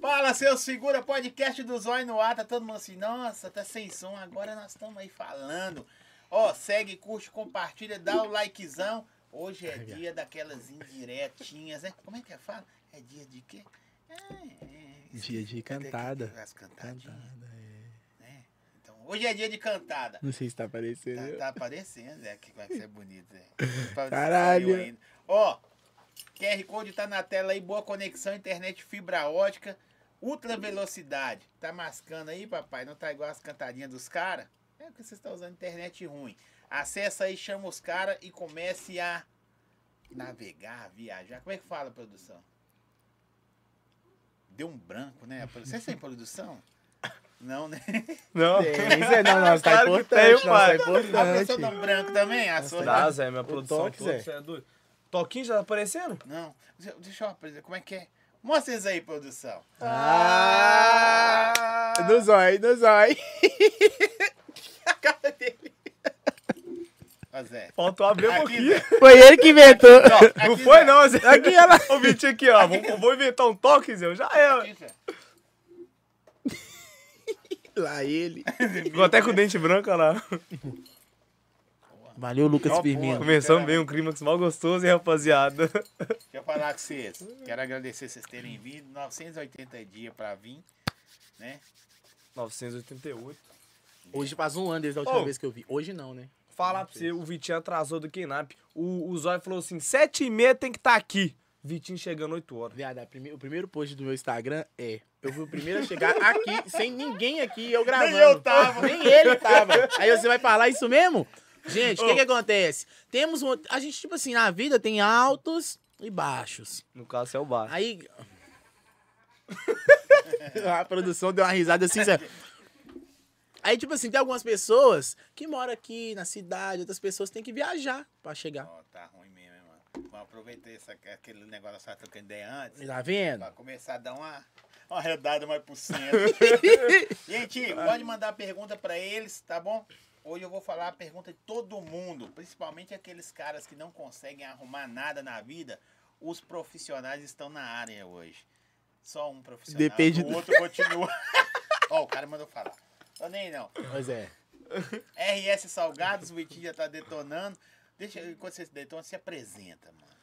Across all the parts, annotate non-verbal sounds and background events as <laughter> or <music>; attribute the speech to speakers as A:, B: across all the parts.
A: Fala, seu segura, podcast do Zóio no ar. Tá todo mundo assim, nossa, tá sem som. Agora nós estamos aí falando. Ó, segue, curte, compartilha, dá o likezão. Hoje é dia daquelas indiretinhas, né? Como é que é? Fala? É dia de quê? É, é,
B: Dia de cantada.
A: As cantadinhas,
B: Cantada, é.
A: né? Então, hoje é dia de cantada.
B: Não sei se tá
A: Tá,
B: aparecendo.
A: tá aparecendo, Zé. Que vai ser bonito, Zé. Pra-
B: Caralho.
A: saiu ainda. Ó, QR Code tá na tela aí. Boa conexão, internet fibra ótica, ultra velocidade. Tá mascando aí, papai? Não tá igual as cantadinhas dos caras? É porque vocês estão usando internet ruim. Acessa aí, chama os caras e comece a navegar, viajar. Como é que fala, produção? Deu um branco, né? A produ- Vocês têm produção? Não, né?
C: Não.
B: Tem, Zé, não,
C: <laughs>
B: nossa, tá
C: Claro que
B: importante,
C: tem,
B: nossa, tá
A: A
C: pai.
A: pessoa dá um
B: importante.
A: branco também? A um sua
C: Dá, Zé, minha
B: O
C: produção
B: toque,
C: toda,
B: Zé.
C: você é doido. Toquinho já tá aparecendo?
A: Não, deixa deixa eu aprender. Como é que é? Mostra isso aí, produção.
B: Ah! No zói, no zói.
A: Ó, Zé.
C: Faltou abrir um
A: Aqui,
C: pouquinho.
A: Zé.
B: Foi ele que inventou.
A: é. Aqui,
C: Não foi
A: Zé.
C: não, Zé.
B: Aqui, olha
C: <laughs>
B: lá.
C: Ô, Vitinho, aqui, ó. Vou, vou inventar um toque, Zé. Já é.
A: Aqui, Zé.
B: Lá ele.
C: Ficou até com o dente branco, olha lá.
B: Valeu, Lucas
A: Ó,
B: Firmino.
A: boa.
C: Começamos bem um clímax mal gostoso, hein, rapaziada.
A: Deixa eu falar com vocês. Quero agradecer vocês terem vindo. 980 dias pra vir, né?
C: 988.
B: Hoje faz um ano desde a última
C: Ô.
B: vez que eu vi. Hoje não, né?
C: Falar pra você, o Vitinho atrasou do Kinap. O, o Zóio falou assim: 7 e meia tem que estar aqui. Vitinho chegando 8 horas.
B: Viado, a prime- o primeiro post do meu Instagram é. Eu fui o primeiro a chegar aqui, sem ninguém aqui, eu gravando.
A: Nem eu tava.
B: Nem ele tava. Aí você vai falar isso mesmo? Gente, o que, que acontece? Temos um. A gente, tipo assim, na vida tem altos e baixos.
C: No caso, é o bar.
B: Aí. <laughs> a produção deu uma risada assim, Zé. Aí, tipo assim, tem algumas pessoas que moram aqui na cidade, outras pessoas têm que viajar pra chegar.
A: Ó, tá ruim mesmo, hein, mano. Vamos aproveitar essa, aquele negócio que nós trocando ideia antes.
B: Tá vendo? <laughs>
A: Pra começar a dar uma, uma redada mais por cento. Gente,
B: Ah.
A: pode mandar pergunta pra eles, tá bom? Hoje eu vou falar a pergunta de todo mundo, principalmente aqueles caras que não conseguem arrumar nada na vida. Os profissionais estão na área hoje. Só um profissional,
B: Depende
A: o
B: do-
A: outro continua. <laughs> Ó, o cara mandou falar. Tô nem aí, não.
B: Pois é.
A: RS Salgados, o Vitinho já tá detonando. Deixa, enquanto vocês detonam, se apresenta, mano.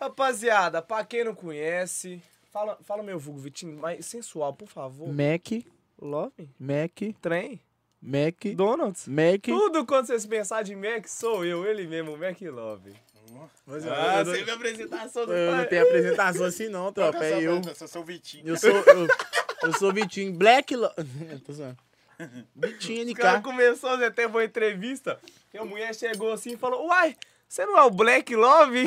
C: Rapaziada, pra quem não conhece, fala, fala meu vulgo, Vitinho, mas sensual, por favor.
B: Mac,
C: Love,
B: Mac,
C: trem,
B: Mac,
C: donuts.
B: Mac.
C: Tudo quando vocês pensarem de Mac, sou eu, ele mesmo, Mac Love.
A: Ah, você viu a apresentação do
B: é. Eu não tenho apresentação assim, não,
A: Qual que
B: tropa.
A: é a sua
B: É eu.
A: apresentação? Eu sou o Vitinho.
B: Eu sou. Eu, eu sou Vitinho Black. Lo... <laughs> Tô zoando. Vitinho
C: O cara
B: NK.
C: começou, Zé, teve uma entrevista, e a mulher chegou assim e falou, uai, você não é o Black Love?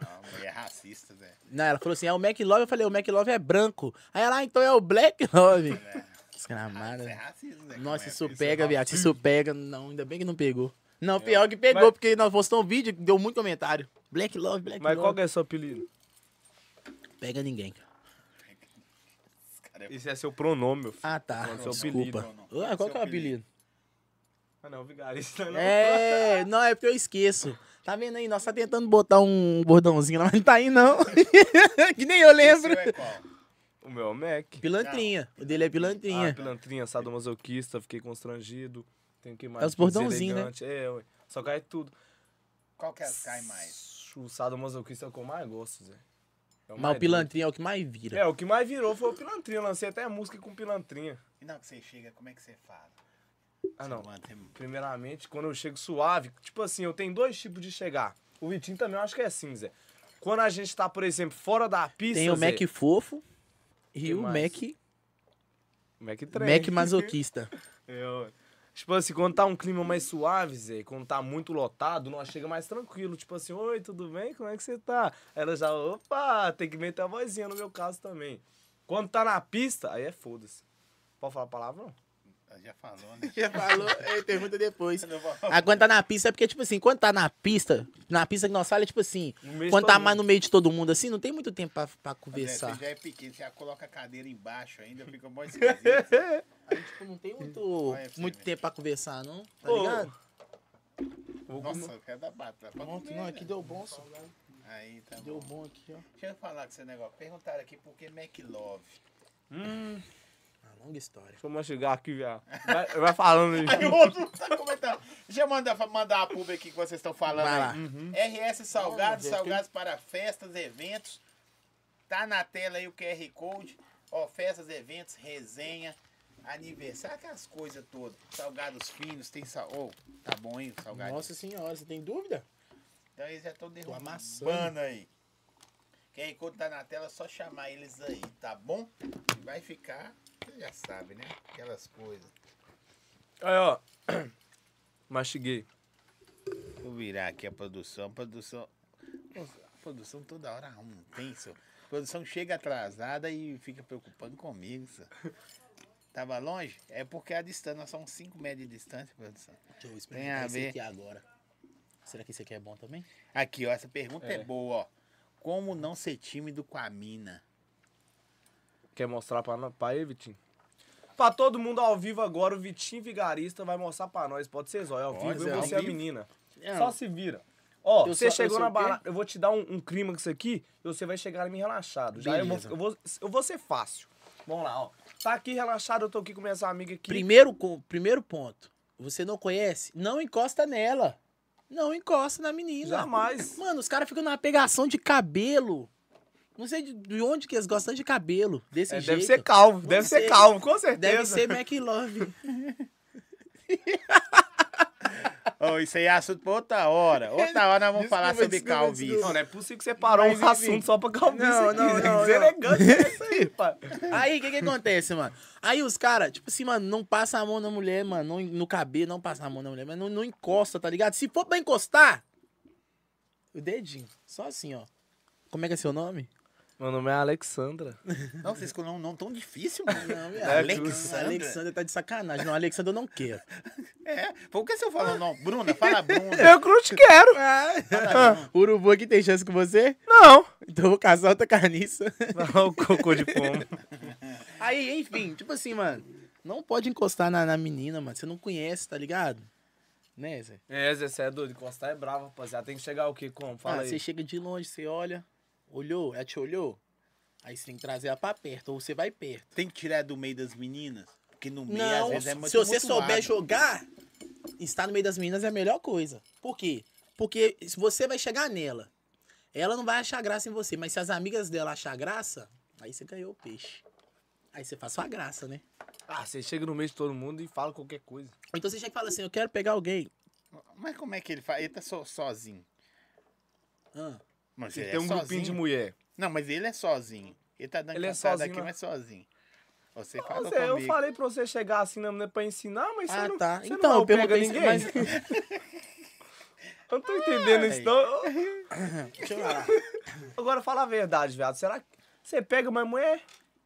A: Não, mulher racista, Zé.
B: Não, ela falou assim: é o Mac Love. Eu falei: o Mac Love é branco. Aí ela, ah, então é o Black <laughs> Love.
C: É.
B: Desgramada.
A: Isso é
B: né?
A: racismo, Zé.
B: Nossa,
A: Como é?
B: isso
A: é
B: pega,
A: racismo.
C: um
B: viado.
C: <laughs>
B: Isso pega. Não, ainda bem que não pegou. Não, pior que pegou,
C: É. Mas-
B: porque nós postamos um vídeo que deu muito comentário. Black Love, Black
C: <laughs> Mas qual
B: Love.
C: que é o seu apelido?
B: Pega ninguém.
A: Esse cara é
C: Esse é seu pronome, meu filho.
B: Ah, tá.
C: Qual que é o
B: Desculpa.
A: apelido?
B: Ah, qual que é o
A: Seu apelido?
B: apelido?
C: Ah não, vigarista não.
B: É, não, é porque eu esqueço. Tá vendo aí? Nós tá tentando botar um bordãozinho lá, mas não tá aí, não. <laughs> que nem eu lembro.
A: Esse é qual?
C: O meu é o Mac.
B: Pilantrinha. O dele é
C: Ah,
B: pilantrinha.
C: pilantrinha, sadomasoquista, fiquei constrangido. Tenho que mais
B: É os bordãozinho, né?
C: deselegante. É, ué. Só cai tudo.
A: Qual que é cai mais?
C: O sadomasoquista é o que eu mais gosto, Zé. É
B: Mas
C: mais
B: o pilantrinha é o que mais
C: doido.
B: vira.
C: É, o que mais virou foi o pilantrinha. Eu lancei até música com pilantrinha.
A: E na hora que você chega, como é que você fala?
C: Ah, não.
A: Você mantém-
C: Primeiramente, quando eu chego suave, tipo assim, eu tenho dois tipos de chegar. O Vitinho também eu acho que é assim, Zé. Quando a gente tá, por exemplo, fora da pista.
B: Tem o
C: Zé,
B: Mac fofo e
C: Que
B: o Mac,
C: mais? Mac trem.
B: Mac masoquista.
C: É, ó. Tipo assim, quando tá um clima mais suave, Zé, quando tá muito lotado, nós chega mais tranquilo. Tipo assim, oi, tudo bem? Como é que você tá? Ela já, opa, tem que meter a vozinha no meu caso também. Quando tá na pista, aí é foda-se. Pode falar palavrão?
A: Ela <laughs> Já falou, né?
B: Já <laughs> falou, ele pergunta depois.
A: Eu não vou-
B: Ah, quando tá na pista, é porque, tipo assim, quando tá na pista, na pista que nós fala, é tipo assim,
C: No meio de
B: quando tá
C: todo
B: mais
C: mundo.
B: no meio de todo mundo, assim, não tem muito tempo pra, pra
A: Zé, Você
B: conversar.
A: já é pequeno, você já coloca a cadeira embaixo ainda, fica <laughs> mó esquisito.
B: Tipo, não tem muito,
A: Vai, filho.
B: muito tempo pra conversar, não, tá
C: Ô,
B: ligado?
C: Vou-
A: Nossa, eu quero dar bata. pra comer,
B: não,
A: né?
B: aqui deu bom, só.
A: Aí, tá
B: Deu
A: bom.
B: bom aqui, ó.
A: Deixa eu falar com esse negócio. Perguntaram aqui por que McLove.
C: Hum,
B: Uma Ah, longa história.
C: deixa eu mastigar aqui, viado. Vai, vai falando
B: <laughs>
C: aí.
A: Aí o outro tá comentando. Deixa eu mandar, mandar a pub aqui que vocês estão falando
B: Vai lá.
A: aí. RS Salgados,
B: Olha, gente,
A: Salgados para festas, eventos. Tá na tela aí o QR Code. Ó, festas, eventos, resenha, aniversário, aquelas coisas todas. Salgados finos, tem sal... Ô, tá bom, hein, salgadinho?
B: Nossa senhora, você tem dúvida?
A: Então eles já estão derrubando
B: amassando.
A: aí. Quem enquanto tá na tela, é só chamar eles aí, tá bom? E vai ficar, você já sabe, né? Aquelas coisas.
C: Aí, ó. <clears throat> Mastiguei.
A: Vou virar aqui a produção. A produção. Nossa, a produção toda hora arruma um tenso. A produção chega atrasada e fica preocupando comigo. só. Tava longe? É porque a distância, nós somos 5 metros de distância, produção.
B: Deixa eu
A: Tem a
B: experimentar esse
A: ver.
B: aqui agora. Será que esse aqui é bom também?
A: Aqui, ó, essa pergunta é,
C: É.
A: boa, ó. Como não ser tímido com a mina?
C: Quer mostrar pra, nó- pra ele, Vitinho? Pra todo mundo ao vivo agora, o Vitinho Vigarista vai mostrar pra nós. Pode ser zóio, ao
A: Pode
C: vivo,
A: ser,
C: eu
A: ao
C: vou ser a
A: vivo.
C: menina.
B: É,
C: Só se vira. Ó,
B: Eu sou-
C: você
B: eu
C: chegou
B: sou
C: na
B: o quê?
C: balada, eu vou te dar um, um clímax aqui, e você vai chegar em mim relaxado. Já eu vou,
B: Beleza.
C: eu, vou, eu vou ser fácil. Vamos lá, ó. Tá aqui relaxado, eu tô aqui com minhas amigas aqui.
B: Primeiro, co- primeiro ponto. Você não conhece? Não encosta nela. Não encosta na menina.
C: Jamais.
B: Mano, os caras ficam numa pegação de cabelo. Não sei de, de onde que eles gostam de cabelo. Desse
C: É,
B: jeito.
C: deve ser calvo,
B: Não
C: deve ser
B: sei.
C: calvo, com
B: Deve
C: certeza.
B: ser
C: <laughs>
B: McLove.
A: Ô, isso aí é assunto pra outra
B: <laughs>
A: hora. Outra hora nós vamos
B: Desculpa,
A: falar sobre
B: desculpa,
A: calvície.
B: desculpa.
C: Não, não é possível que você parou
B: Mas,
C: um
B: enfim.
C: assunto só pra calvície
B: Não,
C: aqui.
B: não,
C: né?
B: não, não.
C: Deselegante é
B: <laughs>
C: isso aí, pai.
B: Aí, o que que acontece, mano? Aí os caras, tipo assim, mano, não passa a mão na mulher, mano. Não, no cabelo, não passa a mão na mulher, mas não, não encosta, tá ligado? Se for pra encostar, o dedinho. Só assim, ó. Como é que é seu nome?
C: Meu nome é Alexandra.
A: Não, vocês escolheram um nome tão difícil, mano.
B: Não, viado.
A: Alexandra.
B: Alexandre tá de sacanagem. Não, Alexandre eu não quero.
A: É, por que você falou não? Bruna, fala Bruna.
C: Eu não te quero.
A: Fala
B: É. Urubu aqui tem chance com você?
C: Não.
B: Então eu vou caçar outra carniça.
C: o <laughs> cocô de pomo.
B: Aí, enfim, tipo assim, mano. Não pode encostar na, na menina, mano. Você não conhece, tá ligado? Né, Zé?
C: É, Zé, você é doido. Encostar é bravo, rapaziada. Tem que chegar o quê? Como? Fala
B: Ah,
C: aí.
B: Você chega de longe, você olha, olhou, ela te olhou. Aí você tem que trazer ela pra perto, ou você vai perto.
A: Tem que tirar do meio das meninas. Porque no meio, às
B: Não,
A: vezes, é muito
B: se você
A: tumultuado.
B: souber jogar, estar no meio das meninas é a melhor coisa. Por quê? Porque se você vai chegar nela, ela não vai achar graça em você, mas se as amigas dela achar graça, aí você ganhou o peixe. Aí você faz sua graça, né?
C: Ah, você chega no meio de todo mundo e fala qualquer coisa.
B: Então você chega e fala assim, eu quero pegar alguém.
A: Mas como é que ele faz? Ele tá so- sozinho.
B: Ah,
A: Mas
C: Ele
A: ele
C: tem
A: é
C: um grupinho
A: sozinho.
C: de mulher.
A: Não, mas ele é sozinho. Ele tá dando
C: Ele é
A: cantada
C: sozinho,
A: aqui,
C: né?
A: mas sozinho. Você
C: Ah,
A: falou
C: Zé, eu
A: comigo.
C: falei pra você chegar assim na mulher pra ensinar, mas você
B: Ah,
C: não,
B: tá.
C: você
B: Então,
C: não
B: eu
C: pega
B: perguntei se- mas-
C: ninguém.
B: Ah,
C: <laughs>
B: é.
C: Eu não tô entendendo isso,
A: velho.
C: não.
B: deixa eu lá.
C: Agora fala a verdade, viado. Será que você pega mais mulher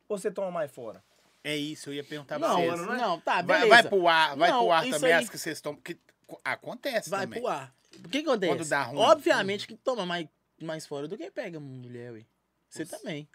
C: ou você toma mais fora?
A: É isso, eu ia perguntar pra
B: não,
A: vocês.
B: não, tá,
A: vai,
B: beleza.
A: vai pro ar, vai
B: Não,
A: pro ar
B: isso
A: também
B: aí-
A: as que vocês estão... Que... co- Acontece
B: Vai
A: também.
B: pro ar. O que acontece?
A: Quando dá ruim.
B: Obviamente que toma mais, mais fora do que pega mulher, ué. Você
C: Nossa.
B: também.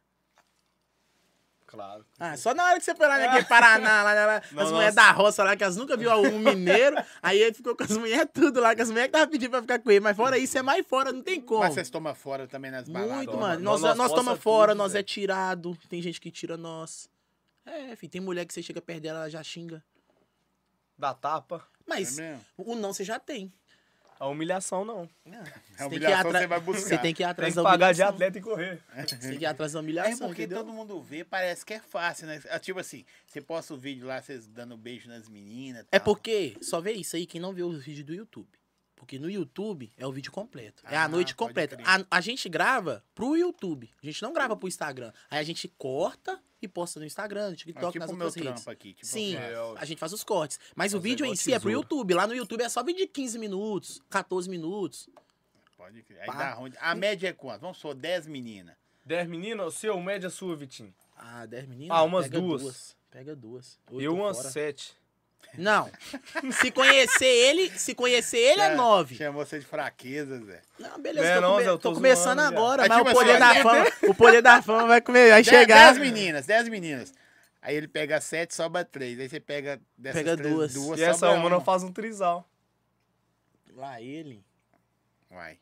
C: Claro.
B: Ah, só na hora que você foi lá
C: <laughs>
B: naquele Paraná, lá, lá, lá,
C: Não,
B: as mulheres da roça lá, que elas nunca viu um mineiro, aí ele ficou com as mulheres tudo lá, que as mulheres que tava pedindo pra ficar com ele. Mas fora isso, é mais fora, não tem como.
A: Mas vocês tomam fora também nas baladas.
B: Muito,
A: ó.
C: Toma.
B: mano.
C: Não,
B: Nós,
C: nós
B: nós,
C: posta
B: toma fora,
C: tudo,
B: nós é
C: velho.
B: tirado, tem gente que tira nós. É, filho, tem mulher que você chega perto dela, ela já xinga.
C: Da tapa.
A: É
B: Mas
A: mesmo?
B: o não você já tem.
C: A humilhação não.
A: A
B: Você tem que ir
A: É, humilhação
B: atra-
A: você vai buscar.
B: Você tem que ir
C: Tem
B: atrás
C: que
B: da
C: pagar de
B: humilhação.
C: atleta e correr.
B: Você tem que ir atrás da
A: É
B: humilhação,
A: porque
B: entendeu?
A: todo mundo vê, parece que é fácil, né? Ah, Tipo assim, você posta o vídeo lá, vocês dando beijo nas meninas.
B: É
A: tal.
B: porque só vê isso aí quem não vê o vídeo do YouTube. Porque no YouTube é o vídeo completo. é
A: Ah,
B: a noite
A: pode
B: completa.
A: crer.
B: A, a gente grava pro YouTube. A gente não grava pro Instagram. Aí a gente corta e posta no Instagram, no
A: Ah,
B: TikTok,
A: tipo
B: nas
A: o meu
B: outras redes.
A: trampo aqui. Tipo,
B: Sim,
A: eu faço.
C: eu-
B: a gente faz os cortes. Mas o
C: Fazer
B: vídeo
C: igual
B: em si é pro
C: tesouro.
B: YouTube. Lá no YouTube é só vídeo de 15 minutos, 14 minutos.
A: Pode crer. Aí
B: Pá.
A: dá ruim. A média é quanto? Vamos supor, 10 meninas.
C: 10 meninas, o seu, média sua, Vitinho.
B: Ah, 10 meninas.
C: Ah, umas
B: Pega
C: duas.
B: Pega duas. Oito
C: Eu umas
B: fora.
C: 7.
B: Não.
C: <laughs>
B: Se conhecer ele, se conhecer ele é
A: Já
B: nove.
A: Chamou você de fraqueza, Zé.
B: Não, beleza,
C: Né,
B: tô,
C: não,
B: come-
C: Zé, eu tô
B: tô começando
C: zoando,
B: agora,
A: viado.
B: mas
A: Aí, tipo
B: o poder
A: assim,
B: da fama, o poder da fama vai comer, vai chegar.
A: 10 meninas, 10 meninas. Aí ele pega 7, sobra 3. Aí você pega dessas
B: Pega
A: três,
B: duas.
A: duas
C: E essa
A: sobra
C: uma não faz um trisal.
B: Lá ele,
A: Uai.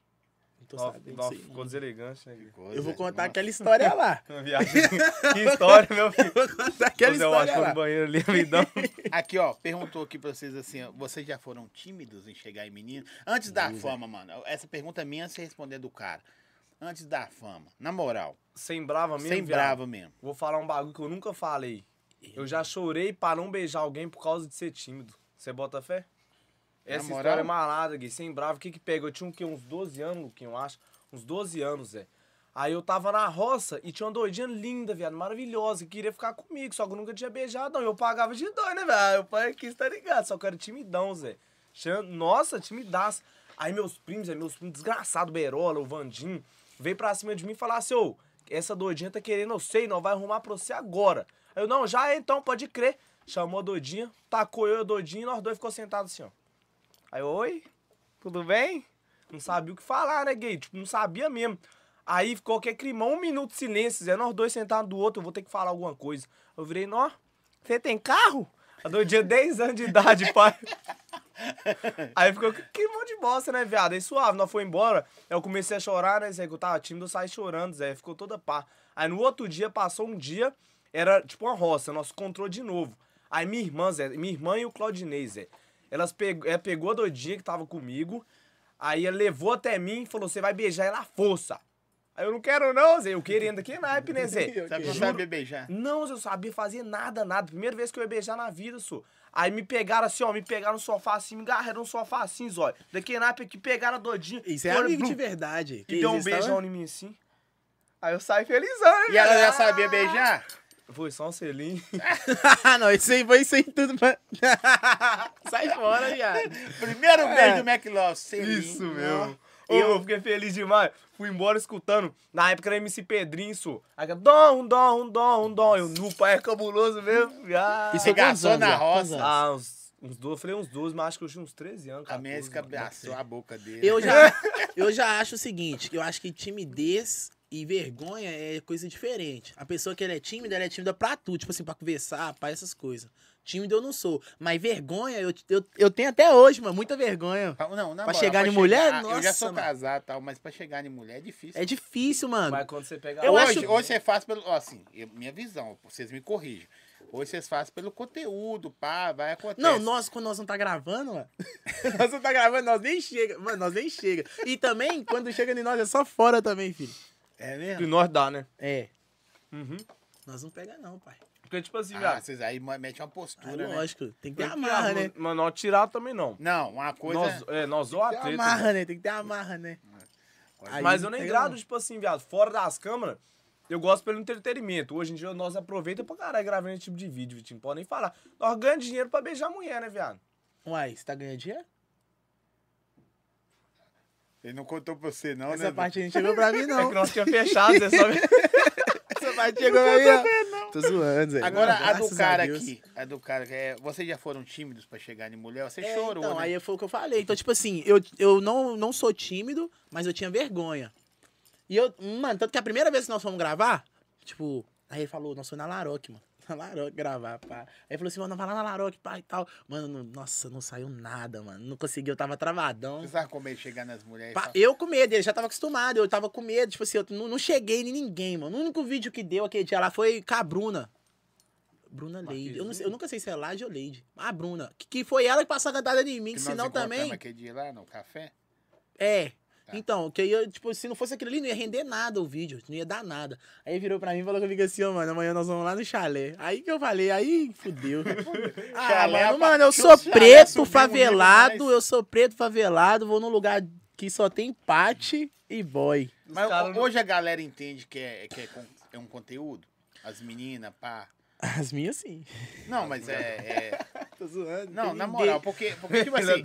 B: tô
C: Ó,
B: sabendo.
C: ó,
B: disso aí.
C: ficou deselegante, né? Gui? <laughs>
B: Eu vou contar aquela história lá.
C: Uma viagem. <laughs> que história, meu filho.
B: <laughs> Eu vou contar aquela
C: Fazer uma
B: história
C: chave no
B: lá.
C: banheiro ali, <laughs> amigão.
A: Aqui, ó, perguntou aqui pra vocês assim, ó, vocês já foram tímidos em chegar em menino? Antes da fama, mano, essa pergunta é minha antes de responder do cara. Antes da fama, na moral,
C: Sem brava mesmo?
A: sem
C: viado?
A: brava mesmo.
C: Vou falar um bagulho que eu nunca falei. Eu já chorei pra não beijar alguém por causa de ser tímido. Você bota fé? Essa
A: moral?
C: história é malada, Gui. Sem bravo. O que que pega? Eu tinha o quê? Uns 12 anos, Luquinho, eu acho. Uns 12 anos, Zé. Aí eu tava na roça e tinha uma doidinha linda, viado, maravilhosa, que queria ficar comigo, só que eu nunca tinha beijado, não. Eu pagava de doido, né, velho? Eu pai aqui, tá ligado? Só que eu era timidão, Zé. Tinha- Nossa, timidaço. Aí meus primos, Zé, meus primos, desgraçado, o Berola, o Vandim, veio pra cima de mim e falar assim, ô, essa doidinha tá querendo, eu sei, não vai arrumar pra você agora. Aí eu, não, já é então, pode crer. Chamou a doidinha, tacou eu e a doidinha e nós dois ficou sentados assim, ó. Aí, oi, tudo bem? Não sabia o que falar, né, gay? Tipo, não sabia mesmo. Aí ficou que climão, um minuto de silêncio, Zé, nós dois sentados do outro, eu vou ter que falar alguma coisa. Eu virei, nó, você tem carro? A doidinha, 10 anos de idade, <laughs> pai. <laughs> Aí ficou, que, que mão de bosta, né, viado? Aí suave, nós foi embora. Eu comecei a chorar, né, Zé? Que eu tava tímido, eu saí chorando, Zé. Ficou toda pá. Aí no outro dia, passou um dia, era tipo uma roça, nós encontrou de novo. Aí minha irmã, Zé, minha irmã e o Claudinei, Zé. Elas pegou, ela pegou a doidinha que tava comigo, aí ela levou até mim e falou: você vai beijar ela à força. Aí eu não quero, não, Zé. Eu querendo aqui, naipe, né, Zé?
A: Sabe não
B: Juro-
A: sabe beijar?
C: Não, eu sabia fazer nada, nada. Primeira vez que eu ia beijar na vida, só. Aí me pegaram assim, ó, me pegaram no sofá assim, me agarraram no sofá assim, zóio. Daqui na época que pegaram a doidinha.
B: Isso é
C: foram,
B: amigo
C: blum,
B: de <laughs> verdade.
C: E deu um
B: existe, tá
C: beijão
B: vendo?
C: em mim assim. Aí eu saí felizão, hein,
A: E ela já
C: velho?
A: sabia beijar?
C: Foi só um selinho.
B: Ah, não, isso aí foi isso aí tudo. pra- <laughs> Sai fora, viado.
A: Primeiro
B: É.
A: beijo do McLaw, selinho.
C: Isso
A: Ó.
C: mesmo. Ô, Eu, fiquei feliz demais. Fui embora escutando. Na época era MC Pedrinho, isso. Aí, dom, dom, dom, dom. Eu, nu, pai, é cabuloso mesmo. Ah,
B: Isso
A: Você
B: é quantos
A: gastou
B: anos,
A: na
B: Zé? Quantos
A: roça.
B: anos?
C: ah uns, uns 12, eu falei uns 12, mas acho que eu tinha uns 13 anos,
A: A
C: cara.
A: minha escabeçou a boca dele.
B: Eu <laughs> já, eu já acho o seguinte, eu acho que timidez e vergonha é coisa diferente. A pessoa que ela é tímida, ela é tímida pra tudo, tipo assim, pra conversar, pra essas coisas. Tímido eu não sou, mas vergonha eu, eu, eu tenho até hoje, mano, muita vergonha.
A: Pra- Não, na moral,
B: Pra chegar em mulher?
A: Eu já
B: Nossa,
A: sou
B: mano.
A: casado e tal, mas pra chegar em mulher é difícil.
B: É difícil, mano.
C: Mas quando você pega é
B: Eu
A: hoje,
B: acho-
A: hoje você faz pelo. ó, Assim, eu- minha visão, vocês me corrigem. Hoje vocês fazem pelo conteúdo, pá, vai acontecer.
B: Não, nós, quando nós não tá gravando, mano, <laughs> nós não tá gravando, nós nem chega, mano, nós nem chega. E também, quando chega em nós, é só fora também, filho.
A: É
C: Que
A: mesmo?
C: nós dá, né?
B: É,
C: Uhum.
B: nós não pega não, pai.
C: Porque, tipo assim,
A: Ah,
C: viado.
A: vocês aí ma- metem uma
B: Ah,
A: postura, né?
B: lógico, tem que ter
C: tem que
B: amarra,
C: tirar,
B: né?
C: Mas não tirar também não.
A: Não, uma coisa.
C: nós, é, nós ou a
B: Tem que ter
C: treta,
B: amarra, né? Tem que ter amarra, né? Aí
C: Mas eu
B: não
C: nem
B: tem um.
C: grado, tipo assim, viado, fora das câmeras, eu gosto pelo entretenimento. Hoje em dia nós aproveita pra caralho gravando esse tipo de vídeo, Vitinho. Podem falar. Nós ganhamos dinheiro pra beijar a mulher, né, viado?
B: como. Uai, você tá ganhando dinheiro?
A: Ele não contou pra você, não,
B: Essa é
A: né?
B: parte não chegou
A: <laughs>
B: pra mim,
C: É
B: não.
C: que nós tínhamos fechado, você
B: <laughs>
C: sabe?
B: Essa parte chegou pra mim, não. Tô zoando, Zé.
A: Agora,
B: Não,
A: a do
B: Ah, graças
A: cara
B: Deus.
A: aqui. A do cara que é. Vocês já foram tímidos pra chegar em mulher? Você
B: É,
A: chorou,
B: então,
A: né?
B: aí foi o que eu falei. Então, tipo assim, eu, eu não, não sou tímido, mas eu tinha vergonha. E eu, mano, tanto que a primeira vez que nós fomos gravar, tipo, aí ele falou, nós fomos na Laroque, mano. <laughs> Na Laroque gravar, pá. Aí ele falou assim, mano, vai lá na Laroque, pá, e tal. Mano, não- nossa, não saiu nada, mano. Não consegui, eu tava travadão.
A: Você sabe como é chegar nas mulheres? e
B: Pa-
A: falar,
B: Eu com medo, ele já tava acostumado, eu tava com medo, tipo assim, eu não, não cheguei em ninguém, mano. O único vídeo que deu aquele dia lá foi com a Bruna. Bruna Leide. Eu, não sei- eu nunca sei se é Lade ou Leide. A Bruna. Que, que foi ela que passou a cantada em mim,
A: que nós
B: que senão
A: encontramos
B: também.
A: aquele dia lá no café?
B: É.
A: Tá.
B: Então, que aí eu, tipo, se não fosse aquilo ali, não ia render nada o vídeo, não ia dar nada. Aí virou pra mim e falou comigo assim, ó, mano, amanhã nós vamos lá no chalé. Aí que eu falei, aí fudeu. ah,
A: <laughs> Chalé,
B: mano,
A: pá,
B: mano, eu
A: que
B: sou
A: o chalé subiu
B: preto
A: um nível
B: favelado,
A: mais.
B: eu sou preto favelado, vou num lugar que só tem empate e boy. <laughs>
A: Mas
C: caras
A: ho-
B: tipo
C: não-
A: hoje a galera entende que é, que é, con- é um conteúdo. As meninas, pá.
B: As minhas sim.
A: Não, mas é- é...
B: Tô zoando.
A: Não, na moral, porque, porque tipo
C: <laughs>
A: assim,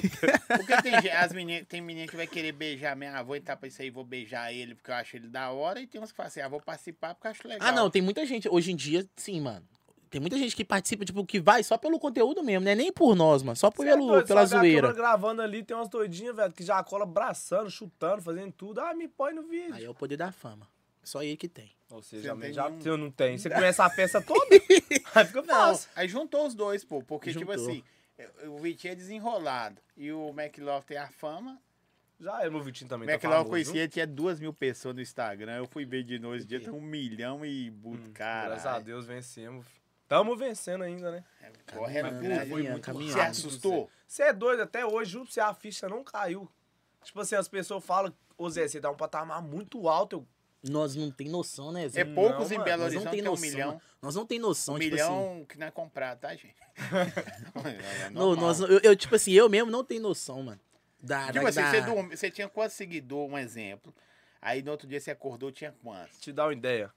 A: porque tem, ge- as meni- tem menina que vai querer beijar minha avó e tá pra isso aí, vou beijar ele porque eu acho ele da hora, e tem uns que falam assim, ah, vou participar porque eu acho legal.
B: Ah, não, tem muita gente, hoje em dia, sim, mano. Tem muita gente que participa, tipo, que vai só pelo conteúdo mesmo, né? Nem por nós, mano. Só
C: Cê é
B: pelo,
C: doido,
B: pela
C: sabe? A
B: zoeira.
C: câmera gravando ali, tem umas doidinhas, velho, que já cola abraçando, chutando, fazendo tudo. Ah, me põe no vídeo.
B: Aí é o poder da fama. Só ele que tem.
C: Ou
A: Cê
C: seja,
A: não tem
C: já
A: nenhum.
C: eu não tenho. Você conhece
A: <laughs>
C: a peça toda? Aí fica
A: Não,
C: fácil.
A: aí juntou os dois, pô, porque tipo
B: Juntou.
A: assim, eh, o Vitinho é desenrolado e o McLaughlin tem a fama,
C: Já era, meu Vitinho também.
A: Como é que
C: tá
A: lá eu
C: famoso,
A: conheci
C: viu?
A: ele? Tinha duas mil pessoas no Instagram. Eu fui ver de novo esse dia, tem um milhão e. buto,
C: Hum, Graças a
A: Cara,
C: Deus vencemos. fi. Tamo vencendo ainda, né?
A: É, correndo
B: Caminhando,
A: atrás, foi
B: caminhando,
A: muito-
B: caminhando.
A: Você assustou?
C: Você é doido, até hoje, juro pra você, a ficha não caiu. Tipo assim, as pessoas falam, ô Zé, você dá um patamar muito alto. Eu...
B: Nós não tem noção, né, Zé?
A: É poucos em
C: mano,
A: Belo
B: Nós não
A: Horizonte
B: tem
A: tem um
B: noção.
A: milhão.
B: Nós não tem noção,
A: Um
B: tipo assim.
A: milhão que não é comprado, tá,
B: <laughs>
A: gente? É
B: Não,
A: normal.
B: nós, eu, eu, tipo assim, eu mesmo não tenho noção, mano. Da,
A: Tipo
B: da,
A: assim,
B: da-
A: você, dorme- você tinha quantos seguidores, um exemplo? Aí no outro dia você acordou, tinha quantos?
C: Te dar uma ideia.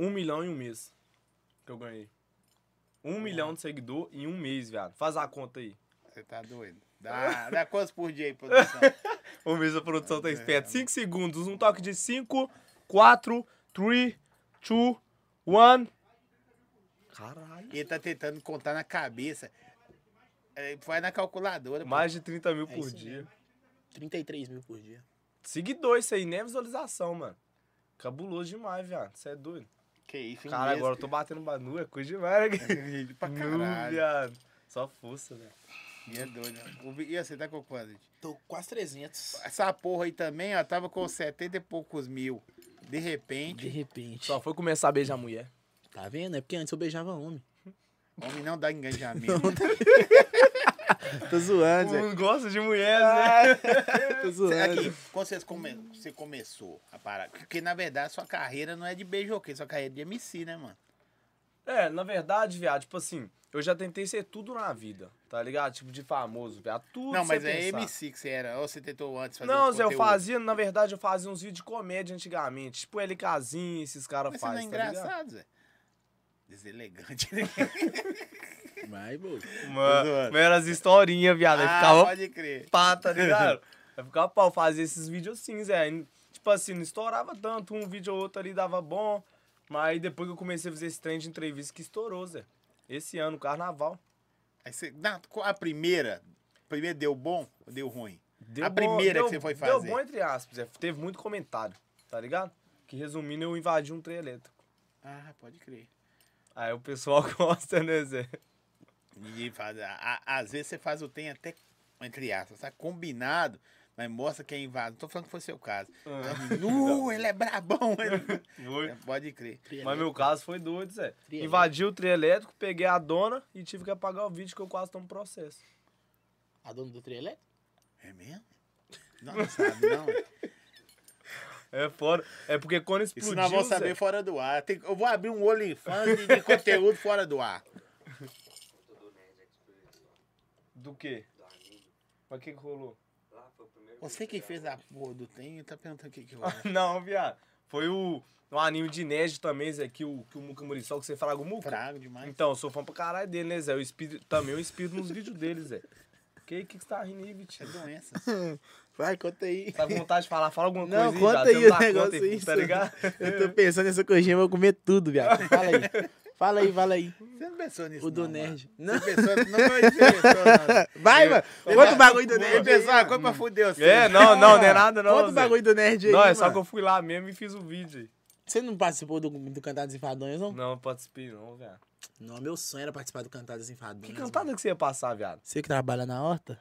C: Um milhão em um mês que eu ganhei. Um milhão de seguidor em um mês, viado. Faz a conta aí.
A: Você tá doido? Dá, dá quantos por dia aí, produção?
C: Um mês a produção tá esperta. 5 segundos, um toque de 5, 4, 3, 2, 1. Caralho.
A: Ele tá tentando contar na cabeça. É, Vai na calculadora. pô.
C: Mais de 30 mil
B: É
C: por
B: isso
C: dia.
B: 33 mil por dia.
C: Seguidor isso aí, nem é visualização, mano. Cabuloso demais, viado. Você é doido.
A: Que isso,
C: Caralho, agora eu tô batendo banu, é coisa demais, <laughs> né?
A: Gente, pra
C: Nu,
A: caralho.
C: viado. Só força, velho.
A: E é doido. O Vi- E você tá com quanto, gente?
B: Tô quase 300.
A: Essa porra aí também, ó, tava com 70 e poucos mil. De repente,
B: De repente.
C: Só foi começar a beijar a mulher.
B: Tá vendo? É porque antes eu beijava homem.
A: homem não dá engajamento.
B: <laughs>
A: né?
C: tá
B: Tô zoando,
A: Hum.
B: Zé.
C: Não gosta de mulheres, né?
B: Tô
A: Cê-
B: zoando.
A: Aqui, quando vocês come- você começou a parar. Porque na verdade sua carreira não é de beijoqueiro, sua carreira é de MC, né, mano?
C: <laughs> É, na verdade, viado, tipo assim, eu já tentei ser tudo na vida, tá ligado? Tipo de famoso, viado. Tudo
A: não,
C: que
A: mas
C: você
A: é
C: pensar.
A: MC que você era. Ou você tentou antes fazer
C: Não,
A: outro
C: Zé, eu
A: conteúdo?
C: fazia, na verdade, eu fazia uns vídeos de comédia antigamente. Tipo LKzinho, esses caras
A: Mas você não é
C: fazem, tá ligado?
A: engraçado, Zé. Deselegante, né?
B: Vai, boi.
C: Mano, mas era as historinhas, viado. Aí
A: ah,
C: ficava
A: pode crer.
C: pá,
A: <laughs>
C: tá ligado? Aí ficava pau, fazia esses vídeos assim, Zé. Aí, Tipo assim, não estourava tanto, um vídeo ou outro ali dava bom. Mas aí depois que eu comecei a fazer esse trem de entrevista que estourou, Zé. Esse ano, carnaval.
A: Aí você, na- a primeira, a primeira deu bom ou deu ruim?
C: Deu
A: A primeira
C: deu-
A: que você foi
C: Deu
A: fazer.
C: bom, entre aspas, Zé. Teve muito comentário, tá ligado? Que resumindo, eu invadi um trem elétrico.
A: Ah, pode crer.
C: Aí o pessoal <laughs> gosta, né, Zé?
A: Ninguém faz. a- a- às vezes você faz o tem até, entre aspas, tá combinado, mas mostra quem invade. Não tô falando que foi seu caso.
C: Ah.
A: Mas,
C: <laughs>
A: Nu, ele é brabão. ele- É,
C: Foi.
A: Pode crer.
C: Mas meu caso foi doido, Zé.
B: Trio
C: Invadi o trio elétrico, peguei a dona e tive que apagar o vídeo que eu quase tomo processo.
B: A dona do trio elétrico?
A: É mesmo? Não, não sabe, não.
C: É foda. É porque quando explodiu,
A: Isso nós vamos saber
C: Zé,
A: fora do ar. Tem- eu vou abrir um OnlyFans de, de conteúdo fora do ar.
C: do quê? Mas o que que rolou?
A: Você que fez a porra do tem, tá perguntando o que que eu acho.
C: <laughs> Não, viado. Foi o um anime de Nerd também, Zé, que o, que o Muca Muriçoca, que você fraga o Muca.
A: Frago demais.
C: Então, eu sou fã pra caralho dele, né, Zé? Eu espírito, também eu espírito nos vídeos dele, Zé. Que que você tá rindo aí,
A: É
C: Vitinho?
A: doença.
B: Vai, conta aí.
C: Tá com vontade de falar? Fala alguma
B: Não,
C: coisa aí,
B: conta
C: viado. Você
B: aí
C: não
B: o
C: dá
B: negócio
C: conta,
B: isso.
C: Tá ligado?
B: Eu tô pensando nessa coxinha, eu vou comer tudo, viado. Fala aí. Fala aí, fala aí.
A: Você não pensou nisso,
B: O do
A: não, é mano.
B: nerd.
A: Não
B: Não.
A: pensou, não, não, não pensou,
B: <laughs>
A: não.
B: Vai, mano. Conta o bagulho do
A: Ele
B: nerd.
A: pensou ah, uma coisa pra fuder você.
C: É, não, não, não é nada, não.
B: Conta o
C: Zé.
B: bagulho do nerd aí.
C: Não, é só
B: mano.
C: que eu fui lá mesmo e fiz o vídeo aí.
B: Você não participou do, do Cantadas Enfadonhas, não?
C: Não, participei não, viado.
B: Não, meu sonho era participar do Cantadas Enfadonhas.
C: Que
B: mano.
C: cantada que você ia passar, viado?
B: Você que trabalha na horta?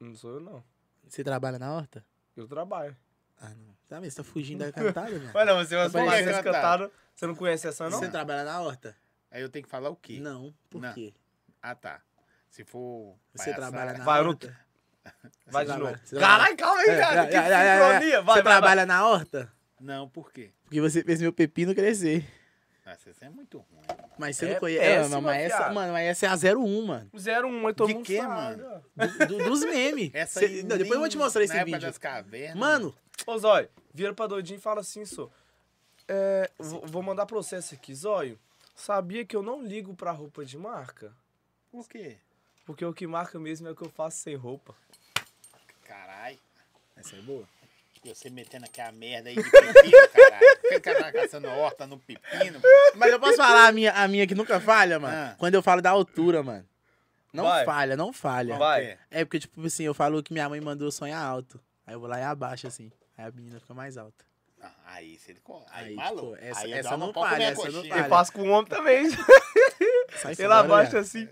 C: Não sou eu, não.
B: Você trabalha na horta?
C: Eu trabalho.
B: Ah, não. Tá vendo? Você tá fugindo da <laughs> cantada, mano.
C: Mas não, você vai
B: Mas
C: falar
A: quem
C: que
A: é
C: essa
A: cantada?
C: cantada. Você tá não conhece essa, não?
B: Você trabalha na horta?
A: Aí eu tenho que falar o quê?
B: Não. Por
A: Não.
B: quê?
A: Ah, tá. Se for.
B: Você
A: palhaçada-
B: trabalha na
C: Vai, eu não-
B: horta?
C: Vai
B: Você
C: de novo.
B: trabalha- você
C: Caralho, calma aí,
B: É,
C: cara.
B: é,
C: Que
B: é, é, é, é.
C: sincronia. Vai,
B: Você
C: vai, vai.
B: trabalha na horta?
A: Não, por quê?
B: Porque você fez meu pepino crescer.
A: Ah, você é muito ruim.
B: Mas você
C: É
B: não conhece. É,
C: péssima,
B: mano, mas essa,
C: fiado.
B: mano, mas essa é a 01, mano.
C: O 01, aí todo
A: De
C: mundo
A: quê,
C: sabe,
A: mano?
C: ó.
B: Do- do- dos memes.
A: Essa
B: Cê-
A: aí
B: não, depois eu vou te mostrar
A: nem
B: esse
A: na época
B: vídeo.
A: das cavernas.
B: Mano,
C: Ô, Zóio, vira pra doidinho e fala assim, só. É, vou vou mandar processo aqui. Zóio, sabia que eu não ligo pra roupa de marca?
A: Por quê?
C: Porque o que marca mesmo é o que eu faço sem roupa.
A: Caralho.
B: essa é boa.
A: Você metendo aqui a merda aí de pepino, caralho. Você que tá caçando horta no pepino.
B: Mas eu posso falar a minha, a minha que nunca falha, mano?
A: Ah.
B: Quando eu falo da altura, mano. Não
C: Vai.
B: falha, não falha.
C: Vai.
A: É.
B: É porque, tipo assim, eu falo que minha mãe mandou eu sonhar alto. Aí eu vou lá e abaixo, assim. Aí a menina fica mais alta.
A: Ah, Aí você. Aí,
B: Aí,
A: maluco.
B: tipo, essa-
A: aí eu
B: essa
A: dava
B: não
A: pra comer
B: vale,
A: a
B: essa não
A: coxinha.
B: vale.
C: Eu faço com o homem também.
B: Sai né?
C: Ele abaixa
B: viado.
C: assim.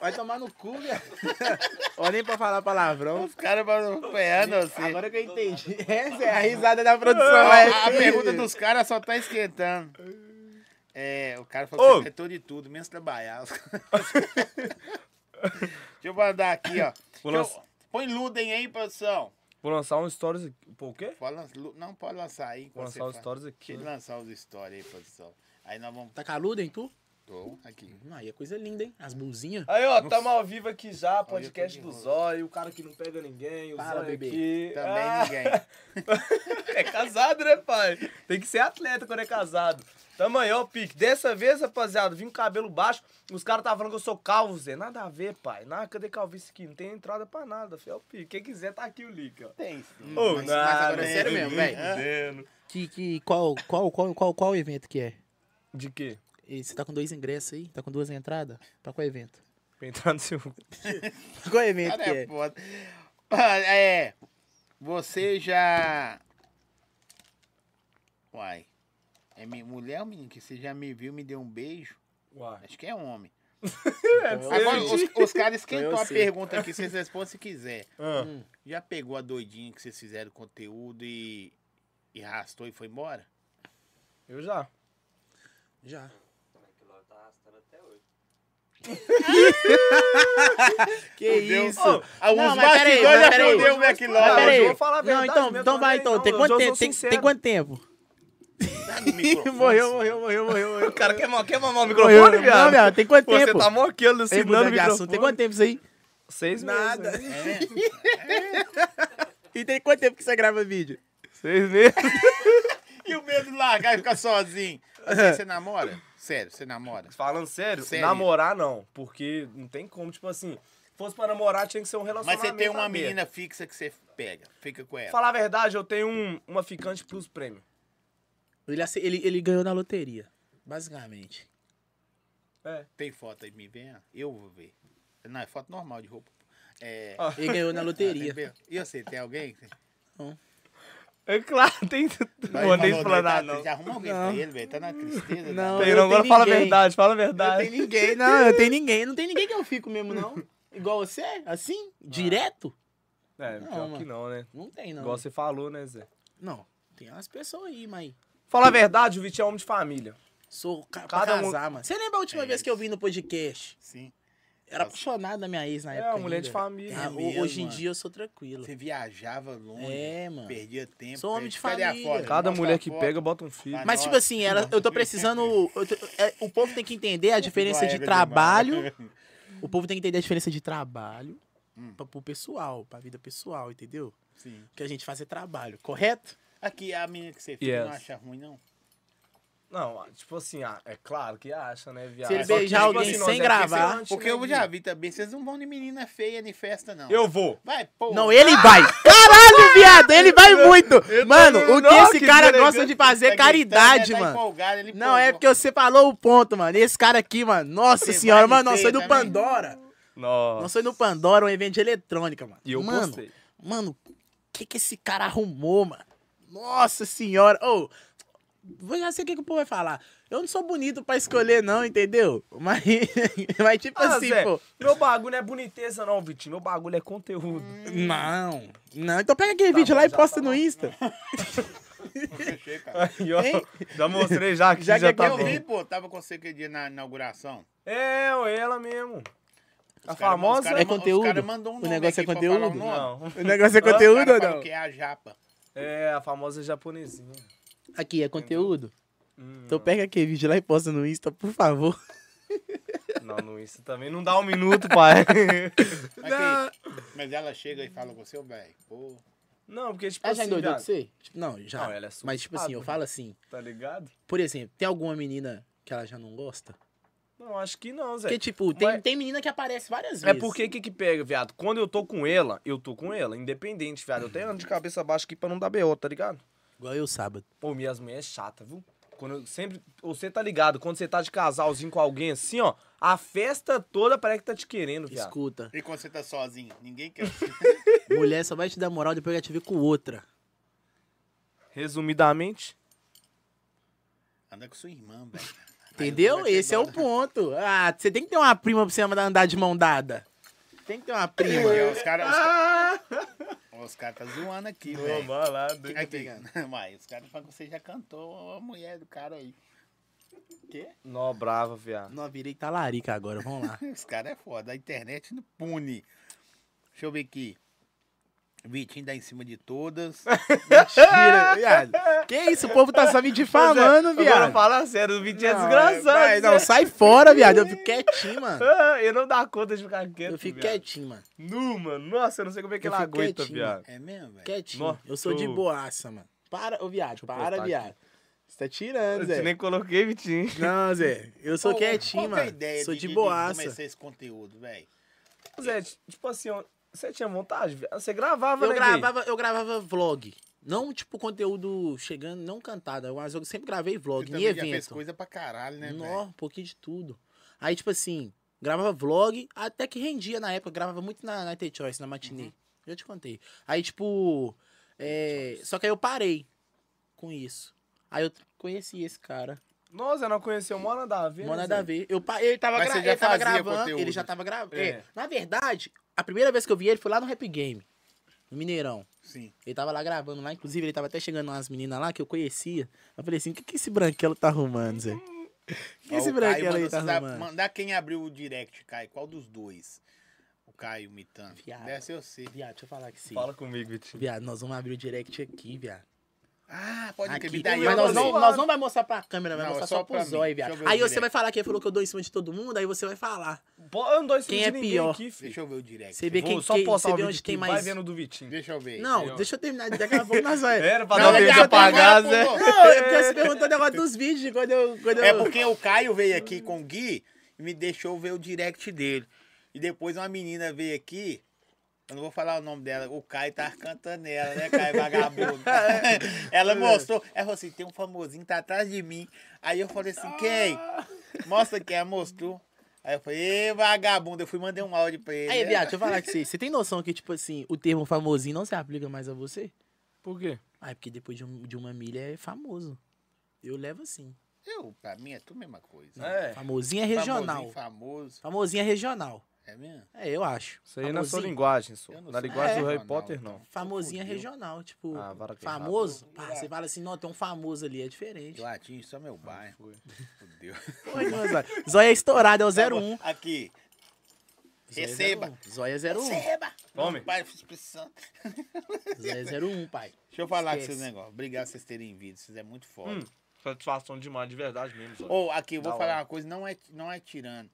B: Vai tomar no cu, velho. <laughs> Ó, nem pra falar palavrão.
A: Os caras vão acompanhando assim.
B: Agora que eu entendi. <laughs> Essa é a risada da
A: Não,
B: produção,
A: a, a
B: é.
A: pergunta dos caras só tá esquentando. É, o cara
C: Ô.
A: falou que é todo de tudo, menos trabalhar. <laughs> Deixa eu mandar aqui, ó.
C: Vou
A: Deixa eu-
C: lançar-
A: Põe Ludem aí, produção.
C: Vou lançar um stories aqui. Pô, o quê?
A: Pode lan- Lu- Não, pode lançar aí.
C: Vou
A: enquanto
C: lançar os
A: você fala.
C: stories aqui. né?
A: Deixa eu lançar os stories aí, produção. Aí nós vamos...
B: Tá caludo, hein, tu?
A: Tô aqui.
B: Hum, Aí é coisa linda, hein? As blusinhas.
C: Aí, ó, tamo ao vivo aqui já, podcast
A: tô
C: do
A: de
C: Zóio, o cara que não pega ninguém, o
B: Para,
C: Zóio
B: bebê.
C: aqui.
A: Também
C: Ah,
A: ninguém.
C: <laughs> é casado, né, pai? Tem que ser atleta quando é casado. Tamo aí, ó, Pique. Dessa vez, rapaziada, vim com cabelo baixo, os caras estavam falando que eu sou calvo, Zé. Nada a ver, pai. Nada, cadê calvície aqui? Não tem entrada pra nada, fio. Pique, quem quiser tá aqui o link, ó.
A: Tem sim.
C: Ô,
B: mas agora é
C: não,
B: sério mesmo, velho.
C: fudendo.
B: Que, que, qual, qual, qual, qual, qual evento que é?
C: De quê?
B: E você tá com dois ingressos aí? Tá com duas entradas? Pra qual evento?
C: Pra entrar no seu...
B: Qual evento
A: Cara,
B: que
A: é
B: é?
A: foda. Ah, É. Você já. Uai. É mi- mulher ou menino? Que você já me viu, me deu um beijo?
C: Uai.
A: Acho que é homem.
C: É,
B: Então,
A: Agora,
C: eu
A: os, os caras esquentou
B: Eu
A: a
B: sei.
A: pergunta aqui, vocês respondem se quiser.
C: Ah.
A: Já pegou a doidinha que vocês fizeram conteúdo e. e arrastou e foi embora?
C: Eu já.
B: Já. <laughs> Que
A: Fudeu.
B: isso?
A: Ô, ah,
B: Não,
A: os
B: mas peraí,
A: bastidores
B: mas
A: já
B: peraí.
A: fudeu o
B: Mas
C: Ah,
A: McLaren.
C: peraí.
B: peraí.
C: eu vou falar a
B: não,
C: verdade
B: então,
C: mesmo,
B: então vai,
C: também,
B: então. Tem
C: não,
B: quanto,
C: eu já
B: tempo,
C: sou
B: tem,
C: sincero.
B: tem quanto
C: <laughs>
B: tempo?
A: Morreu, morreu.
B: morreu, morreu,
C: O cara quer, ma- quer mamar o
B: Morreu,
C: microfone, viado?
B: Não, viado, tem quanto
C: Pô, Você
B: tempo?
C: tá mó aqui,
B: Ei,
C: alucinando
B: mudando
C: o
B: de assunto.
C: microfone.
B: Tem quanto tempo isso aí?
C: Seis meses.
B: Nada.
C: né?
B: E tem quanto tempo que você grava vídeo?
C: Seis meses.
A: E o medo de largar e ficar sozinho. Assim, você namora? Sério, você namora?
C: Falando sério,
A: Sério.
C: namorar não. Porque não tem como, tipo assim, fosse pra namorar tinha que ser um
A: Mas
C: relacionamento.
A: você tem uma
C: aberto.
A: menina fixa que você pega, fica com ela.
C: Falar a verdade, eu tenho um- uma ficante plus prêmio.
B: Ele, ace- ele, ele ganhou na loteria, basicamente.
C: É.
A: Tem foto aí, me vem? Eu vou ver. Não, é foto normal de roupa. É.
C: Ah,
B: Ele ganhou <laughs> na
A: tem que
B: loteria.
A: ver. E você, tem alguém?
C: É claro, <laughs> tem. Não vou
A: Falou,
C: nem
A: né?
C: explanar,
A: Tá-
C: não.
A: Já arruma alguém pra ele, velho. Tá na tristeza.
B: Não.
A: tá?
C: Tem,
B: Eu não
C: não, agora
B: tenho
C: fala a
B: ninguém.
C: verdade, fala a
B: Não
C: verdade.
B: tem ninguém, não. Não tem ninguém. Não tem ninguém que eu fico mesmo, não. Igual você? Assim? Direto?
C: É, pior
B: Não,
C: que
B: mano.
C: não, né?
B: Não tem, não.
C: Igual você falou, né, Zé?
B: Não. Tem umas pessoas aí, mas...
C: Fala a verdade, o Vitinho é homem de família.
B: Sou ca pra
C: Cada um-
B: casar, mano. Você lembra a última vez que eu vim no podcast?
A: Sim.
B: Era
A: Nossa.
B: apaixonado da minha ex na
C: É,
B: época.
C: uma mulher
B: ainda.
C: de família.
B: Ah,
A: É
B: ho-
A: mesmo,
B: hoje em
A: mano.
B: dia eu sou tranquilo.
A: Você é viajava longe.
B: É, mano.
A: Perdia tempo.
B: Sou homem de
A: Cadê a
B: família.
A: foto?
C: Cada
A: Mostra
C: mulher
B: tá
A: a
C: que
A: foto.
C: pega, bota um filho.
A: Ah,
B: Mas,
A: nossa.
B: tipo assim, ela, eu tô precisando. eu tô- é, o povo tem que entender a diferença de
A: Doega
B: trabalho.
A: demais.
B: O povo tem que entender a diferença de trabalho
A: Hum.
B: pra, pro pessoal, pra vida pessoal, entendeu?
A: <laughs> Sim.
B: O que a gente faz é trabalho, correto?
A: Aqui, a menina que você fica
C: Yes.
A: não acha ruim, não?
C: Não, ah, tipo assim, ah, é claro que acha, né, viado?
B: Se ele
C: Só que,
B: beijar
C: tipo
B: alguém
C: assim, nós
B: sem
C: é
B: gravar-
C: perseverante,
A: Tá? Porque
C: né,
A: eu
C: viado?
A: já vi também. Vocês não vão de menina feia nem festa, não.
C: Eu vou.
A: Vai, pô.
B: Não, ele vai! Caralho, viado! Ele vai muito! Mano,
C: tô-
B: o que
C: Não,
B: esse
C: que tá, né,
B: cara
C: deselegante.
B: gosta de fazer é
C: tá
B: caridade, mano. Não, é porque você falou o ponto, mano. Esse cara aqui, mano. Nossa
A: Você
B: senhora,
A: vai
B: mano, nós
A: ter
B: foi do
A: também?
B: Pandora.
C: Nossa.
B: Nós foi no Pandora, um evento de eletrônica, mano.
C: E eu
B: mano,
C: postei.
B: Mano, o que que esse cara arrumou, mano? Nossa senhora. Ô, vou já sei o que, que o povo vai falar. Eu não sou bonito pra escolher, não, entendeu? Mas, <laughs> mas tipo
C: Ah,
B: assim,
C: Zé,
B: pô.
C: meu bagulho não é boniteza não, Vitinho. Meu bagulho é conteúdo.
B: Hum. Não, não. Então pega aquele
C: Tá
B: vídeo
C: bom,
B: lá e
C: já
B: posta
C: tá
B: no
C: bom.
B: Insta.
C: Aí, ó,
B: Hein?
C: já mostrei já que
B: Já que
C: já,
B: é
C: tá
A: eu
C: bom.
A: vi, pô, tava com você aquele dia na inauguração.
C: É, ué, ela mesmo. A
A: Os cara-
C: famosa...
A: os cara-
B: É conteúdo?
A: Os cara mandou um
B: O
A: nome
B: negócio é
A: aqui pra falar o
B: conteúdo?
A: nome.
C: Não.
B: O negócio é
A: Os cara
B: conteúdo ou
A: falam
B: não?
A: que é a japa.
C: É, a famosa japonesinha.
B: Aqui, é conteúdo?
C: Hum,
B: Então pega aquele vídeo lá e posta no Insta, por favor.
C: não, no Insta também não dá um minuto, <laughs> pai.
A: Aqui. Mas ela chega e fala com você, ô, velho. Pô,
C: Não, porque tipo
B: Ela já
C: assim,
B: endoidou com
C: viado,
B: você? Tipo, não, já.
C: Não, ela é super
B: Mas tipo assim, eu
C: rápida.
B: falo assim.
C: tá ligado?
B: Por exemplo, tem alguma menina que ela já não gosta?
C: Não, acho que não, Zé.
B: Porque, tipo, tem,
C: É. Mas-
B: tem menina que aparece várias
C: É
B: vezes.
C: porque o que que pega, viado? Quando eu tô com ela, eu tô com ela, independente, viado. Eu tenho ando de cabeça baixa aqui pra não dar BO, tá ligado?
B: Igual eu sábado.
C: Pô, minhas mulheres é chata, viu? Quando eu sempre. Você tá ligado, quando você tá de casalzinho com alguém assim, ó, a festa toda parece que tá te querendo, viado.
B: Escuta.
A: e quando você tá sozinho? Ninguém quer.
B: Mulher só vai te dar moral depois que ela te ver com outra.
C: Resumidamente,
A: Anda com sua irmã, velho.
B: Entendeu?
A: vai ter
B: Esse é o
A: dó.
B: ponto. Ah, você tem que ter uma prima pra você andar de mão dada. Tem que ter uma prima.
C: É.
A: Porque Os caras
B: <laughs>
A: os, ca-
C: Ah!
A: ó, os cara tá zoando aqui,
C: Uma
A: velho. <laughs>
C: balada.
A: Aqui, mas os caras falam que você já cantou a mulher do cara aí. Quê?
C: Nó brava, viado.
B: Não, virei talarica agora, vamos
C: <laughs>
B: lá.
A: Os caras é foda. A internet não pune. Deixa eu ver aqui. Vitinho dá em cima de
B: <laughs>
A: todas.
B: Mentira, viado. Que isso, o povo tá só me difamando,
C: é, Agora
B: viado.
C: fala sério, o Vitinho é
B: Não,
C: desgraçado.
B: vai,
C: né?
B: não, sai fora, viado. Eu fico quietinho,
C: <laughs>
B: mano.
C: Ah, Eu não dá conta de ficar quieto.
B: Eu fico
C: viado.
B: quietinho, mano.
C: Nu, mano. Nossa, eu não sei como é que
B: Eu
C: ela
B: fico
C: aguenta,
B: quietinho.
C: viado.
A: É mesmo, velho?
B: Quietinho.
C: Nó,
B: Eu sou de
C: tô-
B: boaça, mano. Para, ô viado, para,
C: postar
B: viado. Você tá tirando,
C: Eu
B: Zé.
C: nem coloquei, Vitinho.
B: Não, Zé. Eu sou
A: Qual-
B: quietinho,
A: qual que é a
B: mano.
A: ideia
B: Sou de
A: começar
B: boaça.
A: esse conteúdo, velho?
C: Zé, t- tipo assim, ó, você tinha vontade? viado? Você gravava,
B: Eu
C: né,
B: gravava, eu gravava vlog. Não, tipo, conteúdo chegando, não cantado. Mas eu sempre gravei
A: Você
B: vlog em
A: também já fez
B: evento.
A: coisa pra caralho, né,
B: Nó,
A: velho?
B: um pouquinho de tudo. Aí, tipo assim, gravava vlog, até que rendia na época, gravava muito na, na The Choice, na matinê.
A: Uhum.
B: Já te contei. Aí, tipo. é, só que aí eu parei com isso. Aí eu conheci esse cara.
C: gay? Nossa, eu não conheceu Mona Davi. né,
B: Mó nada
C: Zé?
B: a ver. Eu, pa- ele tava,
A: Mas
B: gra-
A: você já
B: ele tava
A: fazia
B: gravando,
A: conteúdo.
B: ele já tava gravando. É,
C: É.
B: Na verdade, a primeira vez que eu vi ele foi lá no Rap Game, no Mineirão.
A: Sim.
B: Ele tava lá gravando lá, inclusive ele tava até chegando umas meninas lá que eu conhecia. Eu falei assim, o que, que esse branquelo tá arrumando, Zé? <laughs> O que
A: Ó,
B: esse
A: o Caio
B: branquelo aí
A: mandou
B: tá
A: você dar-
B: arrumando?
A: Mandar quem abriu o direct, Caio. Qual dos dois? O Caio Mitan.
B: Viado.
A: Deve ser você.
B: Viado, deixa eu falar que sim.
C: Fala comigo, Vitinho.
B: Viado, nós vamos abrir o direct aqui, viado.
A: Ah, pode
B: Aqui. um.
A: crer. Me dá aí,
B: Mas
A: eu vou
B: nós não,
A: ver.
B: nós não vai mostrar pra câmera, vai
A: Não, é
B: mostrar
A: só
B: só pro
A: pra mim. Deixa
B: zóio, viado.
A: eu ver o
B: Aí você
A: direct.
B: vai falar que ele falou que eu dou em cima de todo mundo, aí você vai falar.
C: Pô, eu não dou em cima
B: Quem
C: de
B: é
C: ninguém
B: pior?
C: aqui, filho.
A: Deixa eu ver o direct.
B: Você vê
C: Vou
B: quem,
C: só
B: quem, você
C: postar o
B: vê
C: vídeo
B: onde
C: aqui,
B: tem
C: Vai
B: mais.
C: vendo do Vitinho.
A: Deixa eu ver.
B: Não,
C: Entendeu?
B: deixa eu terminar, daqui a pouco nós
A: <laughs>
B: vamos.
C: Era pra
A: Não,
C: dar um beijo
A: daqui a pouco
C: apagar,
A: ela
C: Zé.
A: pulou.
B: Não, é porque você perguntou o negócio dos vídeos, quando eu. Quando
A: É
B: eu...
A: porque o Caio veio aqui com o Gui e me deixou ver o direct dele. E depois uma menina veio aqui. Eu não vou falar o nome dela. O Caio tá cantando ela, né, Caio
B: <laughs>
A: Vagabundo?
B: É.
A: <laughs> ela mostrou. Ela falou assim: tem um famosinho que tá atrás de mim. Aí eu falei assim: quem? Mostra quem. Ela mostrou. Aí eu falei: Ê, vagabundo. Eu fui mandei um áudio pra ele.
B: Aí,
A: né?
B: viado, deixa eu falar com você. Você tem noção que, tipo assim, o termo famosinho não se aplica mais a você?
C: Por quê?
B: Ah, é porque depois de, um- de uma milha é famoso. Eu levo assim.
A: Eu, pra mim é tudo a mesma coisa.
C: É.
B: Famosinho é regional.
A: Famosinho, famoso.
B: Famosinho é regional.
A: É mesmo?
B: É, eu acho.
C: Isso aí na sua
B: Famosinho-
C: linguagem, só.
A: Eu não
C: Na
A: sou-
C: linguagem
B: É.
C: do Harry
A: Regional,
C: Potter, não.
A: então.
B: Famosinho é
A: Fudeu.
B: regional, tipo.
C: Ah, vara que
B: famoso? Pá, você fala assim, não, tem um famoso ali, é diferente.
A: Eu atingi só meu bairro. Fudeu.
B: Oi, meu Zóia. Zóia é estourado, é o 01.
A: Aqui.
B: Zóia é
A: Tá Receba.
B: 01. Zóia é 01.
A: Receba!
C: Tome.
A: Não, Pai, Espírito Santo.
B: Zóia é 01, pai.
A: Deixa eu falar com
B: Esquece.
A: vocês um negócio. Obrigado por vocês terem vindo. Vocês é muito foda.
C: Hum, satisfação demais, de verdade mesmo, Zé.
A: Ou aqui, eu vou
C: Da
A: falar
C: hora.
A: uma coisa, não é, não é tirando.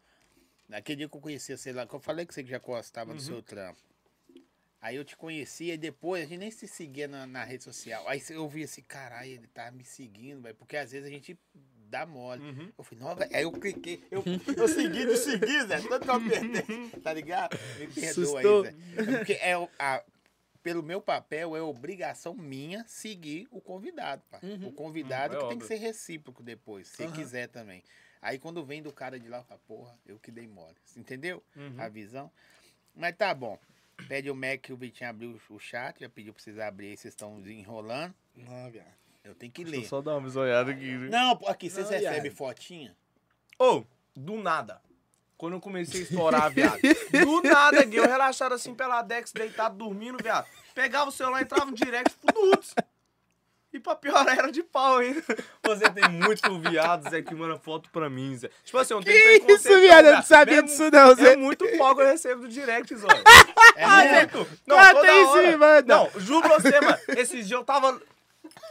A: Naquele dia que eu conheci, sei lá, que eu falei que você que já gostava
C: Uhum.
A: do seu trampo. Aí eu te conheci, e depois a gente nem se seguia na, na rede social. Aí eu vi assim, caralho, ele tá me seguindo, velho. Porque às vezes a gente dá mole.
C: Uhum.
A: Eu falei, não, velho. Aí eu cliquei,
C: <laughs>
A: eu, eu segui de seguir, Zé. Tanto que eu apertei, tá ligado? Me perdoa
B: Assustou.
A: aí, Zé. É porque é, o- a, pelo meu papel, é obrigação minha seguir o convidado, pai. O convidado
C: Hum, é
A: que tem que
C: óbvio.
A: ser recíproco depois, se
B: Aham.
A: quiser também. Aí quando vem do cara de lá, fala, porra, eu que dei mole. Entendeu?
C: Uhum.
A: A visão. Mas tá bom. Pede o Mac que o Vitinho abriu o chat, já pediu pra vocês abrirem, vocês estão enrolando.
B: Não, viado.
A: Eu tenho que
C: Deixa eu
A: ler.
C: só dar uma bisoiada aqui. né?
A: Não, pô, aqui, vocês
B: Não, viado.
A: recebem fotinha?
C: Ou, do nada. Quando eu comecei a estourar, viado. Do nada, Gui, eu relaxado assim pela Dex, deitado, dormindo, viado. Pegava o celular, entrava no direct pro Nudes. E pra piorar, era de pau ainda. Você tem muito viado, Zé, que manda foto pra mim, Zé. Tipo assim, eu não tenho
B: Que isso, viado, eu não sabia disso não,
C: É
B: Zé.
C: muito pau que eu recebo do direct, Zé.
A: É
C: Ah,
A: mesmo?
C: Não,
B: Corta
C: toda
B: isso e me manda.
C: Não, juro pra você, mano. Esses dias eu tava.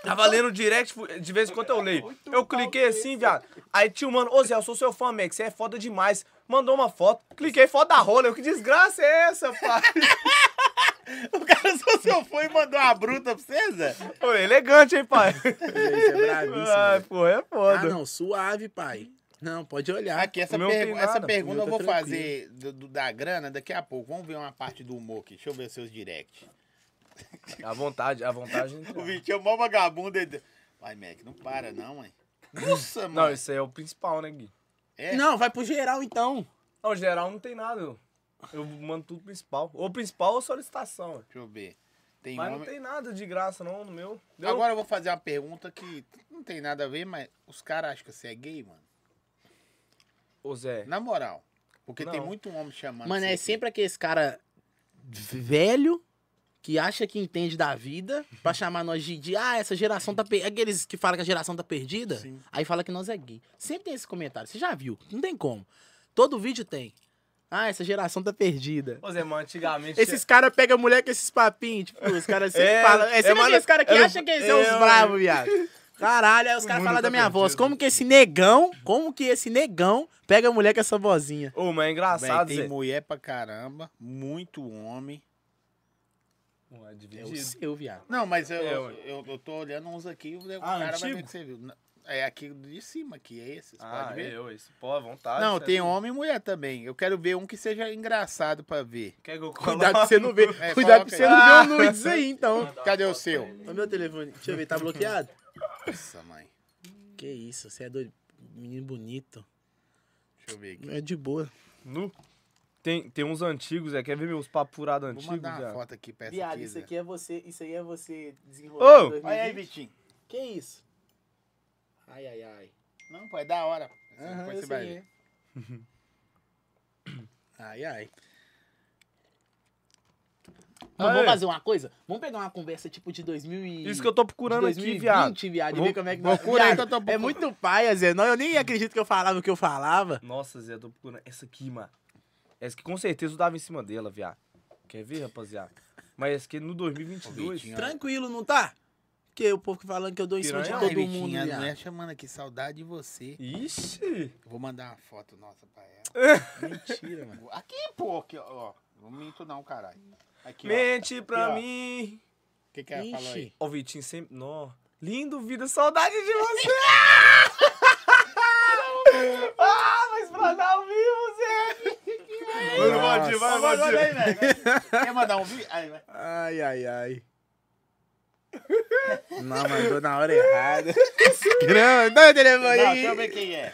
C: Tava lendo o direct, fu- de vez em quando eu leio. Eu cliquei assim, viado. Aí tio, mano, ô Zé, eu sou seu fã, Mac, você é foda demais. Mandou uma foto, cliquei foto da rola. Eu, que desgraça é essa, pai? <laughs> é.
A: O cara só se eu for e mandou uma bruta pra vocês, é? Zé?
C: Pô, elegante, hein, pai?
B: Isso é bravíssimo.
C: Ai,
B: velho.
C: pô, é
B: Ah,
C: foda.
B: não, suave, pai. Não, pode olhar.
A: Aqui, essa,
C: O meu
A: pergu-
C: tem
A: essa
C: nada.
B: O
A: pergunta eu
B: meu tá
A: vou
B: tranquilo.
A: fazer do- do- da grana daqui a pouco. Vamos ver uma parte do humor aqui. Deixa eu ver os seus directs.
C: à vontade, à vontade.
A: O Vitinho é mó vagabundo. Ele... Vai, Mac, não para não, hein? Nossa, mano.
C: Não, isso aí é o principal, né, Gui?
A: É.
B: Não, vai pro geral então.
C: Não, geral não tem nada. Eu, eu mando tudo principal. Ou principal ou solicitação.
A: Deixa eu ver. Tem
C: Mas não
A: homem-
C: tem nada de graça, não, no meu. Eu-
A: Ah, Agora eu vou fazer uma pergunta que não tem nada a ver, mas os caras acham que você é gay, mano?
C: ô Zé.
A: Na moral. Porque tem
C: Não.
A: muito homem chamando.
B: Mano,
A: você
B: é
A: aqui.
B: sempre aqueles cara velho que acha que entende da vida pra chamar nós de, de ah, essa geração tá perdida. Aqueles que falam que a geração tá perdida,
A: Sim.
B: aí fala que nós é gay. Sempre tem esse comentário, você já viu, não tem como. Todo vídeo tem. Ah, essa geração tá perdida.
C: Ô Zé, mano, antigamente.
B: Esses caras pegam mulher com esses papinhos, tipo, os caras sempre
C: É,
B: falam. É um
C: é,
B: sempre
C: mano,
B: aqueles caras que
C: eu-
B: acham que eles são os
C: eu-
B: bravos, viado. Caralho, aí os
C: O
B: caras
C: mundo
B: falam
C: tá
B: da minha voz.
C: perdido.
B: Como que esse negão, como que esse negão pega mulher com essa vozinha?
C: Ô, mas é
A: Véi,
C: engraçado,
A: tem
C: Zé.
A: mulher pra caramba, muito homem.
C: Ué,
B: É
C: dividido.
B: o seu, viado.
A: Não, mas eu,
C: É,
A: eu,
C: ué.
A: eu tô olhando uns aqui, o cara
C: Ah,
A: vai
C: antigo?
A: ver que você viu. Não, É aqui de cima, que é esse, você
C: Ah,
A: pode ver.
C: eu, isso. Pô, à vontade.
A: Não,
C: cê
A: tem
C: é doido.
A: homem e mulher também. Eu quero ver um que seja engraçado pra ver.
C: Quer que eu coloque?
B: Cuidado pra você não ver.
A: É,
B: Cuidado
A: coloca
B: pra você
A: aí.
B: não ver o nudes aí, então.
A: Cadê o
C: né?
A: seu?
B: <laughs> Olha meu telefone. Deixa eu ver, <laughs> tá bloqueado?
A: Nossa, mãe.
B: Que isso, você é doido. Menino bonito.
A: Deixa eu ver aqui.
B: É de boa.
C: Nu. Tem, tem uns antigos, Zé. Quer ver meus papos furados
A: Vou
C: antigos,
A: mandar uma
C: Zé?
A: foto aqui pra essa
B: Viado,
A: aqui, é
B: isso
A: Zé.
B: aqui é você. Isso aí é você
C: Ô!
B: desenrolando. em
A: Olha aí,
B: 2020.
A: Vitinho.
B: Que isso? Ai, ai, ai.
A: Não, pô, é da hora.
B: Aham, é.
A: Depois você
B: eu
A: vai
B: sei, é.
A: ver. <laughs> Ai, ai.
B: Mas
C: Aê.
B: Então, vamos fazer uma coisa? Vamos pegar uma conversa tipo de 2000 e...
C: Isso que eu tô procurando
B: de
C: aqui, viado.
B: 2020, viado. e
C: Vou-
B: ver como é que...
A: procura aí
B: Viado,
A: que eu tô
B: É muito paia, Zé. Não, eu nem acredito que eu falava o que eu falava.
C: Nossa, Zé, eu tô procurando. Essa aqui, mano. Essa que com certeza eu dava em cima dela, viado. Quer ver, rapaziada? Mas essa aqui é no 2022.
A: Vitinho,
B: Tranquilo, não tá? Porque o povo falando que eu dou em cima de
C: Piranha.
B: todo
A: Ai, Vitinho,
B: mundo,
A: a
B: viado.
A: mulher chamando aqui, saudade de você.
C: Ixi.
A: Eu vou mandar uma foto nossa pra ela. Mentira, mano. Aqui, pô, aqui, ó. Não minto não, caralho. Aqui, ó.
C: Mente pra
A: ó.
C: mim.
A: O que que ela falou aí?
B: Ixi.
C: Ó, o Vitinho sempre. Nó. Lindo vida, saudade
B: <laughs>
C: de você. ah, mas pra dar ao vivo, Zé. Mano, Valdir,
A: Vai,
C: vai,
A: vai,
C: Valdir.
A: vai, vai. Quer mandar um vídeo? Aí, vai.
B: Ai, ai,
A: <laughs>
B: ai. Não, mandou na
A: <laughs>
B: hora errada. Não, dá o telefone
A: Não, deixa eu
B: aí.
A: ver quem é.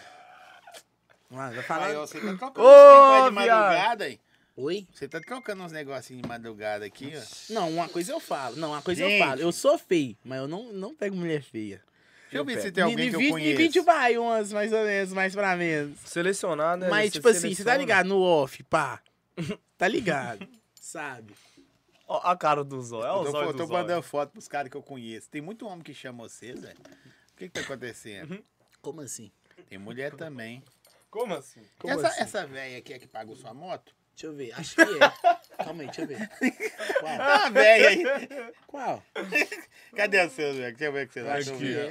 B: Mano, vai
A: Aí,
B: falar.
A: ó, você tá trocando
C: Ô,
A: uns negócios de
C: viado.
A: madrugada aí.
B: Oi?
A: Você tá trocando uns negocinhos de madrugada aqui, ó. Deixa
B: Não, uma coisa eu falo. Não, uma coisa
A: Gente.
B: eu falo. Eu sou feio, mas eu não, não pego mulher feia.
A: eu ver
C: pego.
A: se tem alguém que eu
B: me
A: conheço.
B: vídeo vai umas, mais ou menos, mais pra menos.
C: Selecionar, né?
B: Mas, tipo assim, você tá
C: seleciona.
B: ligado no off, pá. <laughs> Tá ligado. Sabe?
C: Ó, a cara do Zó. É
A: Eu
C: o
A: tô,
C: Zó.
A: eu
C: do
A: tô
C: Zó.
A: mandando foto pros caras que eu conheço. Tem muito homem que chama vocês, velho. O que que tá acontecendo?
C: Uhum.
B: Como assim?
A: Tem mulher
B: <laughs>
A: também.
C: Como assim? Como
A: essa,
C: assim?
A: essa velha aqui é que pagou sua moto?
B: Deixa eu ver. Acho que <laughs> é. Calma aí, deixa eu ver. Qual?
A: Ah, velha aí.
B: Qual?
A: Cadê a seu, velho? Deixa eu ver o que você
B: Acho
A: acha.
B: que é.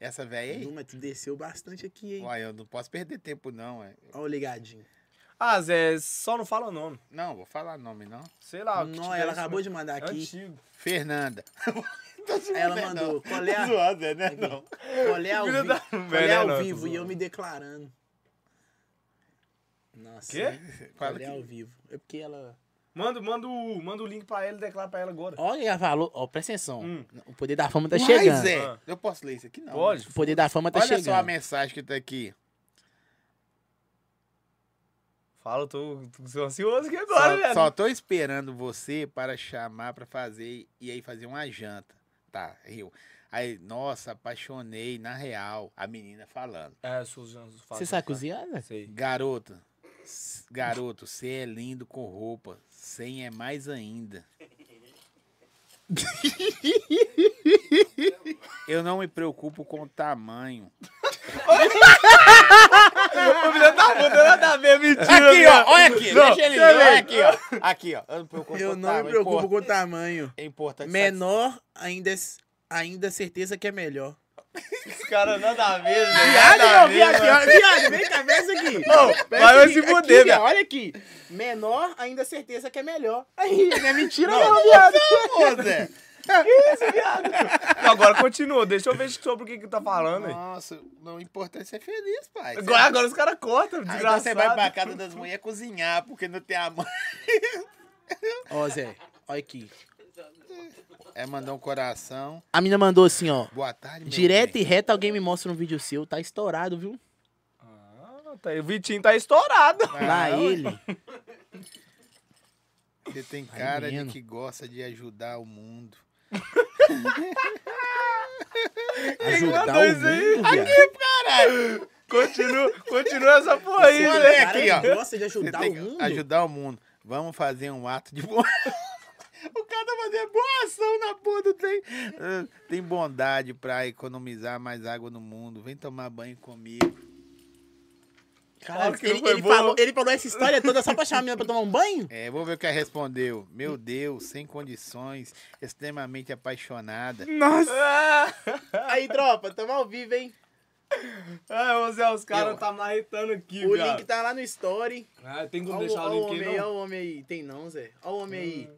A: Essa velha
B: Não,
A: aí?
B: mas tu desceu bastante aqui, hein?
A: Uai, eu não posso perder tempo, não. é. ué.
B: Olha o ligadinho.
C: <laughs> Ah, Zé, só não fala o nome.
A: Não, vou falar nome, não.
C: Sei
A: Ah,
C: lá. o que
B: Não,
C: tiver
B: ela
C: isso
B: acabou de
C: mesmo.
B: mandar aqui.
C: Antigo.
A: Fernanda. <laughs> Tô zoando,
B: Ela
A: né,
B: mandou,
A: não.
B: qual é a-
A: Tô zoando, né, não.
B: Colé é ao, vi...
C: Filho da-
B: colé
C: Velho,
B: ao
C: não, tô
B: vivo e eu
C: zoando.
B: me declarando. Nossa.
C: Quê?
A: Fala
B: Colé
A: que-
B: ao vivo. É porque ela.
C: Manda, manda, o, manda o link pra ela e declara pra ela agora.
B: Olha, ela falou. Ó, presta atenção.
C: Hum.
B: O poder da fama tá
A: Uai,
B: chegando.
A: Zé,
C: Ah.
A: é, eu posso ler isso aqui, não.
C: Pode.
B: O poder da fama tá
A: Olha
B: chegando.
A: só a mensagem que tá aqui.
C: Fala, eu tô, tô ansioso aqui agora,
A: Só,
C: velho.
A: só tô esperando você para chamar pra fazer e aí fazer uma janta. Tá, riu. Aí, nossa, apaixonei, na real, a menina falando.
C: É, eu sou Zé, eu falo,
B: Você
C: eu
B: sabe
C: falo.
B: cozinhar, né?
C: Sei.
A: Garoto, s- garoto, você é lindo com roupa, sem é mais ainda. Eu não me preocupo com o tamanho.
C: O filho da puta, nada a ver, mentira.
A: Aqui,
C: viado.
A: ó, olha aqui,
C: Não,
A: deixa ele
C: pera
A: ver, olha
C: aí.
A: aqui, ó. Aqui, ó, eu não me preocupo com
B: Eu
A: o
B: não me
A: tamanho,
B: preocupo
A: impor-
B: com o tamanho.
A: É importante.
B: Menor, ainda, ainda certeza que é melhor.
C: Esse cara nada a ver, velho.
B: Viado,
C: nada a
B: não,
C: ver,
B: viado,
C: mano.
B: viado, viado, vem cá, pensa aqui.
C: Ô,
B: Pensa
C: vai
B: aqui,
C: se
B: aqui,
C: fuder,
B: viado,
C: viado.
B: Olha aqui. Menor, ainda certeza que é melhor. Aí, não é mentira não,
A: Não,
B: viado.
A: Ô, Zé.
C: Agora continua, deixa eu ver sobre o que que tá falando, aí.
A: Nossa, não importa ser feliz, pai.
C: Agora, agora os caras
B: Ah, então
C: cortam,
A: Aí então
C: desgraçado.
A: você vai pra casa das mulheres cozinhar, porque não tem a mãe.
B: Ó, Zé, olha aqui.
A: É mandar um coração.
B: A mina mandou assim, ó.
A: Boa tarde, meu
B: Direto
A: bem.
B: e reto, alguém me mostra um vídeo seu. Tá estourado, viu?
C: Ah, tá aí, o Vitinho tá estourado.
B: Lá
A: não.
B: ele.
A: Você tem cara de
B: menino.
A: que gosta de ajudar o mundo.
B: Ajudar
C: mandou
B: o
C: isso aí?
B: mundo, viado.
A: Caralho!
C: Continua, continua essa porra aí,
A: Olha
C: né?
A: aí, aqui, ó.
B: gosta de
A: Você
B: ajudar
A: tem
B: o
A: que
B: mundo.
A: ajudar o mundo. Vamos fazer um ato de boa. <laughs> o cara tá fazendo boa ação na porra do trem. Ah, Tem bondade pra economizar mais água no mundo. Vem tomar banho comigo.
B: Caralho,
C: Claro que não
B: ele,
C: foi
B: ele
C: boa.
B: falou, ele falou essa história toda só pra chamar a menina pra tomar um banho?
A: É, vou ver o que ela respondeu. Meu Deus, sem condições, extremamente apaixonada.
C: Nossa!
B: <laughs>
C: É.
B: Aí, tropa, tamo ao vivo, hein?
C: Ai, ô Zé, É, os caras
B: Eu-
C: tá marretando aqui,
B: O
C: viado.
B: link tá lá no story.
C: Ah, tem como
B: Olha
C: deixar o link
B: homem
C: aí,
B: aí, olha
C: não?
B: o homem aí. Tem não, Zé. Olha o homem aí.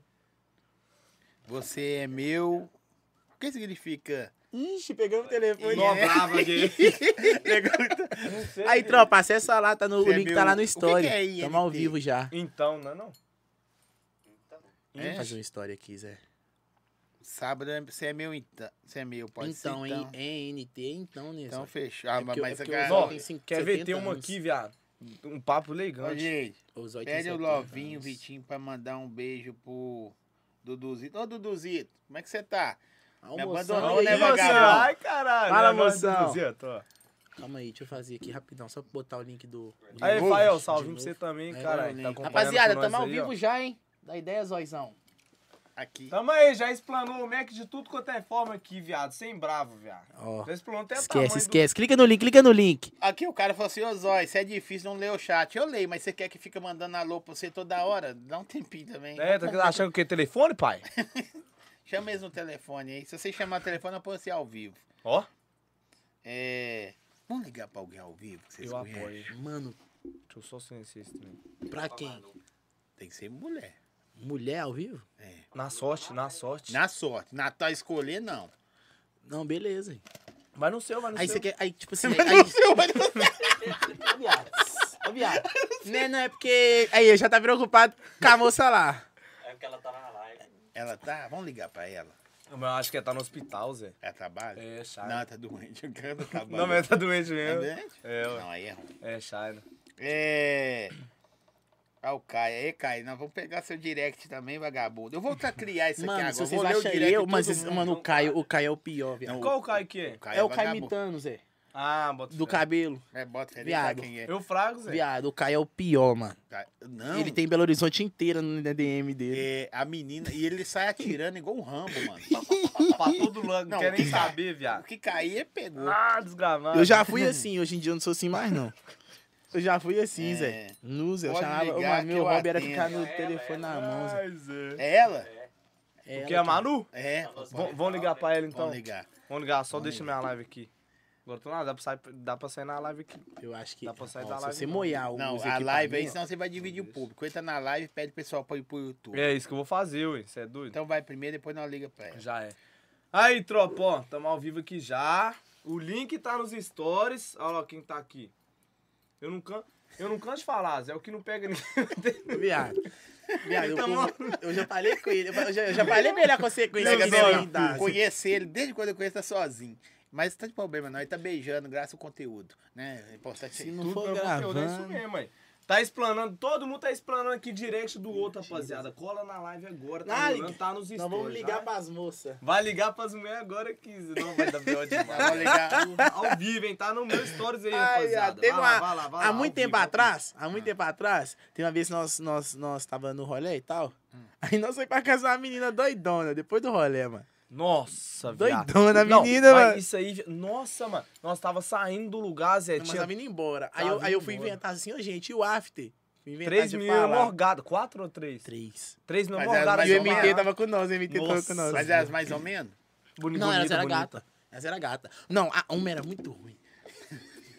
A: Você é meu. O que significa?
B: Ixi, pegamos o telefone.
C: Nó brava aqui.
B: é.
C: tá-
B: Aí, tropa, acessa lá, tá no, o
A: Você é
B: link
A: meu-
B: tá lá no
A: o que que
B: story.
A: é INT?
B: Tamo ao vivo já.
C: Então, não é não?
A: É,
B: Fazer uma história aqui, Zé.
A: sábado é- você é meu então. Você é meu, pode
B: então,
A: ser. Então,
B: é NT, então, né?
A: então
B: Zé?
A: fechou. Ah,
B: É porque eu-
A: mas
B: é
A: a
B: porque eu-
A: cara.
C: Ó,
B: Zóio tem cinco-
C: quer ver?
B: 70
C: Tem uma
B: anos.
C: aqui, viado. Um papo
A: Ô,
C: elegante.
A: gente,
B: Os oito né?
A: Pede o
B: 70
A: Lovinho,
B: anos.
A: Vitinho, pra mandar um beijo pro Duduzito. Ô, Duduzito, como é que você tá?
B: Almoção,
A: abandonou,
B: aí,
A: né,
C: Ih,
B: moção?
A: vagabundo?
C: Ai, caralho.
B: Fala,
C: Não é nós,
B: moção.
C: Zito, ó.
B: Calma aí, deixa eu fazer aqui rapidão, só pra botar o link do.
C: Aí,
A: novo,
C: Fael,
B: de
C: salve pra
B: novo.
C: você também,
B: É,
C: caralho.
A: né?
C: Tá acompanhando
B: Rapaziada,
C: com nós
B: tamo ao
C: aí, ó.
B: vivo já, hein? Da ideia, Zóizão.
A: Aqui.
C: Tamo aí, já explanou o Mac de tudo quanto é forma aqui, viado. Sem bravo, viado.
B: Ó.
C: Já explanou até o tamanho
B: Esquece, esquece. Clica no link, clica no link.
A: Aqui o cara falou assim, ô Zói, isso é difícil não ler o chat. Eu leio, mas você quer que fica mandando alô pra você toda hora? Dá um tempinho também.
C: do... É, tá achando que é
B: <laughs>
C: telefone, pai?
A: Chama eles no telefone aí. Se você chamar o telefone, eu ponho você ao vivo.
C: Ó,
A: É... Vamos ligar pra alguém ao vivo que vocês
C: eu
A: conhecem?
C: apoio.
B: Mano,
C: Deixa eu só silenciar esse também.
B: pra quem?
A: Tem que ser mulher.
B: Mulher ao vivo?
A: É.
C: Na sorte, na sorte.
A: Na sorte. Natal escolher,
C: <laughs>
A: não.
B: Não, beleza. hein?
C: Vai no seu, vai no
B: Aí
C: seu.
B: você quer. Aí, tipo
A: <laughs>
B: assim.
A: Mas
B: aí-
A: não sei, mas não sei.
B: Ô, viado. Ô, viado. Né, não é porque. Aí, eu já tá preocupado com a moça lá.
D: É porque ela tá na live.
A: Ela tá? Vamos ligar pra ela.
C: Mas eu acho que ela tá no hospital, Zé.
A: Ela trabalha?
C: É,
A: Não,
C: Shine.
A: ela tá doente. O
C: <laughs>
A: cara trabalha.
C: Não, mas ela tá doente
A: Tá
C: mesmo.
A: doente?
C: É, ué.
A: Não, aí é ruim.
C: É, Shine.
A: É. Ah, o Caio. Aí, Caio, nós vamos pegar seu direct também, vagabundo. Eu vou tá criar isso aqui
B: Mano,
A: agora.
B: se vocês
A: vou ler o
B: acham
A: direct
B: eu.
A: de
B: Mas,
A: todo
B: esse-
A: mundo.
B: mano, o Caio, o Caio é o pior,
A: Não,
B: viado.
C: Qual o Caio que é?
A: Caio
B: É o Caio
A: vagabundo.
B: imitando, Zé.
C: Ah, bota
B: Do
C: fé.
B: cabelo.
A: É, bota ele
B: Viado.
A: quem é.
C: Eu frago, Zé.
B: Viado, o Caio é o pior, mano.
A: Caio- Não.
B: Ele tem Belo Horizonte inteira no DM dele.
A: é, a menina. E ele sai atirando igual um rambo,
B: <laughs>
A: mano.
C: <laughs> Pra todo lado, não
A: Não,
C: quer nem
A: que-
C: saber,
A: O
C: viado.
A: que cair é pegou.
C: Ah, desgramado.
B: Eu já fui assim, hoje em dia eu não sou assim mais, não. Eu já fui assim,
A: É.
B: Zé. No, Zé, eu
A: Pode
B: chamava.
A: ligar
B: Mas
A: que
B: meu
A: eu
B: hobby era
A: atendo.
B: ficar no
D: É,
B: telefone
D: é,
B: na mão, Zé.
C: Ai, Zé.
A: É ela?
B: É,
C: Quer a Manu?
A: É.
D: Vamos
A: pode-
B: assim,
C: Vão ligar pra ela, então.
A: Vamos ligar.
C: Vamos ligar, só
A: Vamos
C: deixa minha live aqui. Agora tu não, dá pra sair, dá pra sair na live aqui.
B: Eu acho que.
C: Dá pra sair
B: Ó,
C: da live,
B: se você
C: não.
B: moiar o
A: Não,
B: os
A: a live aí,
B: equipamentos-
A: senão você vai dividir o público. Entra na live, pede o pessoal pra ir pro YouTube.
C: É isso que eu vou fazer, ué. Você é doido?
A: Então vai primeiro, depois nós liga pra ela.
C: Já é. Aí, tropa, ó, tamo ao vivo aqui já. O link tá nos stories. Olha lá quem tá aqui. Eu não canto. Eu não canso de falar, Zé. É o que não pega ninguém.
B: Viado. Viado, eu,
C: Tá
B: eu, já falei com ele. Eu já, eu já falei melhor consequência
A: Pega
B: que
A: só,
B: ele me dá.
A: Eu
B: Zé.
A: conheço ele, desde quando eu conheço, tá sozinho. Mas tá de problema, não. Ele tá beijando, graças ao conteúdo. Né? É importante
B: Se
A: isso.
B: não for
C: Tudo é conteúdo, é isso
B: gravando.
C: mesmo, aí. Tá explanando, todo mundo tá explanando aqui direct do outro, rapaziada. Cola na live agora, tá,
B: é Ah,
C: rolando, tá nos stories.
B: Nós vamos
C: já.
A: né?
B: ligar pras moças.
C: Vai ligar pras mulheres agora aqui, senão vai dar pior
A: Então, assim,
B: <laughs>
A: Nós vamos
C: demais.
A: ligar. um,
C: ao vivo, hein? Tá no meu stories aí,
B: Ai, ah,
C: rapaziada.
B: teve
C: Vai lá,
B: uma-
C: vai lá, vai lá,
B: Há
C: ao
B: muito
C: vivo,
B: tempo
C: ao vivo.
B: atrás, há
C: Ah.
B: muito tempo atrás, tem uma vez nós, nós, nós tava no rolê e tal.
C: Hum.
B: Aí nós foi pra casa de uma menina doidona, depois do rolê, mano.
C: Nossa, viado.
B: Doidona a
C: Não,
B: menina,
C: mas
B: mano.
C: Isso aí, nossa, mano. Nós tava saindo do lugar, Zé.
B: Mas
C: tinha
B: tava indo embora. Aí
C: Tava
B: eu, aí eu
C: indo
B: fui
C: embora.
B: inventar assim, ô gente, e o after? Fui inventar
C: três
B: tá
C: um
B: de
C: meninas
B: falar.
C: morgadas. Quatro ou três?
B: Três.
C: Três um meninas
A: Mas era
C: morgadas.
A: mais
B: um E o
A: ou menos.
B: MT tava com nós, o MT tava
C: Nossa,
B: com nós.
A: Mas elas mais ou menos?
B: <laughs>
C: Boni-
B: Não, elas
C: bonita,
B: eram
C: bonita.
B: gata. Elas eram gata. Não, a uma era muito ruim. <laughs>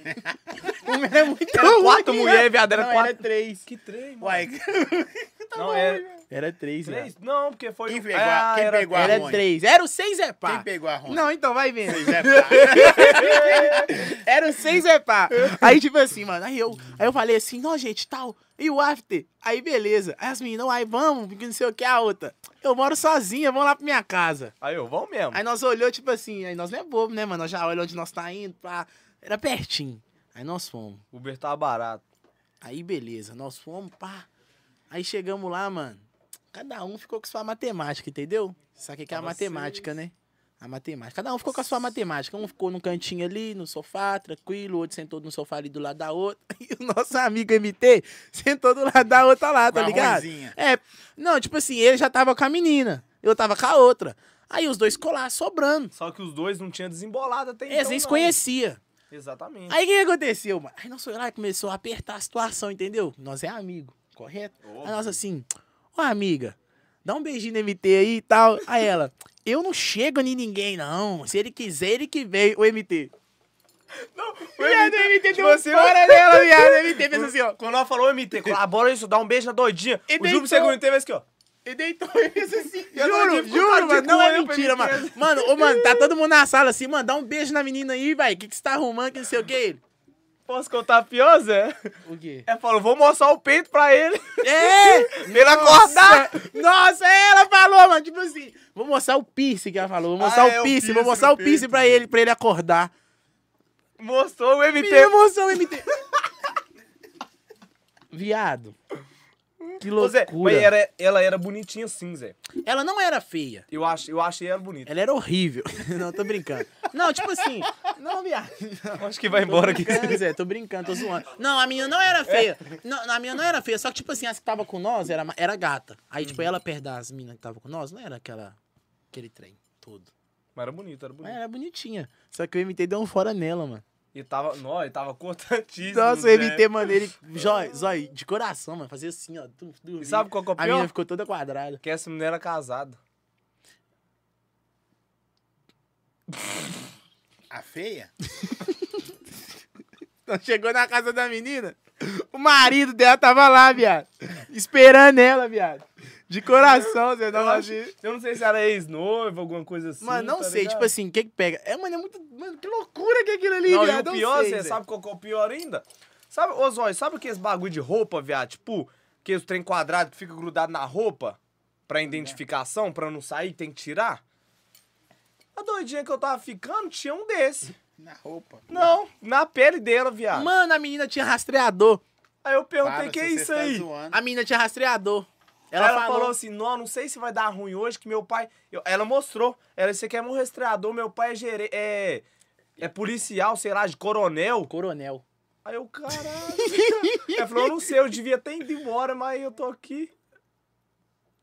B: uma era muito
C: Era
B: ruim. né?
C: quatro mulheres, viado. Era
B: Não,
C: quatro.
B: era três.
C: Que três, mano.
A: Uai,
C: não, era
B: Era três, tá velho.
C: três? Não, porque foi... Ah,
A: Quem pegou a- quem
C: era-
A: pegou a-
B: Era
A: ruim.
B: três. Era o seis é pá.
A: quem pegou a ronda?
B: Não, então vai vendo.
A: Pois é, pá.
B: <laughs> Era o seis é pá. Aí, tipo assim, mano, aí eu, aí eu falei assim, não, gente, tal, e o after? Aí, beleza. Aí as meninas, aí vamos, porque não sei o que, a outra. Eu moro sozinha, vamos lá pra minha casa.
C: Aí eu, vamos mesmo.
B: Aí nós olhou, tipo assim, aí nós não é bobo, né, mano? Nós já olhamos onde nós tá indo, pá. Era pertinho. Aí nós fomos.
C: Uber tava barato.
B: Aí, beleza, nós fomos, pá. Aí chegamos lá, mano. Cada um ficou com sua matemática, entendeu? Sabe o que que é a
C: Tava
B: matemática, né? A matemática. Cada um ficou com a sua matemática. Um ficou num cantinho ali, no sofá, tranquilo. O outro sentou no sofá ali do lado da outra. <laughs> E o nosso amigo MT sentou do lado da outra lá, tá
A: Com a
B: ligado?
A: Ronzinha.
B: É, não, tipo assim, ele já tava com a menina, eu tava com a outra. Aí os dois colaram, sobrando.
C: Só que os dois não tinham desembolado até então.
B: Eles nem se
C: não.
B: conhecia.
C: Exatamente.
B: Aí o que que aconteceu, mano? Aí nosso lá começou a apertar a situação, entendeu? Nós é amigo, correto? Aí nós assim, ó amiga, dá um beijinho no MT aí e tal. Aí ela, eu não chego em ninguém, não. Se ele quiser, ele que vem, o MT. Viado, o tipo MT deu uns fora dela, viado. O MT fez assim, ó.
C: Quando ela falou, MT, colabora isso, dá um beijo na doidinha.
B: E
C: o Júlio
B: deitou.
C: você que o MT fez aqui, assim, ó.
B: E deitou e fez assim.
C: Eu não
B: Juro,
C: tive
B: juro,
C: contato
B: mano.
C: de
B: Não
C: cu,
B: é
C: eu pra
B: mentira,
C: mim
B: mano.
C: mesmo.
B: Mano, ô, mano, tá todo mundo na sala assim, mano. Dá um beijo na menina aí, velho. O que, que você tá arrumando, que não sei o que. Ele.
C: Posso contar a pior, Zé?
B: O quê?
C: <laughs> Ela falou, vou mostrar o peito pra ele. <laughs>
B: É!
C: Pra ele acordar.
B: Nossa, ela falou, mano, tipo assim, vou mostrar o piercing que ela falou, vou mostrar
C: Ah,
B: o,
C: é, o
B: piercing, vou
C: piercing
B: mostrar
C: no
B: o piercing
C: peito.
B: pra ele, pra ele acordar.
C: Mostrou o MT.
B: Me emoção, MT. <laughs> Viado. Que
C: Ô, Zé,
B: loucura.
C: mas era, ela era bonitinha sim, Zé.
B: Ela não era feia,
C: Eu, ach, eu achei ela bonita.
B: ela era horrível. <laughs> Não, tô brincando. Não, tipo assim, não, viado.
C: <laughs> Acho que vai embora
B: <laughs>
C: aqui.
B: Brincando, Zé, tô brincando, tô zoando. Não, a minha não era feia. Não, a minha não era feia, só que, tipo assim, as que tava com nós era, ma- era gata. Aí, tipo,
C: Uhum.
B: ela perder as minas que tava com nós, não era aquela, aquele trem todo.
C: Mas era bonita, era
B: Mas
C: bonita.
B: era bonitinha. Só que o MT deu um fora nela, mano.
C: E tava, não, ele tava cortantíssimo,
B: Nossa, o
C: Zé.
B: MT, mano, ele. Zói, zói, de coração, mano. Fazia assim, ó. tum, dormia.
C: E sabe qual que é o
B: A
C: pior?
B: menina ficou toda quadrada.
C: Que essa mulher era casada.
A: A feia?
B: Então, chegou na casa da menina, o marido dela tava lá, viado. Esperando ela, viado. De coração, você
C: Eu, acho- eu não assim. sei se era ex-noivo, alguma coisa assim.
B: Mano, não
C: tá
B: sei,
C: ligado?
B: tipo assim, o que que pega? É, mano, é muito. Mano, que loucura que é aquilo ali,
C: Não, e
B: viado.
C: o pior,
B: sei,
C: Zé,
B: Zé.
C: sabe qual que é o pior ainda? Sabe, ô Zóio, sabe aqueles bagulho de roupa, viado? Tipo, aqueles trem quadrado que fica grudado na roupa pra identificação, pra não sair, tem que tirar? A doidinha que eu tava ficando tinha um desse.
A: Na roupa.
C: Não, na pele dela, viado.
B: Mano, a menina tinha rastreador.
C: Aí eu perguntei,
A: Para,
C: que
A: se
C: é
A: você
C: isso
A: tá
C: aí?
A: zoando.
B: A menina tinha rastreador. Ela,
C: Ela, falou... assim, não, não sei se vai dar ruim hoje, que meu pai... eu- Ela mostrou, ela disse que é um rastreador, meu pai é, gere... é... é policial, sei lá, de coronel.
B: Coronel.
C: Aí eu, caralho. Ela falou, eu não sei, eu devia ter ido embora, mas eu tô aqui.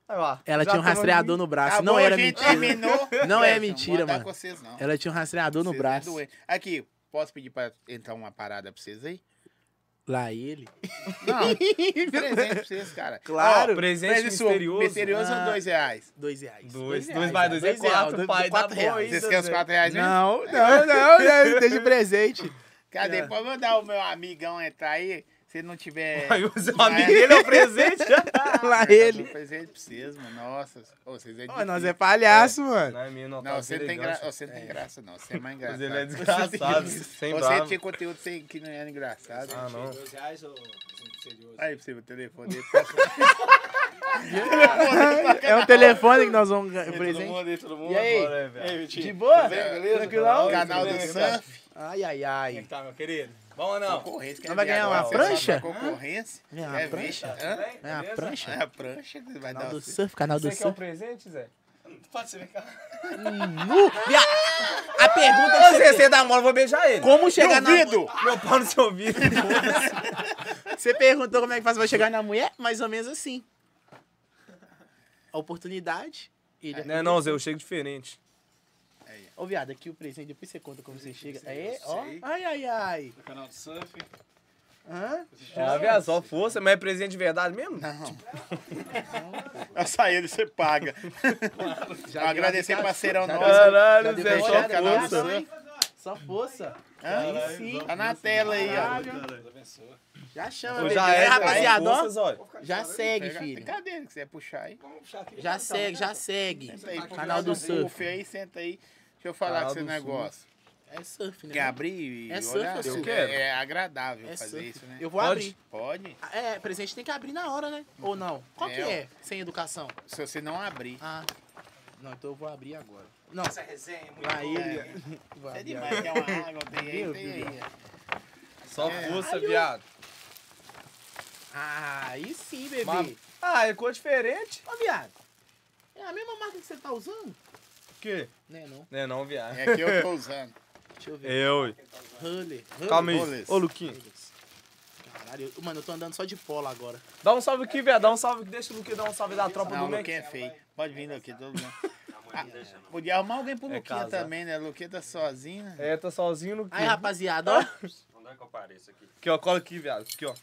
C: Aí lá.
B: Ela tinha um rastreador no braço.
A: Tá
B: não
A: bom,
B: era
A: a gente
B: mentira.
A: terminou.
B: Não é
A: Não
B: mentira,
A: vou andar
B: mano.
A: com vocês, não.
B: Ela tinha um rastreador no
C: tá
A: Vocês é
B: braço.
A: doente. Aqui, posso pedir pra entrar uma parada pra vocês aí?
B: Lá ele.
A: Não, <laughs> presente pra vocês, cara.
C: Claro.
A: Ó,
C: Presente
A: seu-
C: misterioso.
A: Misterioso
B: Ah.
A: é dois reais.
B: Dois reais.
C: Dois, dois mais dois, é quatro,
B: dois-
C: pai, dá
B: quatro
C: boa
B: reais.
C: aí.
A: Vocês querem os quatro reais mesmo?
C: <laughs>
B: Não, não, não, não, deixa de presente.
A: Cadê?
B: É.
A: Pode mandar o meu amigão entrar aí, se ele não
C: <laughs>
A: tiver...
C: <laughs> Aí o seu amigo dele é o presente. <laughs> Ah,
B: Lá
A: Cara,
B: <laughs> ele.
A: um presente pra vocês, mano. Nossa. Ô, vocês é
B: Ô, nós
A: difícil.
B: é palhaço, mano.
C: Não, é tá minha
A: Não, você não tem, gra...
C: graça.
A: você não tem graça, não. Você é mais
C: Mas
A: engraçado.
C: ele
A: <laughs>
C: é desgraçado,
A: Você
C: sem bravo.
A: tinha conteúdo sem- que não era engraçado.
C: Ah, não.
D: reais ou misterioso?
A: Aí, pra você, o telefone dele. Todo
B: É um telefone que nós vamos ganhar <laughs> um presente.
A: mundo aí, todo mundo.
B: E aí?
C: Bora, é, velho.
B: De boa? Tranquilão?
A: Canal do Sanf.
B: Ai, ai, ai. É
D: tá, meu querido? Bom ou não?
A: Concorrência.
B: Não vai ganhar
A: agora,
B: uma
A: você sabe
B: prancha?
A: da Concorrência.
B: Ganhar uma
A: É
B: prancha?
A: prancha. Hã?
D: Bem,
B: É a
D: beleza?
C: Ah,
B: prancha?
A: É a prancha que vai dar
B: Canal
A: o
B: do
A: seu.
B: surf, canal do
C: Você quer é o
B: surf.
C: presente, Zé?
D: Pode ser, vem cá.
B: Nu! Viado! A pergunta
C: Ô,
B: que você
C: Zé,
B: fez.
C: você dá mola, eu vou beijar ele.
B: Como chegar na...
A: Duvido!
C: Meu pau no seu <laughs> ouvido.
B: Você perguntou como é que faz pra chegar na mulher? Mais ou menos
C: <laughs>
B: assim. A oportunidade. Ele...
C: Não, é não, Zé, eu chego diferente.
B: Ô, viado, aqui o presente, depois você conta como você chega. É, ó.
A: sei.
B: Ai, ai, ai.
D: Canal do surf.
B: Hã?
C: Ah, viado, só força, mas é presente de verdade mesmo?
A: Não. Essa ele você <laughs> paga. Já agradecer parceirão
B: já
A: nosso.
C: Caralho,
A: Já
C: Zé,
A: deixou
C: só
A: o canal do
C: força.
A: Sanf.
B: Só força.
A: Hã?
B: Aí sim.
A: Tá na tela aí, ó.
D: Deus abençoe.
B: Já chama,
C: Ô,
B: bebê.
C: Já é,
B: É, rapaziada, ó.
C: forças, ó.
B: Já segue,
A: Pega- Então,
B: filho.
A: Cadê ele que você ia puxar aí?
D: Vamos puxar aqui.
B: Já segue, já segue.
A: Senta aí, puxa
B: Canal do
A: o
B: surf.
A: puff aí, senta aí. Deixa eu falar
C: Canal
A: com seu
C: do surf.
A: negócio.
B: É surf, né?
A: Quer abrir e
B: É surf
A: olhar? Eu
B: ou surf?
A: quero. É agradável
B: É
A: fazer
B: surf.
A: isso, né?
B: Eu vou
C: Pode?
B: abrir.
A: Pode?
B: É, presente tem que abrir na hora, né? Ou não? Qual que
A: É,
B: é? Sem educação.
A: Se você não abrir.
B: Ah. Não, então eu vou abrir agora. Não,
D: Essa resenha é muito
B: pra
D: boa.
B: ele. <laughs> Vou
A: É
B: abrir
A: demais, tem uma água, tem aí,
B: Meu
A: tem aí.
C: Só força, viado.
B: agora. Ah, aí sim, bebê.
C: Mas- Ah, é cor diferente.
B: Ô, viado. É a mesma marca que você tá usando?
C: quê?
B: Né, não?
C: Né não, viado.
A: É que eu tô usando.
B: Deixa eu ver.
C: Eu.
B: Hurley. Hurley.
C: É. Calma aí.
A: Rollers.
C: Ô, Luquinha.
B: Caralho, eu- mano, eu tô andando só de polo agora.
C: Dá um salve aqui, viado. Dá um salve aqui. Deixa o Luquinha dar um salve da tropa
A: Não, o
C: do Mac.
A: Luquinha é feio. Pode vir, Luquinha. Tô usando. Ah, podia arrumar alguém pro
C: É
A: Luquinha
C: casado.
A: também, né? Luquinha tá sozinho. né?
C: É, tá sozinho,
B: Aí,
C: Luquinha.
B: rapaziada, ó.
E: Onde é que eu pareço aqui?
C: Aqui, ó. Cola aqui, viado. Aqui, ó.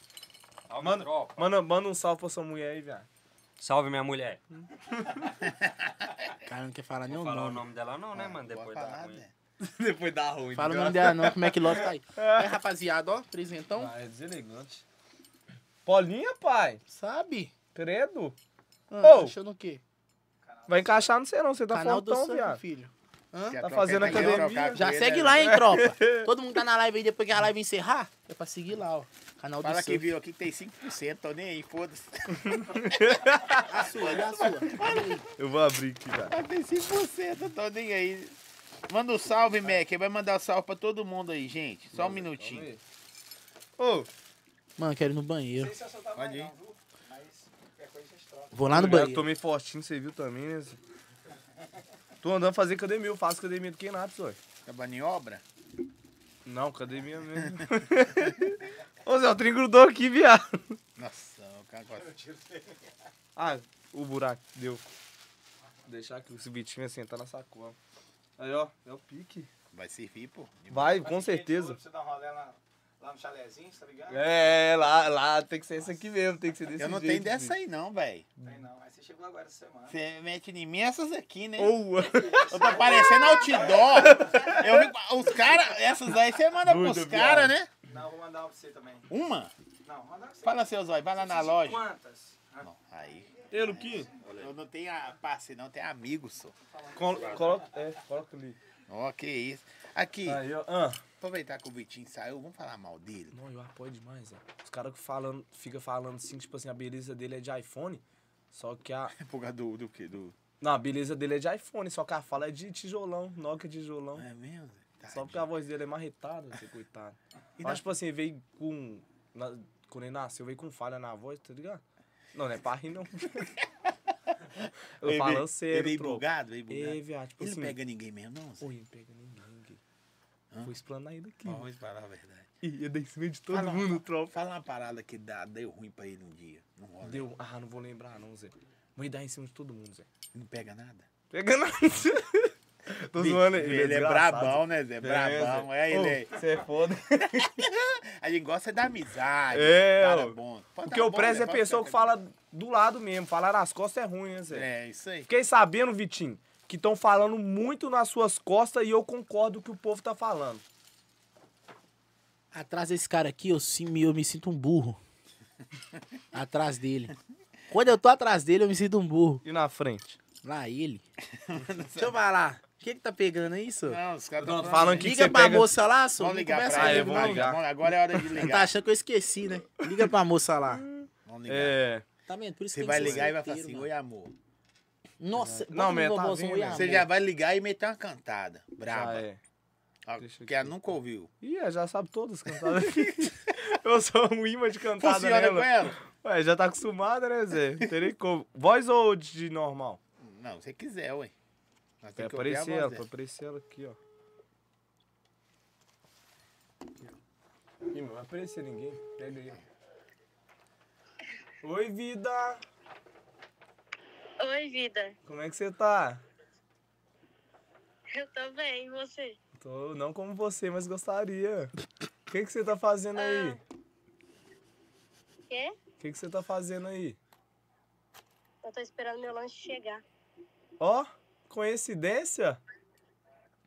E: Salve,
C: Manda-
E: tropa.
C: Manda, manda um salve pra sua mulher aí, viado.
E: Salve, minha mulher.
B: Cara, não quer falar nem
E: Vou
B: o
E: falar o
B: nome.
E: nome dela não, né,
A: Não
E: mano? Depois
A: pode
E: da
A: falar,
E: ruim.
A: né?
C: <laughs> Depois dá ruim. né?
B: Fala o nome dela não, como é que lota tá
C: <laughs>
B: aí. Aí, rapaziada, ó, apresentão.
C: Ah, é deselegante. Paulinha, pai.
B: Sabe?
C: Credo.
B: Ah,
C: Ô.
B: tá achando o quê?
C: Vai encaixar no você não. Você tá
B: Canal do
C: fortão,
B: Santo,
C: viado.
B: filho.
A: Se a
C: Tá
A: troca
C: fazendo
A: é pra eu
C: academia?
A: trocar com
B: Já
A: ele,
B: segue
A: né?
B: lá, hein,
C: <laughs>
B: tropa. Todo mundo tá na live aí, depois que a live encerrar, é pra seguir lá, ó. Canal do
A: Fala que
B: Santo.
A: viu aqui que tem 5%, tô nem aí, foda-se. <laughs>
B: A
C: é,
B: sua,
C: né,
B: olha a sua.
C: Eu vou abrir aqui, viado.
A: Ah, Tem 5%, tô nem aí. Manda um salve, Mac. Vai mandar um salve pra todo mundo aí, gente. Só um minutinho.
C: Ô,
B: é. Mano, quero ir no banheiro.
D: sei se eu soltar mais não, viu? Mas qualquer coisa a gente troca.
B: Vou lá no
C: eu
B: banheiro.
C: tomei fortinho, você viu também, né? Zé? Tô andando fazer academia. Eu faço academia do que nada, senhor.
A: Trabalhando Tá em obra?
C: Não, academia mesmo. <laughs> Ô, Zé, o trem grudou aqui, viado.
A: Nossa, o cara gosta.
C: Ah, o buraco deu. Vou deixar aqui esse bitinho assentar tá na sacola. Aí, ó, é o pique.
A: Vai servir, pô. De
C: Vai,
D: Pra
C: com
D: quem
C: certeza.
D: for, Pra você dar um rolê lá, lá no chalézinho, tá ligado?
C: É, lá, lá tem que ser esse aqui mesmo, tem que ser desse
A: Eu não
C: jeito,
A: tenho dessa
C: filho.
A: aí, não, velho.
D: Tem não, mas você chegou agora essa semana.
A: Você mete em mim essas aqui, né?
C: Ou <laughs>
A: Eu tô parecendo outdoor. Eu vi- os caras, essas aí você manda
C: Muito
A: pros
C: viado.
A: caras, né?
D: Não, vou mandar uma pra você também.
A: Uma?
D: Não, vou mandar pra você.
A: Fala, seu zóio, vai lá na
D: Você de
A: loja.
D: Quantas? Ah,
A: Não, aí.
C: eu, Luquinho.
A: Eu não tenho a passe, não, tenho amigo, só.
C: Colo, coloca, é, coloca ali.
A: Ó, que isso. Aqui,
C: Aí, ó. Ah.
A: aproveitar que o Vitinho saiu, vamos falar mal dele.
C: Não, eu apoio demais, velho. Os caras que falam, fica falando assim, tipo assim, a beleza dele é de iPhone, só que a.
A: É por causa do, do quê? Do...
C: Não, a beleza dele é de iPhone, só que a fala é de tijolão, Nokia tijolão.
A: É mesmo?
C: Só porque a voz dele é marretada, seu coitado. Mas, tipo assim, veio com. na- quando ele nasceu, veio com falha na voz, tá ligado? Não, não é pra
A: <laughs>
C: rir, não. eu falo
A: Ele
C: sério,
A: veio
C: troco.
A: bugado, veio bugado.
C: Ei, viado, tipo
A: Ele
C: assim.
A: não pega ninguém mesmo, não? Zé?
C: Pô, ele não pega ninguém, gay.
A: Hã?
C: Vou explanar ele aqui.
A: Vamos falar a verdade.
C: Ih, eu dei em cima de todo
A: Fala,
C: mundo, tropa.
A: Fala uma parada que dá, deu ruim pra ele um dia. Não rola.
C: Deu. Ah, não vou lembrar, não, Zé. Mãe dá em cima de todo mundo, Zé.
A: Não pega nada.
C: Pegando <laughs> Tô
A: Bicho,
C: zoando
A: ele,
C: ele.
A: é
C: desgraçado.
A: brabão, né, Zé? Brabão. É, ele é.
C: Você é foda.
A: A gente gosta da amizade. um
C: É,
A: cara
C: ó.
A: bom. Pode
C: Porque
A: dar
C: o
A: bom,
C: prezo
A: né?
C: é
A: Pode ficar
C: pessoa que fala do lado mesmo. Falar nas costas é ruim, né, Zé?
A: É, isso aí.
C: Fiquei sabendo, Vitinho, que estão falando muito nas suas costas e eu concordo com o que o povo tá falando.
B: Atrás desse cara aqui, eu, sim, eu me sinto um burro. Atrás dele. Quando eu tô atrás dele, eu me sinto um burro.
C: E na frente?
B: Lá ele. Deixa eu falar. O que que tá pegando aí, senhor?
A: Não, os caras
C: Não,
A: estão
C: falando que
B: Liga
C: você
B: pra
C: pega-
B: moça lá, senhor.
A: Vamos
B: Não
A: ligar
B: conversa
A: pra
C: aí,
A: ele.
B: comigo,
C: vamos
A: vamos
B: não.
A: ligar. Vamos- Agora é hora de
B: Ele tá
A: ligar.
B: achando que eu esqueci, né? Liga pra moça lá.
A: Vamos ligar.
C: <laughs> É.
B: Tá vendo? Por isso
A: Você
B: que
A: vai
B: ele
A: ligar e vai
B: solteiro,
A: falar assim,
B: mano.
A: oi amor.
B: Nossa,
C: Não,
B: não,
C: mas
B: meu
C: tá
B: vovôzão,
C: vindo,
B: oi,
C: velho.
A: Você
B: amor.
A: já vai ligar e meter uma cantada.
C: Já
A: Braba.
C: é.
A: Ó,
C: Deixa
A: que
C: aqui.
A: ela nunca ouviu.
C: Ih, ela já sabe todas as cantadas. <laughs> eu sou um imã de cantada
A: Funciona
C: nela.
A: com ela?
C: Ué, já tá acostumada, né, Zé? Não Tem nem como. Voz ou de normal?
A: Não, se quiser, ué. Nós
C: Vai
A: temos que ouvir a
C: aparecer
A: voz
C: ela, vai
A: dela.
C: aparecer ela aqui, ó. Ih, não vai aparecer ninguém. Pega aí. Oi, vida!
F: Oi, vida.
C: Como é que você tá?
F: Eu tô bem, e você?
C: Tô não como você, mas gostaria. O que, que você tá fazendo aí?
F: Quê?
C: O que, que você tá fazendo aí?
F: Eu tô esperando meu lanche chegar. Tá?
C: Ó, coincidência?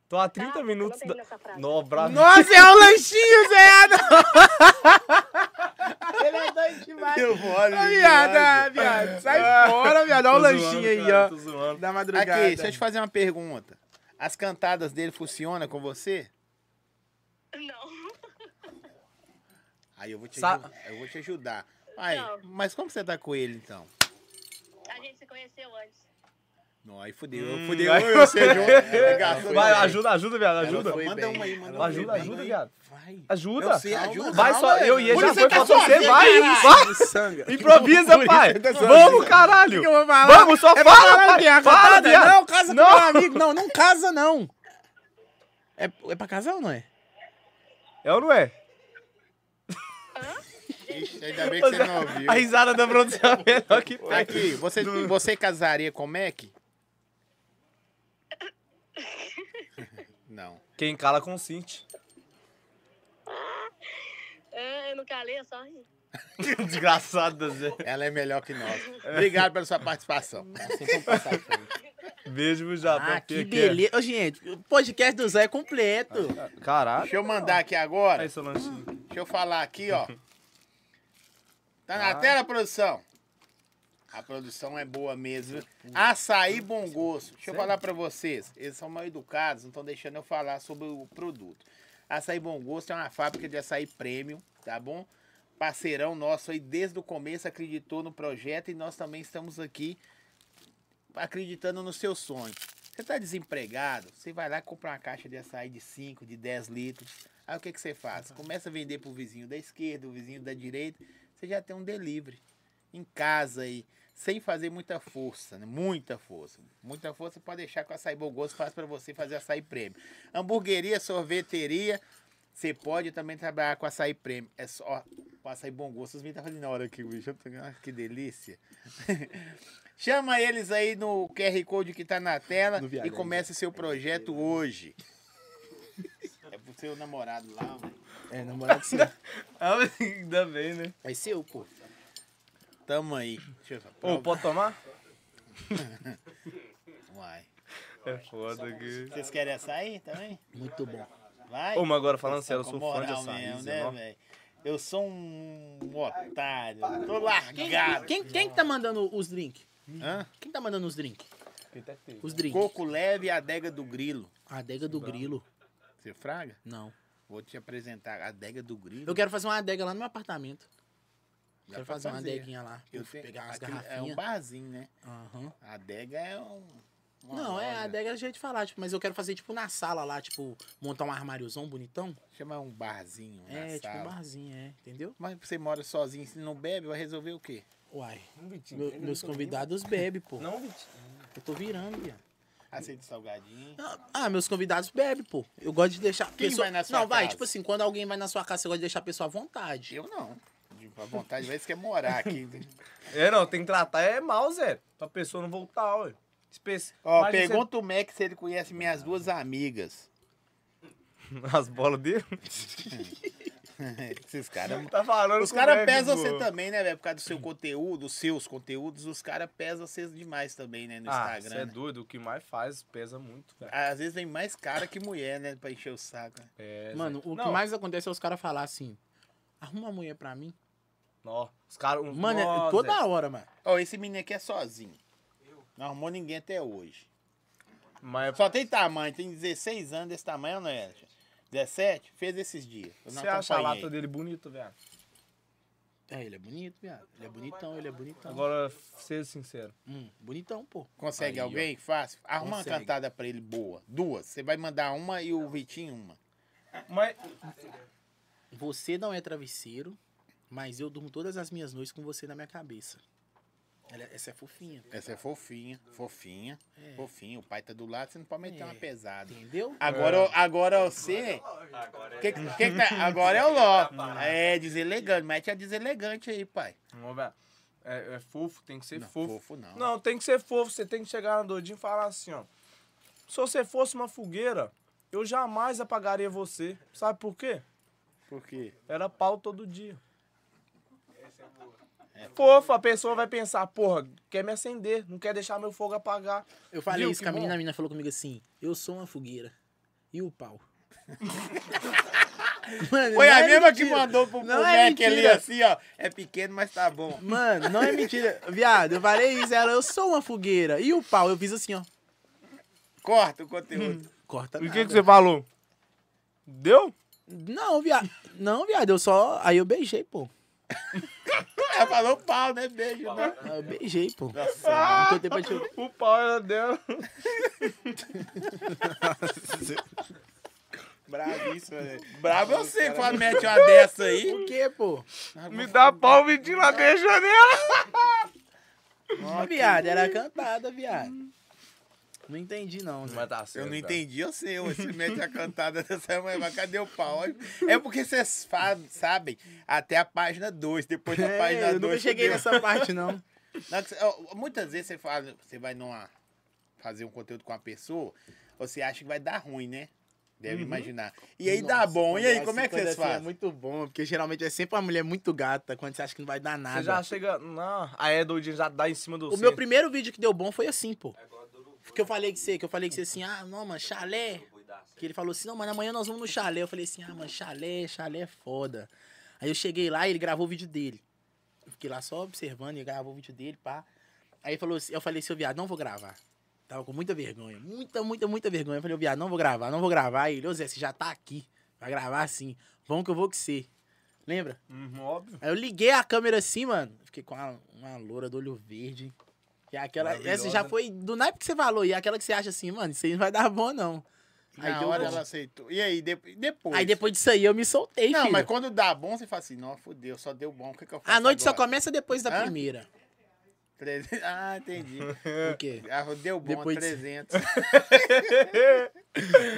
C: Tô há 30
F: Tá, eu
C: minutos
F: Não
C: da.
F: termino essa frase.
C: Nó, bravo.
B: Nossa, é um lanchinho, Zé! Ele é doido demais.
A: Eu vou, olha,
B: Ô,
A: viado.
B: viado, viado. Sai fora, viado. Olha o
C: Tô zoando,
B: lanchinho aí,
C: cara,
B: ó.
C: Tô zoando.
B: Da madrugada.
A: Aqui, deixa eu te fazer uma pergunta. As cantadas dele funcionam com você?
F: Não.
A: Aí eu vou te,
C: Sa-
A: aju- eu vou te ajudar. Aí,
F: Não.
A: mas como você tá com ele então?
F: A gente se conheceu antes.
A: Não, Hum, aí fudeu. fudeu eu, eu
C: <laughs>
A: sei, João. Gastou
C: Vai,
A: minha vez.
C: ajuda, É, ajuda, viado,
A: Ela <laughs>
C: ajuda.
A: foi
G: Manda
A: bem.
G: uma aí,
A: Ela
G: manda
A: foi
G: uma
C: Ajuda,
A: bem.
C: ajuda, viado.
B: Vai.
C: Ajuda.
G: Eu sei, ajuda.
C: Vai só,
G: calma,
C: eu ia
A: Por
C: já
A: isso
C: foi
A: tá
C: pra
A: sozinho,
C: você, vai.
A: caralho.
C: Vai,
G: Sanga.
C: improvisa,
A: Por
C: pai.
A: isso tá sozinho.
C: Vamos, caralho.
B: que eu vou falar? É
C: Vamos, só
B: Eu vou falar,
C: fala, pai.
B: viado.
C: Fala,
B: Coitada,
C: viado.
B: Não, casa
C: Não.
B: com meu amigo. Não, não casa, não. É, é pra casar ou não é?
C: É ou não é?
A: Ixi, ainda bem que você não ouviu.
C: A risada da produção é melhor que tem.
A: Aqui, você, você casaria com o <laughs> Mac? Não.
C: Quem cala consente.
F: É, eu não calei, eu só ri.
C: <laughs> Desgraçado, Zé.
A: Ela é melhor que nós. <laughs> Obrigado pela sua participação.
C: Beijo, Japa.
B: Ah, que
A: é?
B: beleza. Ô, gente, o podcast do Zé é completo.
C: Caralho.
A: Deixa eu mandar aqui agora.
C: Aí, seu lanchinho.
A: Deixa eu falar aqui, ó. Tá na tela, produção? A produção é boa mesmo. Açaí Bom Gosto. Deixa eu falar pra vocês. Eles são mal educados, não estão deixando eu falar sobre o produto. Açaí Bom Gosto é uma fábrica de açaí premium, tá bom? Parceirão nosso aí desde o começo acreditou no projeto e nós também estamos aqui acreditando no seu sonho. Você tá desempregado, você vai lá e compra uma caixa de açaí de 5, de 10 litros. Aí o que, que você faz? Começa a vender pro vizinho da esquerda, o vizinho da direita. Você já tem um delivery em casa aí, sem fazer muita força, né? Muita força. Muita força pode deixar que o açaí bom gosto faz para você fazer açaí prêmio. Hamburgueria, sorveteria, você pode também trabalhar com açaí prêmio. É só com açaí bom gosto. Os meninos estão fazendo na hora aqui, bicho. Eu tô- ah, Que delícia. <laughs> Chama eles aí no QR Code que tá na tela
B: No
A: e
B: Viagra,
A: comece seu projeto hoje. É pro seu namorado lá, velho.
B: É, namorado <laughs> sim.
C: Ah, mas Ainda bem, né?
B: Vai ser eu, pô.
A: Tamo aí. Deixa eu só.
C: Ô,
A: provar.
C: pode tomar?
A: Vai.
C: É foda, que.
A: Vocês
B: Tá,
A: querem açaí também?
B: Muito bom.
A: Vai.
C: Ô, mas agora falando
A: Vocês
C: sério, eu
A: estão
C: sou
A: com
C: fã de
A: moral
C: açaí,
A: mesmo,
C: Zé,
A: né,
C: ó.
A: velho? Eu sou um otário. Tô largado.
B: Quem, quem que tá mandando os drinks?
A: Hã?
B: Quem tá mandando os drinks? Os drinks.
A: Hum. Coco leve e adega do grilo.
B: A adega do grilo.
A: Você fraga?
B: Não.
A: Vou te apresentar. A adega do grilo.
B: Eu quero fazer uma adega lá no meu apartamento.
A: Dá
B: quero
A: pra
B: fazer uma
A: fazer.
B: adeguinha lá.
A: Eu
B: Puf,
A: tenho-
B: pegar umas
A: aquilo É um
B: garrafinhas.
A: barzinho, né?
B: Aham.
A: A adega é um. uma
B: Não, é,
A: loja.
B: a adega é jeito de falar, tipo, mas eu quero fazer, tipo, na sala lá, tipo, montar um armáriozão bonitão.
A: Chama um barzinho. na
B: é, tipo, um
A: sala.
B: barzinho, é, entendeu?
A: Mas você mora sozinho, se não bebe, vai resolver o quê?
B: Uai, meu- meus convidados bebem, pô.
C: Não, Vitinho.
B: Eu tô virando, viado.
A: Aceita salgadinho.
B: Ah, Ah, meus convidados bebem, pô. Eu gosto de deixar.
A: Quem vai na sua
B: Não, vai,
A: casa?
B: tipo assim, quando alguém vai na sua casa, você gosta de deixar a pessoa à vontade.
A: Eu não. Digo, à vontade, mas quer morar aqui.
C: É, não, tem que tratar é mal, Zé. Pra pessoa não voltar, ó. Espec...
A: Ó,
C: Imagina
A: pergunta o Mac se ele conhece minhas duas amigas. <laughs>
C: você- <laughs> As bolas dele.
A: Esses caras.
C: Tá falando
A: Os
C: com
A: caras
C: o Mac,
A: pesam
C: pô.
A: você também, né, velho? Por causa do seu conteúdo, os seus conteúdos, os caras pesam você demais também, né? No
C: Ah, você
A: Instagram.
C: é
A: né?
C: doido. O que mais faz pesa muito, velho.
A: Às vezes vem mais cara que mulher, né? Pra encher o saco. né?
C: É,
B: Mano, o que
C: Não.
B: mais acontece é os caras falar assim: arruma uma mulher pra mim.
C: Ó, os caras... um-
B: Mano,
C: Ó,
B: é toda
C: Zé.
B: hora, mano.
A: Ó, esse menino aqui é sozinho. Não arrumou ninguém até hoje.
C: Mas é
A: Só tem tamanho, tem 16 anos desse tamanho, não é? Edson? 17? Fez esses dias. Eu não
C: você acha a
A: acompanhei.
C: lata dele bonita, velho?
B: É, ele é bonito, viado. Ele é bonitão, ele é bonitão.
C: Agora, seja sincero.
B: Hum, bonitão, pô.
A: Consegue
B: Aí, ó.
A: alguém? Fácil. Arruma uma
B: Consegue.
A: cantada pra ele boa. Duas. Você vai mandar uma e o Vitinho uma.
C: Mas...
B: Você não é travesseiro, mas eu durmo todas as minhas noites com você na minha cabeça. Ela- essa é fofinha,
A: Essa é fofinha, fofinha,
B: É.
A: fofinha. O pai tá do lado, você não pode meter
B: É.
A: uma pesada.
B: entendeu?
A: Agora,
B: É.
A: agora você.
E: Agora
A: que- que tá- agora é o Ló. É deselegante, mete a deselegante aí, pai.
C: Não, velho. É, é fofo, tem que ser
A: Não,
C: fofo.
A: não.
C: Não, tem que ser fofo. Você tem que chegar na doidinha e falar assim, ó. Se você fosse uma fogueira, eu jamais apagaria você. Sabe por quê?
A: Por quê?
C: Era pau todo dia.
A: é
C: Fofo, a pessoa vai pensar, porra, quer me acender, não quer deixar meu fogo apagar.
B: Eu falei
C: Viu
B: isso
C: que
B: que a menina,
C: bom?
B: a menina falou comigo assim: eu sou uma fogueira. E o
C: <laughs>
B: pau? Mano,
A: Foi
B: não
A: a
B: é
A: mesma que
B: mentira.
A: mandou pro, pro
B: Não é
A: Mac ali
B: mentira.
A: assim, ó. É pequeno, mas tá bom.
B: Mano, não é mentira. Viado, eu falei isso. Ela, eu sou uma fogueira. E o pau? Eu fiz assim, ó.
A: Corta o conteúdo.
B: Corta.
C: E o que,
B: nada.
C: que você falou? Deu?
B: Não, viado. Não, viado. Eu só. Aí eu beijei, pô.
A: É Ela falou pau, né? Beijo, né?
B: Ah, eu beijei, pô.
A: Nossa,
B: Não tem tempo de...
C: O pau era
A: <laughs>
C: dela.
A: bravíssimo, né? Bravo é você que fala, mete uma dessa aí.
B: Por quê, pô?
C: Me dá pau, Vitinho, lá deixa nela.
B: Ó, viado, era cantada, viado. Não entendi, não. Zé.
C: Mas tá certo.
A: Eu não
C: cara.
A: entendi, eu sei. ué,
B: <laughs>
A: Você mete a cantada dessa mãe, mas cadê o pau? É porque vocês fa- sabem até a página 2. Depois da
B: É,
A: página
B: eu nunca
A: 2.
B: cheguei nessa parte, não.
A: Não, que cê- ó, muitas vezes você fala, você vai numa fazer um conteúdo com uma pessoa, você acha que vai dar ruim, né? Deve imaginar. E aí dá
B: Uhum. Nossa,
A: bom. E aí,
B: quando
A: como é que
B: quando
A: vocês
B: assim
A: fazem?
B: É muito bom, porque geralmente é sempre uma mulher muito gata, quando você acha que não vai dar nada.
C: Você já chega. Não, aí é doidinho, já dá em cima do
B: O meu primeiro vídeo que deu bom foi assim, pô. Que eu falei que você, que eu falei que você assim, ah, não, mano, chalé. Que ele falou assim, não, mano, amanhã nós vamos no chalé. Eu falei assim, ah, mano, chalé, chalé é foda. Aí eu cheguei lá e ele gravou o vídeo dele. Eu fiquei lá só observando e gravou o vídeo dele, pá. Aí ele falou assim- eu falei, seu viado, não vou gravar. Tava com muita vergonha, muita, muita, muita vergonha. Eu falei, ô viado, não vou gravar, não vou gravar. Aí ele, ô Zé, você já tá aqui, vai gravar sim. Vamos que eu vou com você. Lembra?
C: Uhum, óbvio.
B: Aí eu liguei a câmera assim, mano. Fiquei com uma, uma loura do olho verde. Que é aquela. Essa já
C: Maravilhosa.
B: foi do naipe que você falou. E é aquela que você acha assim, mano, isso aí não vai dar bom, não. Aí
A: Na
B: deu
A: hora
B: bom.
A: ela aceitou. E aí, de- depois?
B: Aí depois disso aí eu me soltei,
A: Não,
B: filho.
A: mas quando dá bom, você fala assim, não, fudeu, só deu bom. O que, que eu faço
B: A noite só
A: agora?
B: começa depois da
A: Hã?
B: primeira.
A: Treze- <laughs> Ah, entendi.
B: Por quê?
A: Ah, deu bom,
B: Depois de-
A: 300.